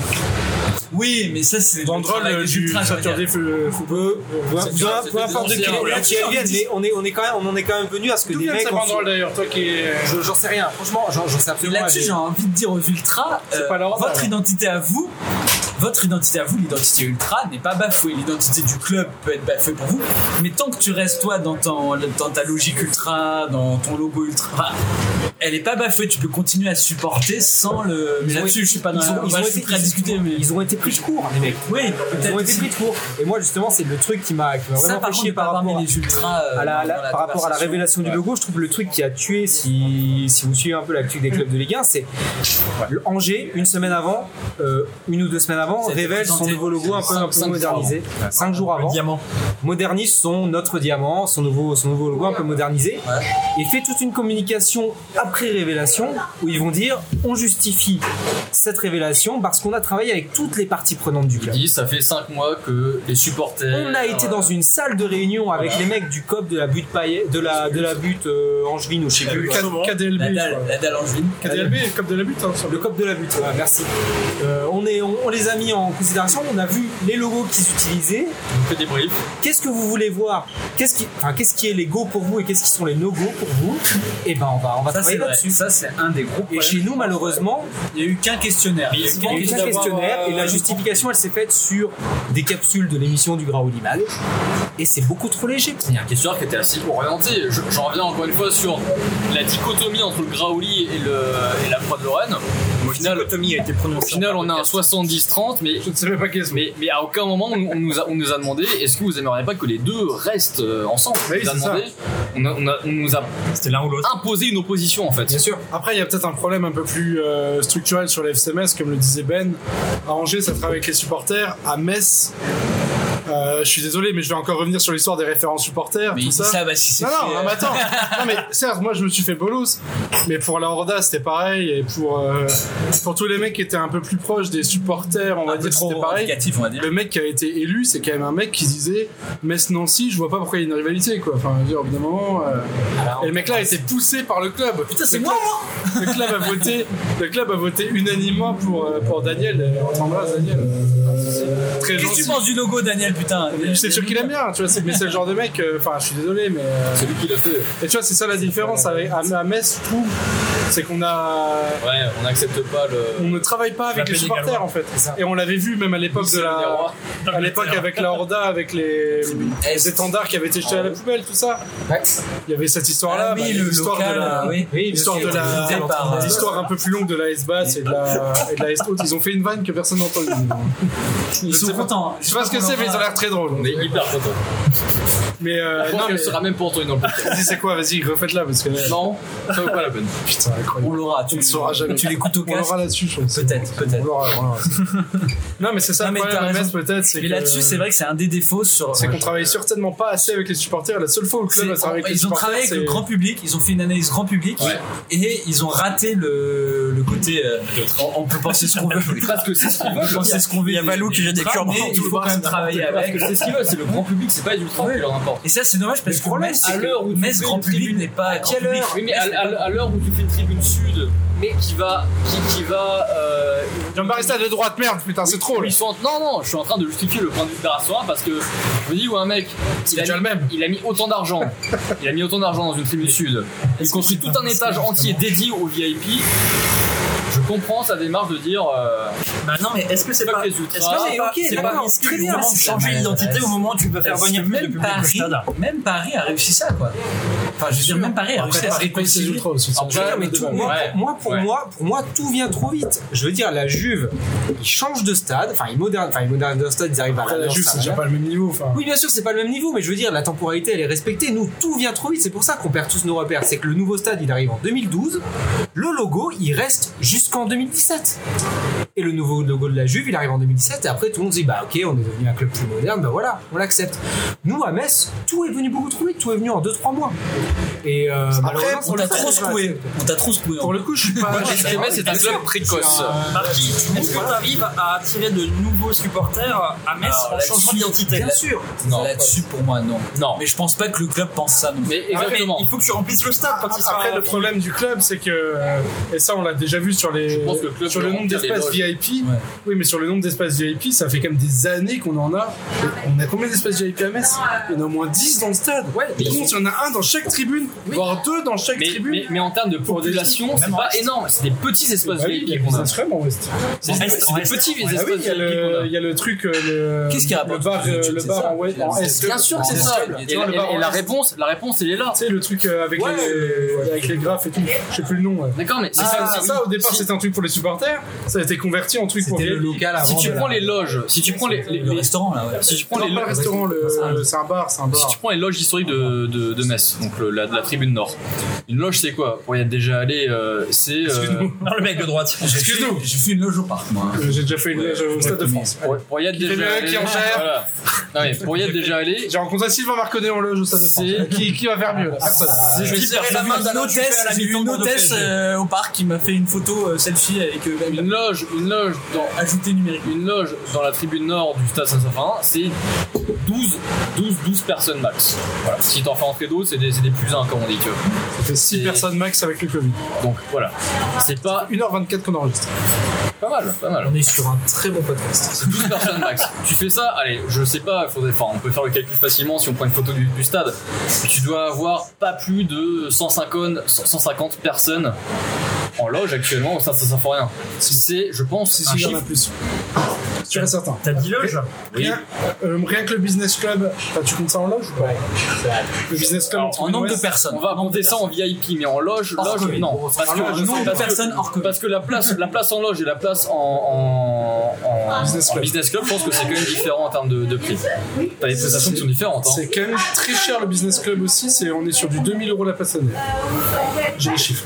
Oui, mais ça, c'est.
Banderole euh,
le travail des
du
ultras, je veux dire.
Saturday Fo- Fo-
Peu, peu,
C'est
peu-
grave,
peu
c'était
importe de
dénoncé,
quelle
hein,
énergie
voilà.
elle vient, mais on, est, on, est quand même, on en est quand même venu à ce que
D'où
des
vient
mecs.
sa
ont-
banderole d'ailleurs, toi qui
euh,
est.
Je- J'en sais rien, franchement, j'en j'en sais
Et
absolument
là-dessus, j'ai
rien.
envie de dire aux ultras, euh,
pas leur
votre
ordre.
identité à vous, votre identité à vous, l'identité ultra n'est pas bafouée. L'identité du club peut être bafouée pour vous, mais tant que tu restes toi dans, ton- dans ta logique ultra, dans ton logo ultra, enfin, elle est pas bafouée. Tu peux continuer à supporter sans le. Mais
Ils ont-
là-dessus, je suis pas dans.
ils
la-
ont- ils
bah,
ont
je
été-
suis prêt à
ils-
discuter, mais
Ils ont été pris de court, les mecs.
oui,
Ils ont
peut-être.
été
aussi.
pris de court. Et moi, justement, c'est le truc qui m'a qui m'a
Ça,
vraiment
par
fait
contre,
chier
n'est pas
par rapport
parmi
à-
les ultras. euh,
à la-
dans
la- par rapport à la
conversation.
révélation du logo, je trouve le truc qui a tué, si, si vous suivez un peu l'actu des clubs de Ligue 1, c'est le Angers, une semaine avant, euh, une ou deux semaines avant,
Ça a été
révèle son
présenté
nouveau logo un peu, un peu
cinq jours
modernisé. Cinq jours avant,
Diamant.
modernise son notre diamant, son nouveau, son nouveau logo un peu modernisé, et fait toute une communication après révélation où ils vont dire on justifie cette révélation parce qu'on a travaillé avec toutes les parties prenantes du
Ils
club.
disent, ça fait 5 mois que les supporters. euh,
On a été dans une salle de réunion avec les mecs du COP de la butte paille, de la de la butte euh, Angevine ou je sais plus. quoi.
K- KDLB.
La
je
dalle,
crois.
la dalle angevine.
KDLB, comme de la butte. hein, ça.
Le COP de la butte, voilà, merci. Euh, on, est, on, on les a mis en considération, on a vu les logos qu'ils utilisaient.
On fait des briefs.
Qu'est-ce que vous voulez voir Qu'est-ce qui, enfin, qu'est-ce qui est les go pour vous et qu'est-ce qui sont les no go pour vous Et ben on va, on va
Ça, c'est
travailler
vrai.
là-dessus.
Ça, c'est un des gros
Et
problèmes.
chez nous, malheureusement,
Il n'y a eu qu'un questionnaire. Il y a eu
il y a eu un questionnaire
euh,
et la justification, elle s'est faite sur des capsules de l'émission du Graouli Mal. Et c'est beaucoup trop léger.
Il y a un questionnaire qui était assez orienté. Je- J'en reviens encore une fois sur la dichotomie entre le Graouli et, le- et la Croix de Lorraine. Au final,
a été
au
prononcée.
final, on a un 70-30, mais,
Je ne savais pas qui est
mais, mais à aucun moment on, on nous a, on nous a demandé est-ce que vous aimeriez pas que les deux restent euh, ensemble
Oui,
on, nous a
c'est ça.
demandé, on, a- on a- on nous a
C'était l'un ou l'autre.
imposé une opposition en fait.
Bien sûr. Après, il y a peut-être un problème un peu plus euh, structurel sur les FCMS, comme le disait Ben. À Angers, ça travaille avec les supporters. À Metz, euh, je suis désolé, mais je vais encore revenir sur l'histoire des référents supporters.
Mais
tout
il dit
ça.
ça bah, parce qu'il s'est
Non, non,
fait,
non, mais attends. non, mais certes, moi je me suis fait bolos, mais pour la Horda c'était pareil, et pour, euh, pour tous les mecs qui étaient un peu plus proches des supporters, on va
un peu
dire,
trop
c'était pareil.
revendicatif, on va dire.
Le mec qui a été élu, c'est quand même un mec qui se disait Metz-Nancy, je vois pas pourquoi il y a une rivalité, quoi. Enfin, je veux dire, au bout d'un moment. euh, Et le mec là a été poussé par le club.
Putain, c'est
Le
moi, hein. moi
le club a voté, le club a voté unanimement pour, euh, pour Daniel. euh, On t'embrasse, Daniel. Très
Qu'est-ce que tu
gentil.
penses du logo, Daniel, putain
C'est sûr qu'il aime bien, tu vois, c'est- mais c'est le genre de mec, euh, enfin je suis désolé, mais. euh,
C'est lui qui l'a fait. Ouais,
Et tu vois, c'est ça la différence avec, à, à Metz, je trouve, c'est qu'on a.
on n'accepte pas
On
le.
ne travaille pas avec les
L'appeler des
supporters en fait. Et on l'avait vu même à l'époque de
des
la.
rois.
À l'époque avec la Horda, avec les, les étendards qui avaient été jetés à la poubelle, tout ça.
Bah,
Il y avait cette histoire-là.
Ah oui,
bah,
le
l'histoire de
local, ah euh,
la-
oui.
l'histoire de la,
Utilisé par, euh,
l'histoire un peu plus longue de la S basse et de la, et de la S haute, ils ont fait une vanne que personne n'entend. Ils
sont
sais pas
content.
(laughs) Je sais pas ce que c'est, mais ils ont
euh,
l'air très drôles.
On est hyper contents.
Mais euh,
Je pense
non,
qu'elle
mais
sera même pas entendue dans le podcast.
vas-y, c'est quoi Vas-y, refaites-la parce que là,
Non, ça vaut pas la peine.
putain, incroyable.
On l'aura, tu
On ne saura jamais.
Tu l'écoutes au
On
casque.
l'aura là-dessus, je pense.
Peut-être, peut-être.
On l'aura, on l'aura.
(laughs)
Non, mais c'est ça
Non,
le
mais
problème
t'as
à Metz,
raison.
peut-être. c'est
Mais
que- euh,
là-dessus, c'est vrai que c'est un des défauts sur.
C'est qu'on travaille certainement pas assez avec les supporters. La seule fois où le
C'est-
club a travaillé avec les
ils ont
supporters,
travaillé avec
c'est-
le grand public, ils ont fait une analyse grand public et ils ont raté le, le côté. euh, on, on peut penser ce qu'on veut.
Parce que c'est ce qu'ils
On peut penser ce qu'on veut.
Il y a Valou qui jette des
Mais
curbes dans
Il
tout le
faut quand
bras,
même
c'est
travailler
Parce
avec.
que c'est ce qu'ils veulent, c'est le grand public, c'est pas les ultras qui leur importe.
Et ça, c'est dommage parce
Le
que
problème,
Metz,
à
c'est que
l'heure où tu
Metz
fais
grand
une
public
tribune-
n'est pas.
À quelle
grand
heure
public.
Oui, mais à, à- à l'heure où tu fais une tribune sud, mais qui va. qui, qui va. euh,
Jean-Barista de droite, merde, putain, c'est trop. là.
Oui, je suis en- Non, non, je suis en train de justifier le point de vue de Barassoa parce que je me dis, ouais, un mec, il a,
déjà
mis,
le même.
il a mis autant d'argent, il a mis autant d'argent dans une tribune sud, il construit tout un étage entier dédié aux VIP. Je comprends sa démarche de dire. euh,
Bah non, mais est-ce que c'est
Fuck
pas.
les
Est-ce que
ultras.
Non,
c'est
mais
pas,
ok,
c'est pas
d'accord,
risqué
très bien,
de
c'est ça,
changer
mais
l'identité au moment où tu peux faire
Parce
venir
que
plus de
même
public au
Paris,
stade
même Paris
Ah,
a réussi ça, quoi. Enfin, je veux dire, même Paris a réussi
Après,
à se
Paris paye ses
réconcilier.
ultras aussi.
Alors,
Je veux dire, mais tout- moi,
Ouais,
pour- moi, pour
ouais.
moi, pour moi, tout vient trop vite. Je veux dire, la Juve, ils changent de stade, enfin ils modernisent, enfin ils modernisent leur stade, ils
Ah,
arrivent à
Après, la
leur
Juve, c'est
stade.
déjà pas le même niveau. enfin.
Oui, bien sûr, c'est pas le même niveau, mais je veux dire, la temporalité, elle est respectée. Nous, tout vient trop vite. C'est pour ça qu'on perd tous nos repères. C'est que le nouveau stade, il arrive en 2012. Le logo, il reste jusqu'en 2017. Et le nouveau logo de la Juve, il arrive en 2017. Et après, tout le monde se dit, bah, ok, on est devenu un club plus moderne. Bah voilà, on l'accepte. Nous, à Metz, tout est venu beaucoup trop vite. Tout est venu en 2-3 mois. Et euh, malheureusement,
On
c'est
t'a
pas
trop
ça.
secoué. On t'a trop secoué.
Pour le coup, je suis pas.
Est-ce que Metz est un club précoce
Marquis, est-ce que tu arrives à attirer de nouveaux supporters à Metz
Alors,
en
là-dessus,
changeant d'identité
bien sûr.
Non.
Là-dessus, pour moi, non.
Non,
Mais je pense pas que le club pense ça non Ah, plus.
mais exactement.
Il faut que tu remplisses le stade quand il sera.
Après, le problème du club, c'est que, euh, et ça on l'a déjà vu sur, les,
pense que le club
sur le
doit
nombre
remplir les
d'espaces
loges.
VIP,
Ouais.
oui, mais sur le nombre d'espaces VIP, ça fait quand même des années qu'on en a. On a combien d'espaces VIP à Metz Il y en a au moins 10 dans le stade. Ouais, il y en a un dans chaque tribune, voire deux dans chaque
Mais,
tribune.
mais, mais en termes de
Pour des-
population, c'est pas énorme. C'est des petits espaces
Bah oui, il y a
VIP qu'on a.
des vraiment en Ouest.
C'est des, c'est des petits
Ah oui,
espaces
il y, a
VIP qu'on a.
le- il y a le truc, euh, le,
Qu'est-ce qui
le
rapporte
bar,
Tu-
euh,
tu-
le
c'est
bar
ça,
en Ouest.
tu-
en
c'est-
Est.
Bien sûr que c'est
En
ça.
Est.
Et,
Tu vois,
la-
le bar
et
en
la
Est.
réponse, la réponse, elle est là.
Tu sais, le truc euh, avec,
Ouais.
les, avec les graphes et tout. Je sais plus le nom. ouais.
D'accord, mais c'est
C'est ça,
ça.
c'est ça, au départ, c'était un truc pour les supporters. Ça a été converti en truc pour
C'était
les.
le local avant.
Si tu
de la-
prends les loges, si tu prends les, les-
Le
les-
restaurant, là, ouais.
si tu prends
Non,
les
pas le restaurant, le- c'est un bar, c'est un
Si
bar.
tu prends les loges historiques de, de, de Metz, donc le- la, la tribune nord, une loge c'est quoi Pour y être déjà allé, euh, c'est. euh,
Non, le mec de droite.
Excuse-nous.
J'ai fait une loge au parc, moi.
Euh, J'ai déjà fait une loge au Stade de France.
pour, pour y être
fait
déjà
le
allé.
qui en gère.
voilà. Non, mais pour y être déjà allé,
J'ai rencontré Sylvain Marconnet en loge au Stade de
C'est-
France. Qui, qui va faire mieux là Personne.
Je vais serrer la main d'une hôtesse, j'ai vu une hôtesse euh, au parc qui m'a fait une photo euh, selfie avec euh,
une loge, une loge dans
ajouté numérique.
une loge dans la tribune nord du stade Saint-Symphorien, c'est 12, 12, 12 personnes max. Voilà. Si t'en fais entrer d'autres, c'est des, c'est des plus un comme on dit que.
C'était 6
c'est-
personnes max avec le Covid.
Donc voilà. C'est pas
1h24 qu'on enregistre.
pas mal, pas mal.
On est sur un très bon podcast.
C'est 12 personnes max. Tu fais ça, allez, je sais pas, faudrait, enfin, on peut faire le calcul facilement si on prend une photo du, du stade. Tu dois avoir pas plus de 150, 150 personnes en loge actuellement au stade Saint-Symphorien. C'est, je pense,
Si,
un
si, il y en a
Ah, chiffre-
plus. Sûr et certain.
T'as dit loge
Oui.
Rien, euh, rien que le business club, enfin, tu comptes ça en loge ou pas Le business club
Alors,
en
en
En nombre de
Ouest,
personnes.
On va monter ça en VIP, mais en loge,
Hors
loge
Covid.
non. Parce que,
loge,
parce
nombre de
que-
personnes hors Covid.
parce que la place, la place en loge et la place en, en, en-
Business
Ah. en
club.
business club, je pense que c'est quand même différent en termes de, de prix. T'as des prestations qui sont différentes. hein.
C'est quand même très cher le business club aussi. C'est, on est sur du 2000 euros la place année. J'ai les chiffres.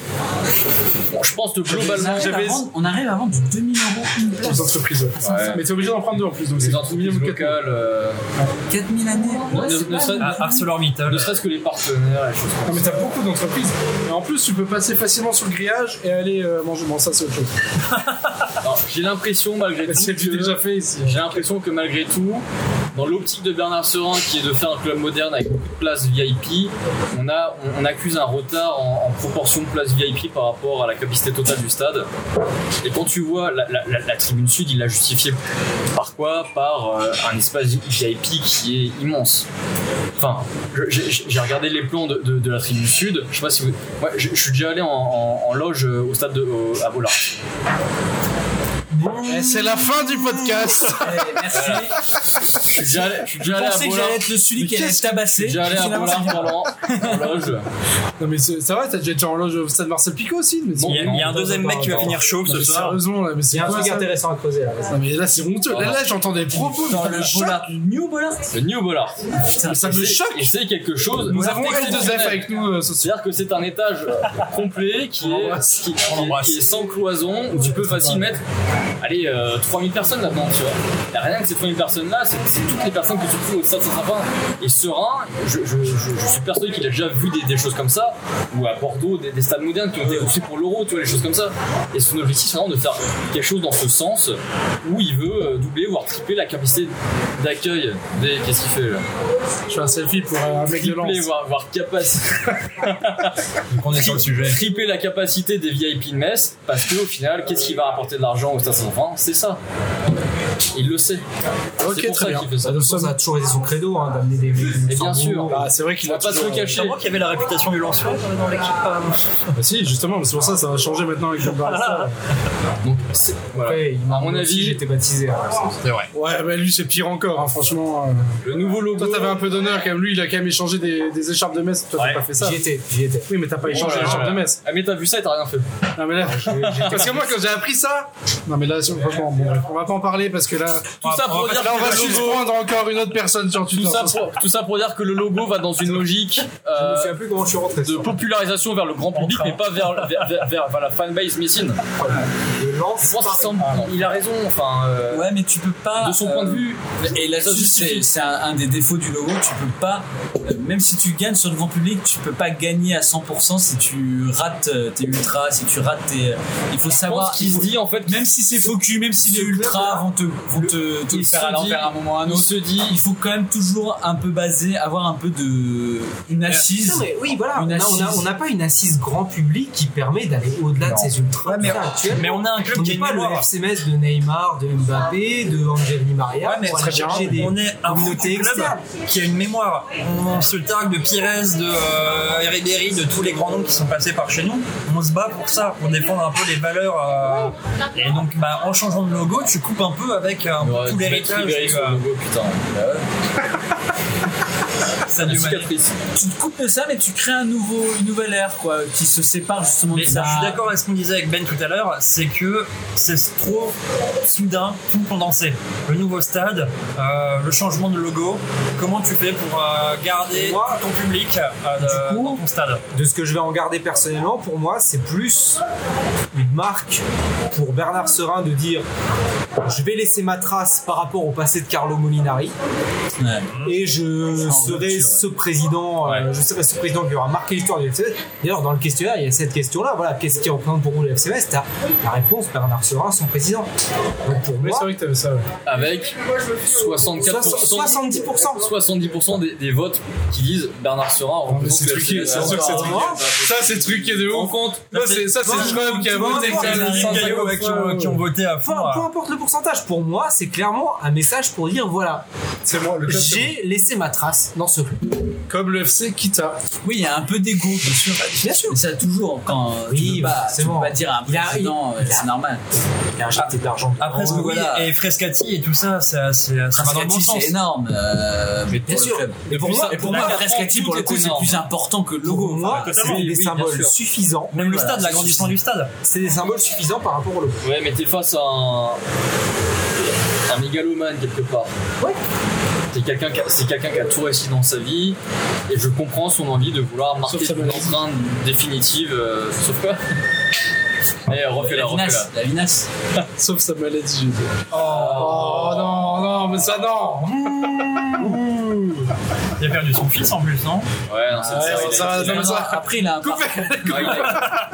Bon, je pense que
On
globalement,
arrive à vendre- On arrive à vendre du 2000 euros une place.
Les entreprises. ouais.
Ouais.
Mais t'es obligé d'en prendre deux en plus. Donc c'est
les entreprises
minimum quatre mille.
locales, euh,
4000 années. Ouais,
ne-
c'est
ne
pas
serait-
mal.
ne
ArcelorMittal.
serait-ce que les partenaires et les choses comme
Non mais t'as beaucoup d'entreprises. Et en plus tu peux passer facilement sur le grillage et aller euh, manger. Bon ça c'est autre chose.
Ah, ça. Alors, J'ai l'impression malgré tout
(laughs) C'est
que-
déjà fait ici.
J'ai l'impression que malgré tout, dans l'optique de Bernard Serin, qui est de faire un club moderne avec beaucoup de places VIP, on, a, on, on accuse un retard en, en proportion de places VIP par rapport à la capacité totale du stade. Et quand tu vois la, la- la- la tribune sud, il l'a justifié par quoi Par euh, un espace VIP qui est immense. Enfin, je- j'ai j'ai regardé les plans de, de- de la tribune sud. Je sais pas si vous. Ouais, je, je suis déjà allé en, en- en loge euh, au stade de, au- à Bollard.
Et c'est la fin du podcast.
Eh, merci.
Je suis déjà allé- je suis
Je
déjà allé à
pensais que j'allais
Bollard.
être le celui qui
Mais
allait
qu'est-ce
se
que-
Je
tabasser.
suis déjà allé à
Finalement, c'est-
Bollard pendant pendant le jeu.
Non mais c'est- ça va, t'as déjà été en loge au stade Marcel Picot aussi. Mais c'est-
Il y a, il y a un deuxième mec qui va venir chauve
Non,
ce
mais
soir.
Sérieusement là, mais
Il
c'est
y a un
quoi
truc
ça
intéressant à creuser là. vas-y.
Non mais là c'est honteux. Là, là j'entends des propos.
Dans
putain,
le
mais
Bollard, le New Bollard.
Le New Bollard.
Mais ça me choque.
Et c'est quelque chose.
Nous avons
d'exceptionnel.
L2F avec nous euh, ce soir.
C'est-à-dire que c'est un étage euh, (laughs) complet qui
On
est,
l'embrasse.
qui, qui-
On l'embrasse.
qui est sans cloison, où tu peux facile mettre allez, euh, 3000 personnes là-dedans, tu vois. Et rien que ces 3000 personnes-là, c'est c'est toutes les personnes que tu trouves au stade Saint-Rapin. Et Serein, je, je- je- je suis persuadé qu'il a déjà vu des, des choses comme ça, ou à Bordeaux, des, des stades modernes qui ont été reçus pour l'euro, tu vois, les choses comme ça. Et son objectif, c'est vraiment de faire quelque chose dans ce sens, où il veut euh, doubler, voire tripler la capacité d'accueil des... Qu'est-ce qu'il fait là
Je fais un selfie pour euh, un mec de
Tripler,
lance.
voire, voire capacité...
Donc on est sur le sujet.
triper la capacité des VIP de Metz parce que au final qu'est-ce qui va rapporter de l'argent au Stade Saint-Germain c'est ça il le sait
Ok
c'est pour
très
ça
bien.
qu'il fait ça
Nous
Ça
sommes.
a toujours été son credo hein, d'amener des mecs.
et bien sûr
Ah, c'est vrai qu'il
il va
a
pas se
toujours-
le cacher
C'est moi qui avait la réputation du lanceur dans l'équipe. euh,
Bah si justement, mais c'est pour ça ça va changer maintenant avec le Barça.
donc c'est- voilà
Ouais, il
à
m'a
mon
mon avis,
avis
j'étais baptisé. hein, ça.
Ouais, bah lui c'est pire encore, hein, franchement. euh.
le nouveau logo
Toi t'avais un peu d'honneur quand même, lui il a quand même échangé des, des écharpes de Metz, toi t'as pas fait ça.
J'y étais, j'y étais.
Oui mais t'as pas échangé
Oh
les
là là
écharpes
là.
de Metz.
ah mais t'as vu ça et t'as rien fait
Non mais là, parce que moi quand j'ai appris ça, non mais là si- franchement bon, bref, on va pas en parler parce que là,
tout ça pour dire
là on
que
va
le logo-
suspendre encore une autre personne sur Twitter.
tout ça
ce soir.
pour- tout ça pour dire que le logo va dans une logique
Je me
euh,
souviens plus comment je suis rentré.
de
sur-
popularisation vers le grand public mais pas vers, vers, vers- vers- vers la fanbase messine
de
je
lance.
pense qu'il semble- il a raison enfin euh,
Ouais, mais tu peux pas.
de son
euh,
point de vue
Et la
Ça
c'est
suffit.
c'est un, un des défauts du logo. Tu peux pas, euh, même si tu gagnes sur le grand public, tu peux pas gagner à 100% si tu rates euh, tes ultras, si tu rates tes. euh, Il faut
je
savoir.
pense qu'il
il
se
faut-
dit en fait
Même si c'est faux cul, même si les ultras vont te, vont te, te
il
le
se
faire à
dit-
l'envers à un moment ou à un
il
autre,
se dit
il faut quand même toujours un peu baser, avoir un peu de. une assise.
Non, mais oui, voilà,
Une
on a- on a-
assise.
on n'a pas une assise grand public qui permet d'aller au-delà de ces ultras.
Ouais, mais-
Putain, tu vois,
Mais on a un club
on
qui a
n'est
une
pas le
mémoire.
FCMS de Neymar, de Mbappé, de Angeli Maria.
Ouais, mais
pour
très
aller
bien.
Ah,
chercher des-
on est un
communautés
foutu club
externes.
qui a une mémoire. On se targue de Pires, de euh, Ribéry, de tous les grands noms qui sont passés par chez nous. On se bat pour ça, pour défendre un peu les valeurs. euh, et donc, bah, en changeant de logo, tu coupes un peu avec euh, un peu
Ouais,
tout
tu vas
l'héritage.
être libéré
du,
sur le
euh,
logo, putain.
Sadio Mané.
Cicatrice.
Tu te coupes de ça, mais tu crées un nouveau, une nouvelle ère, quoi, qui se sépare justement
Mais
de ça.
je suis d'accord avec ce qu'on disait avec Ben tout à l'heure, c'est que c'est trop soudain, tout condensé. Le nouveau stade, euh, le changement de logo, comment tu fais pour euh, garder
Moi,
tout ton public euh,
du coup,
dans ton stade
de ce que je vais en garder personnellement, pour moi, c'est plus une marque pour Bernard Serin de dire je vais laisser ma trace par rapport au passé de Carlo Molinari
Ouais.
et je
en
serai
rupture,
ce président, euh,
Ouais.
je serai ce président qui aura marqué l'histoire du FCMS. D'ailleurs, dans le questionnaire, il y a cette question-là voilà, qu'est-ce qui représente pour vous le FCMS T'as la réponse Bernard Serin, son président. Donc pour
Oui
moi,
c'est vrai que t'avais ça. ouais.
Avec 64%,
70%.
70% des, des votes qui disent Bernard Serin représente Ah,
c'est
le
truqué,
FCS.
c'est sûr que c'est truqué. Ça c'est truqué de
On
ouf.
compte.
Ça c'est ça c'est Trump qui a
vois,
voté.
tu vois,
quand même.
les
Eric Gaillot, ouais, qui, ont, qui ont voté à
Peu,
fond.
peu
euh,
importe le pourcentage, pour moi, c'est clairement un message pour dire voilà,
C'est moi le club. c'est moi.
j'ai laissé ma trace dans ce club.
Comme le FC Kita.
Oui, il y a un peu d'ego, bien sûr.
Bien sûr.
Mais ça, toujours, quand euh, tu
Oui,
peux pas, tu
forcément.
peux pas dire à un
Il a-
président,
il-
euh,
il a-
c'est normal.
Il a injecté de l'argent.
Ah
Après,
Oh,
ce que-
voilà.
oui, et Frescati et tout ça, ça, c'est- ça va dans le bon
Frescati,
sens.
c'est énorme. euh, mais pour
Bien
le
sûr.
club.
Mais pour moi,
Et pour
la
moi,
France,
Frescati,
tout
pour le
est
coup, c'est
énorme.
plus important que le
pour
logo.
moi,
ah,
enfin,
c'est
totalement.
des
Oui, oui, bien
symboles
sûr.
suffisants.
Même le
Voilà,
stade, l'agrandissement du stade.
C'est des symboles suffisants par rapport au logo.
Ouais, mais t'es face à un. un mégalomane quelque part.
Ouais.
T'es quelqu'un qui a- C'est quelqu'un qui a tout réussi dans sa vie et je comprends son envie de vouloir marquer
Sauf sa
une
maladie.
empreinte définitive. euh, sauf
(laughs)
quoi Eh, refais-la,
La
refais-la.
vinasse, la vinasse.
Sauf sa maladie, j'ai dit. Oh non, non, mais ça non
Il a perdu son fils en plus,
Ouais,
non
non,
Ah,
c'est
Ouais,
ça,
c'est
il a-
ça,
il a-
non, mais ça-
Après, il a un
Coupez
Ouais, Ah, il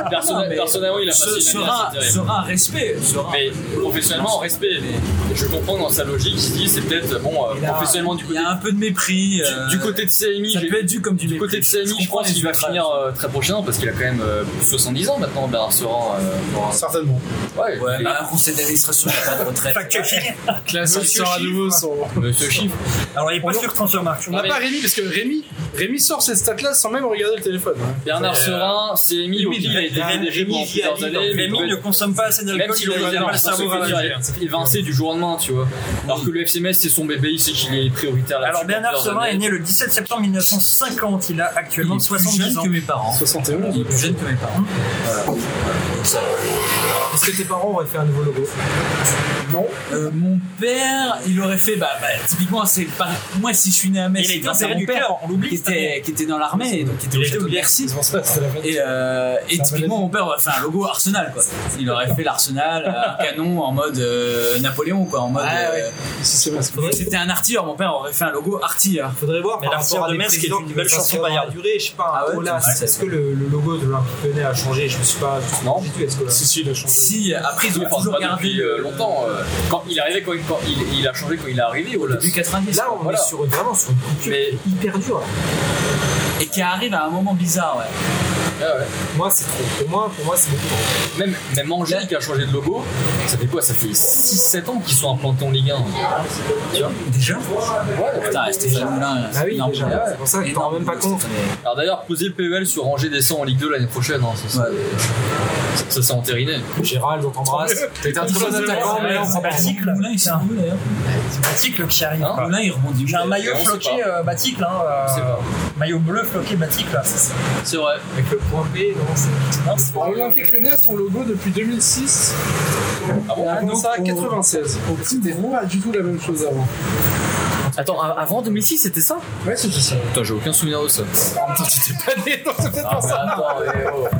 a- Personnel-
Non, mais-
Personnellement, il a
(laughs)
passé
Ce
une année
sera,
assez terrible.
sera un respect. sera-
Mais professionnellement, respect. Mais je comprends dans sa logique, il se dit c'est peut-être bon euh,
Il a-
professionnellement du
Il y
côté,
a un peu de mépris. euh,
du côté de CMI.
ça
j'ai-
peut être dû comme du
Du côté de CMI, je,
comprends
pense qu'il
les
va
ultras.
finir euh, très prochainement parce qu'il a quand même euh, 70 ans maintenant, Bernard Seran. euh, pour un-
Certainement.
Ouais,
Ouais,
il est-
bah, un conseil d'administration, il n'a pas de retraite.
Classique sort à nouveau de son.
Monsieur Chiffre.
Alors, il est pas sûr tant sur Marc.
On n'a
mais-
pas Rémi, parce que Rémi, Rémi sort ces stats-là sans même regarder le téléphone. hein.
Bernard Serin, c'est Émile, au pire, il a été
Rémi,
rédigé pendant
Rémi,
plusieurs années. mais il
Rémi
devait-
ne consomme pas assez d'alcool,
Même si
il a- il a pas le cerveau ravagé.
est évincé du jour au lendemain, tu vois. Alors que le FCMS, c'est son bébé, il sait qu'il est prioritaire là-dessus.
Alors,
depuis
Bernard
plusieurs
Serin est
années.
né le 17 septembre 1950. Il a actuellement 70 ans.
mes parents.
71.
Il est plus jeune que mes parents.
Est-ce que tes parents auraient fait un nouveau logo
Euh, mon père, il aurait fait, bah, bah, typiquement, c'est le par- Moi, si je suis né à Metz,
Il a
c'est
été
grâce à
inséré
mon
du
père,
cœur, on l'oublie.
qui
cette année.
était, qui était dans l'armée, et donc qui était au château de Bercy.
C'est pour ça, c'est la fête.
Et, euh, et typiquement, mon père aurait fait un logo Arsenal, quoi. Il aurait fait l'Arsenal, un canon en mode euh, Napoléon, quoi. En mode.
Ah,
euh,
Si c'est pas-
vu que C'était un artilleur, mon père aurait fait un logo
hein.
artilleur.
Faudrait voir.
Mais
par
l'artilleur
rapport à
de
des
Metz, qui est
présidents
une
veulent
belle
pas
chanson
faire
Bayard.
la durée, je sais pas.
Ah ouais,
un Olas,
c'est vrai.
est-ce que le, le logo de l'Olympique Lyonnais a changé Je me suis pas. Je me suis pas du tout. Est-ce que
Si, si, il a changé.
Si, après, ils
Oui,
ont
enfin,
toujours
pas depuis
gardé.
euh, longtemps. euh, Quand il est arrivé, quand il, quand il- il a changé quand il est arrivé, oh au
Depuis 90.
Là, on
Voilà.
est sur, vraiment sur une coupure
Mais-
hyper dure.
Et qui arrive à un moment bizarre, ouais.
Moi, c'est trop. Pour moi, pour moi, c'est beaucoup trop.
Même, même Angélique a changé de logo. Ça fait quoi Ça fait 6-7 ans qu'ils sont implantés en Ligue 1.
Déjà Putain, Stéphane Moulin,
Ah oui,
énorme.
déjà. C'est pour ça que t'en rends même pas compte.
Alors d'ailleurs, posez le PEL sur Angers descend en Ligue 2 l'année prochaine. hein, ça, c'est- ça, ça s'est entériné.
Gérald, on t'embrasse. T'as été un très bon attaquant, mais là, on prend pas.
Baticle,
Moulin, il s'est
Tiens.
où d'ailleurs
Baticle qui arrive.
Hein
quoi.
Moulin, il rebondit.
J'ai un
on
maillot
sait
floqué euh, Baticle, hein, euh,
C'est vrai.
maillot bleu floqué Baticle. là.
C'est vrai.
Avec le point P, non, c'est.
Non, c'est
Alors, L'Olympique Lyonnais a son logo depuis 2006. Ah bon, on commence à 96.
Ah,
C'était pas du tout la même chose avant.
Attends, avant 2006, c'était ça
Ouais, c'est ça.
Putain, j'ai aucun souvenir de ça.
Pas né, donc c'est peut-être pour ça.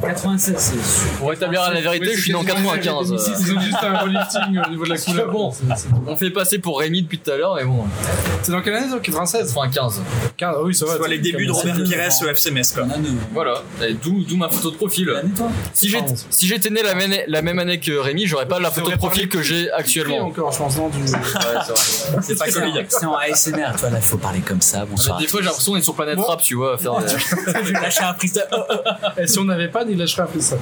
96, c'est sûr.
Pour établir la vérité, je suis né en 95. euh.
Ils ont juste un relifting au niveau de la couleur.
bon.
C'est- c'est-
On fait passer pour Rémi depuis tout à l'heure, mais bon.
C'est dans quelle année, donc 96
95.
Ah oui, ça va.
quoi, les débuts de Robert Pires au FCMS. Quoi.
On a deux.
Voilà. Et D'où d'où ma photo de profil.
L'année, euh, toi
Si j'étais si j'étais né la même, la même année que Rémi, j'aurais pas la photo de profil que j'ai actuellement.
encore, je pense, non, (laughs) du...
C'est pas
C'est
cool.
en- C'est en ASMR, toi, là, il faut parler comme ça, bonsoir.
Des fois, j'ai l'impression d'être sur Planète
Bon.
Rap, tu vois. à faire des-
Lâcher un freestyle. Oh, oh.
Et Eh, si on n'avait pas, ni lâcherait après (laughs) ça.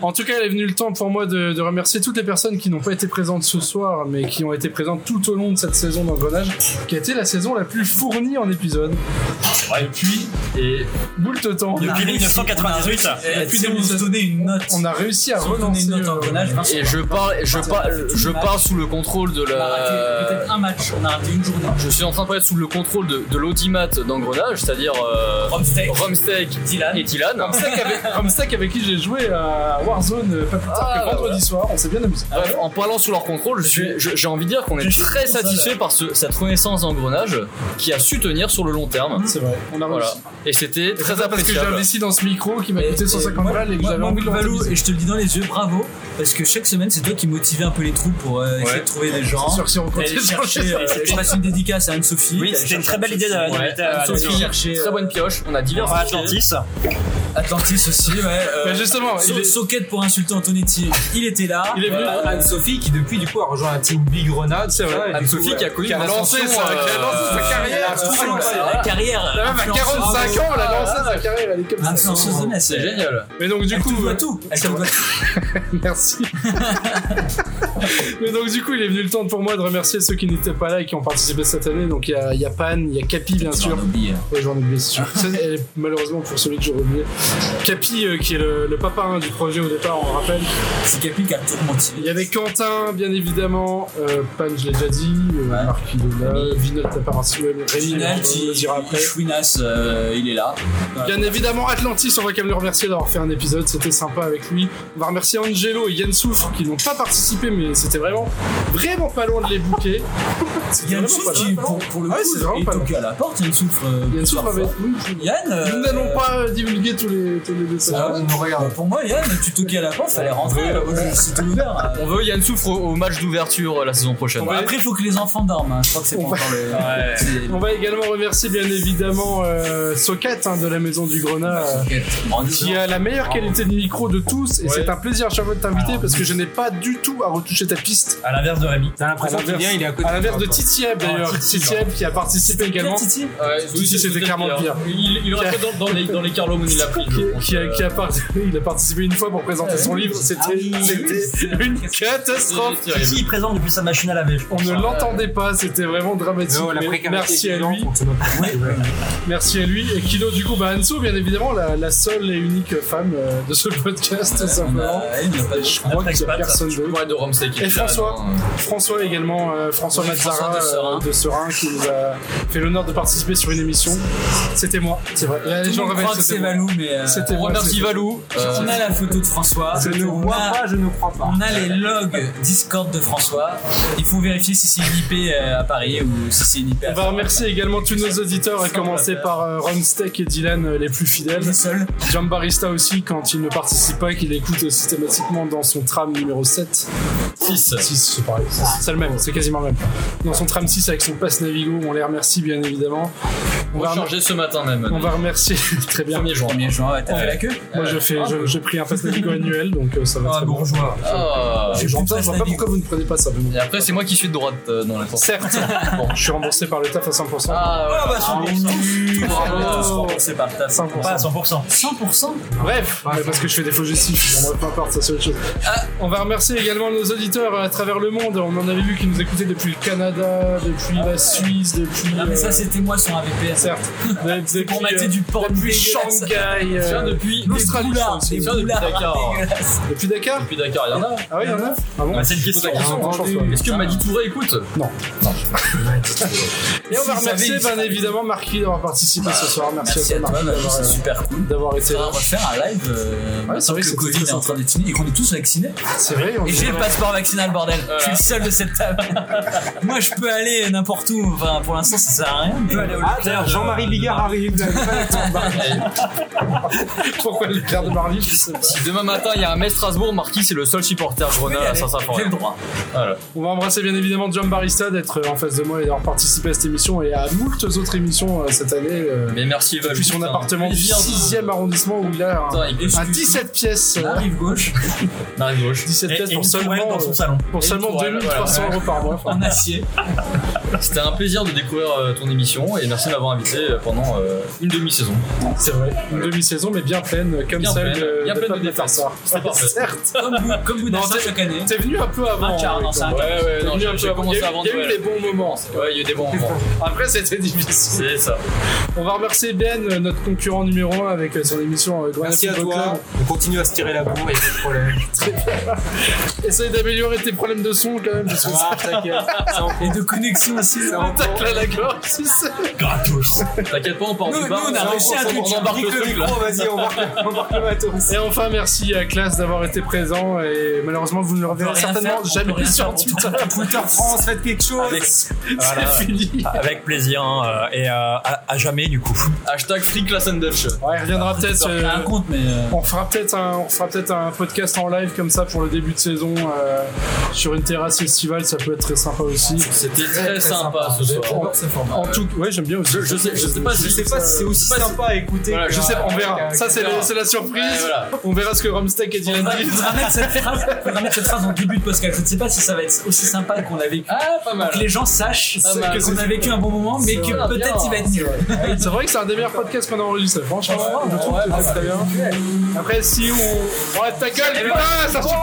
En tout cas, il est venu le temps pour moi de, de remercier toutes les personnes qui n'ont pas été présentes ce soir, mais qui ont été présentes tout au long de cette saison d'engrenage, qui a été la saison la plus fournie en épisodes. Et puis,
Et
boult temps,
Depuis 1998.
Eh, tu sais,
depuis
on se donnait une note.
on a réussi à
se donnait
relancer.
une note en
euh,
grenage.
Et je parle, je parle, je parle sous le contrôle de
On a raté
la.
peut-être un match, on a raté une journée.
Je suis en train de parler sous le contrôle de, de l'audimat d'engrenage, c'est-à-dire euh,
Romsteak,
Romsteak
Dylan.
et Dylan.
Ramstack avec, Ramstack avec qui j'ai joué à Warzone euh, pas plus tard
Ah,
que vendredi
voilà. Ah.
soir, on s'est bien amusé.
Bref, en parlant sous leur contrôle, je suis- je- j'ai envie de dire qu'on est très satisfait par ce- cette renaissance d'engrenage qui a su tenir sur le long terme.
C'est vrai, on a réussi.
Voilà. Et c'était très
Mmh. Parce que j'ai
appréciable.
investi dans ce micro qui m'a coûté 150
moi-
balles et que
moi,
j'avais
moi,
envie de le
Valou,
rentabiliser.
et je te le dis dans les yeux, bravo, parce que chaque semaine, c'est toi qui motivais un peu les troupes pour euh, essayer
Ouais.
de trouver des gens.
C'est sûr que si on
T'es allé
continue sur le
chercher, euh, je passe une dédicace à Anne-Sophie.
Oui, c'était une très belle idée euh,
d'Anne-Sophie, ouais.
d'inviter à
Sophie,
Sophie.
chercher,
très
euh,
bonne pioche. On a divers.
Atlantis.
Atlantis aussi, ouais. euh,
Bah, justement,
So-
il est-
Socket pour insulter Antonetti, il était là. Euh,
Il est venu.
Voilà.
Anne-Sophie qui depuis du coup a rejoint un team Big Grenade.
C'est vrai.
ça, et du coup, euh,
Anne-Sophie qui a connu
Qui a
une
lancé
ascension,
sa- qui a
euh,
lancé sa carrière.
Attention, c'est la carrière. euh,
La meuf à 45 ans, elle a lancé sa carrière, elle est comme ça.
Influenceuse de Metz.
C'est génial.
Mais donc du
Elle
coup,
te voit
euh,
tout. Elle te voit tout.
merci. Mais donc du coup, il est venu le temps pour moi de remercier ceux qui n'étaient pas là et qui ont participé cette année. Donc il y a, il y a Pan, il y a Capi bien sûr. Ouais, j'en ai oublié, c'est sûr. Ça, elle, malheureusement pour celui que j'aurais oublié. Capi euh, qui est le, le papa hein, du projet au départ, on rappelle.
C'est Capi qui a tout menti.
Il y avait Quentin bien évidemment, euh, Pan je l'ai déjà dit, euh,
Ouais.
Marc il est là,
Rémi.
Vinot t'as pas rassuré, mais Rémi
Final,
on le dira euh, après.
Chouinas, euh, il est là.
Bien évidemment, Atlantis, on va quand même le remercier d'avoir fait un épisode, c'était sympa avec lui. On va remercier Angelo et Yann Soufre qui n'ont pas participé, mais c'était vraiment, vraiment pas loin de les bouquer.
Il y a une souffle qui, pour, pour le
Ah ouais,
coup,
c'est vraiment
est
pas
toqué à la porte. Il y a une souffle. euh,
Yann
plusieurs
Soufre avait.
fois.
Oui,
Yann. euh,
Nous n'allons pas euh, divulguer tous les, tous les messages.
Ah ouais, bah, Pour moi, Yann, tu toquais à la porte, fallait rentrer. euh, moi, je- C'était ouvert.
On veut Yann Soufre au, au match d'ouverture euh, la saison prochaine.
Bah,
(laughs)
Après, il faut que les enfants dorment. hein. Je crois que c'est pas encore le. c'est-
On va va également remercier bien évidemment euh, Socket hein, de la Maison du Grenat. euh,
En
qui a la meilleure qualité de micro de tous et c'est un plaisir chaque fois de t'inviter parce que je n'ai pas du tout à retoucher ta piste.
À l'inverse de Rémi.
T'as l'impression qu'il vient, il est à côté.
À l'inverse de
toi.
Titieb d'ailleurs, Titieb qui a participé également,
Titi
oui, c'était clairement pire.
Il, il aurait
Qui
fait dans, dans les, dans les Carlo Moon, il l'a pris. je pense.
qui a, qui a part- (laughs) il a participé une fois pour présenter son livre,
Ah
c'était c'était une catastrophe.
C'est terrible.
Qui est présent depuis sa machine à laver je
On
pense.
ne l'entendait pas, c'était vraiment dramatique.
Non, la
mais
précarité
merci à
étudiante,
lui,
on se moque.
merci à lui. Et Kilo du coup, bah Anso, bien évidemment, la, la seule et unique femme euh, de ce podcast, tout simplement.
Euh, il n'y a pas de
Je crois qu'il n'y a personne d'autre.
Ouais, de Romsey qui
Et
est là,
François.
non, euh,
François également, euh, François
Oui,
Mazzara
François de Serein.
euh, de Serein qui nous a fait l'honneur de participer sur une émission. C'était moi, c'est vrai. Là, les
Je
gens
crois
révèlent
que c'est
c'était moi.
Valou, mais. euh,
C'était moi,
Robert
c'était moi.
Sivalou.
Euh, on a la photo de François.
Je ne
on
vois
a-
pas, je ne crois pas.
On a les logs Discord de François. Il faut vérifier si c'est une IP à Paris ou si c'est une IP à
On va remercier également tous nos auditeurs, à commencer par euh, Rumsteak et Dylan, euh, les plus fidèles.
le seul.
John Barista aussi, quand il ne participe pas, qu'il écoute systématiquement dans son tram numéro 7.
6.
6, c'est pareil. C'est le même, c'est quasiment le même. Dans son tram 6 avec son passe Navigo, on les remercie bien évidemment. On va,
Rechargé ce matin même.
on va remercier (laughs) très bien.
Premier jour.
Premier juin, ouais, t'as
Ouais.
fait la queue
Moi, je fais, je- j'ai pris un pass Navigo annuel, donc euh, ça va très bien.
bourgeois.
Ah.
Je comprends pas, je vois pas pourquoi vous ne prenez pas ça. mais bon.
Et après, c'est moi qui suis de droite euh, dans la course.
Certes, bon, je suis remboursé par le taf à 100%.
Ah, ouais.
bah 100%.
Bravo.
C'est par ta 100%.
Pas à 100%.
100%
Bref, mais parce que je fais des faux gestifs, bon, bref, peu importe, ça c'est autre chose. on va remercier également nos auditeurs à travers le monde. On en avait vu qui nous écoutaient depuis le Canada, depuis la Suisse, depuis.
Non, Ah, mais
euh,
ça, c'était moi sur un VPS. (laughs)
certes. Depuis,
Pour mater
euh,
du porno
depuis
dégueulasse.
Shanghai, euh,
Je viens depuis
Des
l'Australie. je crois
boulards,
aussi.
des
Je viens depuis
boulards
Dakar.
dégueulasses.
depuis Dakar
Depuis Dakar, il y en a.
Ah oui, il y en a Ah bon
Bah, c'est une question.
Ah,
Ils ont
franchement,
vendu.
je vois.
Est-ce que Maddy Touré écoute
Et on va remercier
S'ils savaient, ils
bien
seraient-
évidemment Marquis d'avoir participé ce soir. Merci,
Merci à
toi,
toi, bah,
Marquis,
Manu,
d'avoir,
c'est
euh,
super cool.
d'avoir été
On
là.
va refaire un live euh,
Ouais, c'est vrai
maintenant que
que
le
c'est
Covid
très
est en train
sympa.
d'être fini et qu'on est tous vaccinés.
C'est vrai, on
Et j'ai
est-
le passeport vaccinal, bordel. Je suis le seul de cette table. Moi, je peux aller n'importe où. Enfin, pour l'instant, ça sert à rien. mais-
Ah, d'ailleurs,
euh,
Jean-Marie Bigard arrive.
Pourquoi le père de Marly je sais pas.
Si demain matin, il y a un maître Strasbourg, Marquis, c'est le seul supporter
Oui,
Grenat à
allez, J'ai
Saint-Symphorien.
le droit.
Voilà.
On va embrasser bien évidemment John Barista d'être euh, en face de moi et d'avoir participé à cette émission et à moult autres émissions euh, cette année. euh,
Mais merci, Val.
depuis son
putain.
appartement du
Il vient de-
6 e arrondissement où il a
Putain,
un,
il Ah
un
excuse-
17 pièces. euh,
La rive gauche,
On arrive gauche.
17
Et,
pièces
et une
pour
tourelle
seulement,
dans son
euh,
salon.
pour
Et
seulement
une tourelle,
2300 euros par mois. Enfin,
en acier.
C'était un plaisir de découvrir euh, ton émission et merci de m'avoir invité euh, pendant euh, une demi-saison.
C'est vrai. Une demi-saison, mais bien pleine, euh, comme
Ah, Bien
celle
pleine,
de,
bien
de
pleine de
Pape
défaites.
Matarsar.
C'est parfait.
Certes.
Comme vous, comme vous
Non,
dansez
t'es-
chaque année.
T'es venu un peu avant. hein,
Un quart,
ouais,
non, c'est un
ouais,
quart.
ouais,
J'ai-
non,
j'ai
j'ai- j'ai- Il
commencé
y a eu-
avant
il y a eu
Noël.
les bons moments.
Ouais, il y a eu des bons moments.
Après, c'était difficile.
(laughs) C'est ça.
On va remercier Ben, euh, notre concurrent numéro 1 avec euh, son émission euh, Grand
Merci à
Football
toi.
Club.
On continue à se tirer la bourre, il y a pas de problème.
Essaye d'améliorer tes problèmes de son quand même, parce que ça (laughs)
(laughs) Ah, t'inquiète.
Et de connexion aussi.
en cours.
tacle à la gorge, tu sais.
T'inquiète pas, on part
Nous,
du
nous,
bar.
on a réussi à
on
tout
embarque
Brique
le
le
truc là.
micro, vas-y, embarque embarque le
(laughs)
matos.
Et enfin, merci à Classe d'avoir été présent. Et malheureusement, vous ne le
peut
reverrez
rien
certainement
faire, on peut
jamais
rien
(laughs) sur
faire pour
Twitter.
Twitter France, faites quelque chose.
Avec,
C'est
Voilà.
fini.
avec plaisir hein, euh, et euh, à, à jamais du coup.
Hashtag Free Class and Dutch.
Ouais, il reviendra peut-être. euh,
Ah, un compte, mais. euh,
on fera peut-être un, on fera peut-être un podcast en live comme ça pour le début de saison euh, sur une terrasse estivale. Ça peut être très sympa aussi.
C'était très sympa ce soir.
J'adore ce format.
En tout, ouais, j'aime bien aussi.
Je sais, je sais pas si
Je sais pas si
euh,
c'est aussi
pas si-
sympa à écouter.
Voilà,
que-
Je sais, pas, on verra.
que-
Ça, c'est
verra.
la, c'est la surprise.
Ouais, voilà.
On verra ce que Rumsteak et Dylan
Faudra
disent.
(laughs)
faudra mettre cette phrase- faudra mettre cette phrase en début de podcast. Je ne sais pas si ça va être aussi sympa qu'on l'a vécu.
Ah, pas mal.
Que les gens sachent
Pas mal.
qu'on a vécu un bon moment, mais que
vrai,
peut-être
bien.
il va être mieux.
C'est vrai que c'est un des meilleurs podcasts qu'on a enregistré. Franchement, je trouve
ouais,
que c'est
bah,
très bien. Après, si on. Ouais, ta gueule, putain, ça suffit.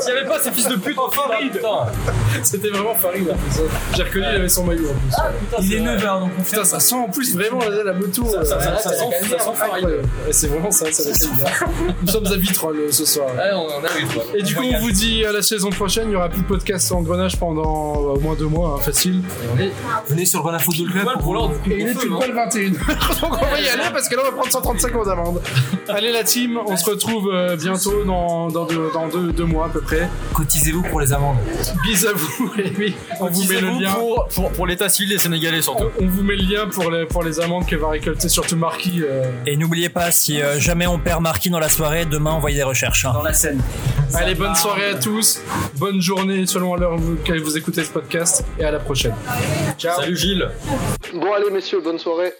S'il n'y avait pas ces fils de pute en Floride.
(laughs) C'était vraiment Farid en plus. J'ai reconnu, il avait son maillot en plus.
Ah,
Il est 9h, donc on fait
Putain, ça sent en plus vraiment la, la moto. euh,
ça- ça- ça sent-
incroyable.
ça sent Farid.
Ouais, C'est vraiment ça, ça va être bien. Nous sommes à Vitrolles euh, ce soir.
Ouais, on en a eu quoi.
Et du coup, on vous dit à la saison prochaine, il n'y aura plus de podcast en grenage pendant euh, au moins deux mois, hein, facile.
Venez sur le Renard Football Club
Voilà pour l'heure du coup.
Et il est
pour
pile
feu,
poil
(laughs)
21. Donc on va y aller parce que là on va prendre 135 euros d'amende. Allez la team, on se retrouve euh, bientôt dans, dans, deux, dans deux, deux mois à peu près.
Cotisez-vous pour les amendes.
Bis à vous (laughs) les amis, on vous met le
Cotisez-vous
lien.
pour
Alors,
Pour, pour l'état civil des Sénégalais surtout.
on, on vous met le lien pour les, pour les amendes que va récolter surtout Marquis. euh,
Et n'oubliez pas, si euh, jamais on perd Marquis dans la soirée, demain envoyez des recherches. hein.
dans la scène.
Allez, bonne soirée à tous, bonne journée selon l'heure où- que vous écoutez ce podcast, et à la prochaine. Ciao
Salut Gilles
Bon allez messieurs, bonne soirée.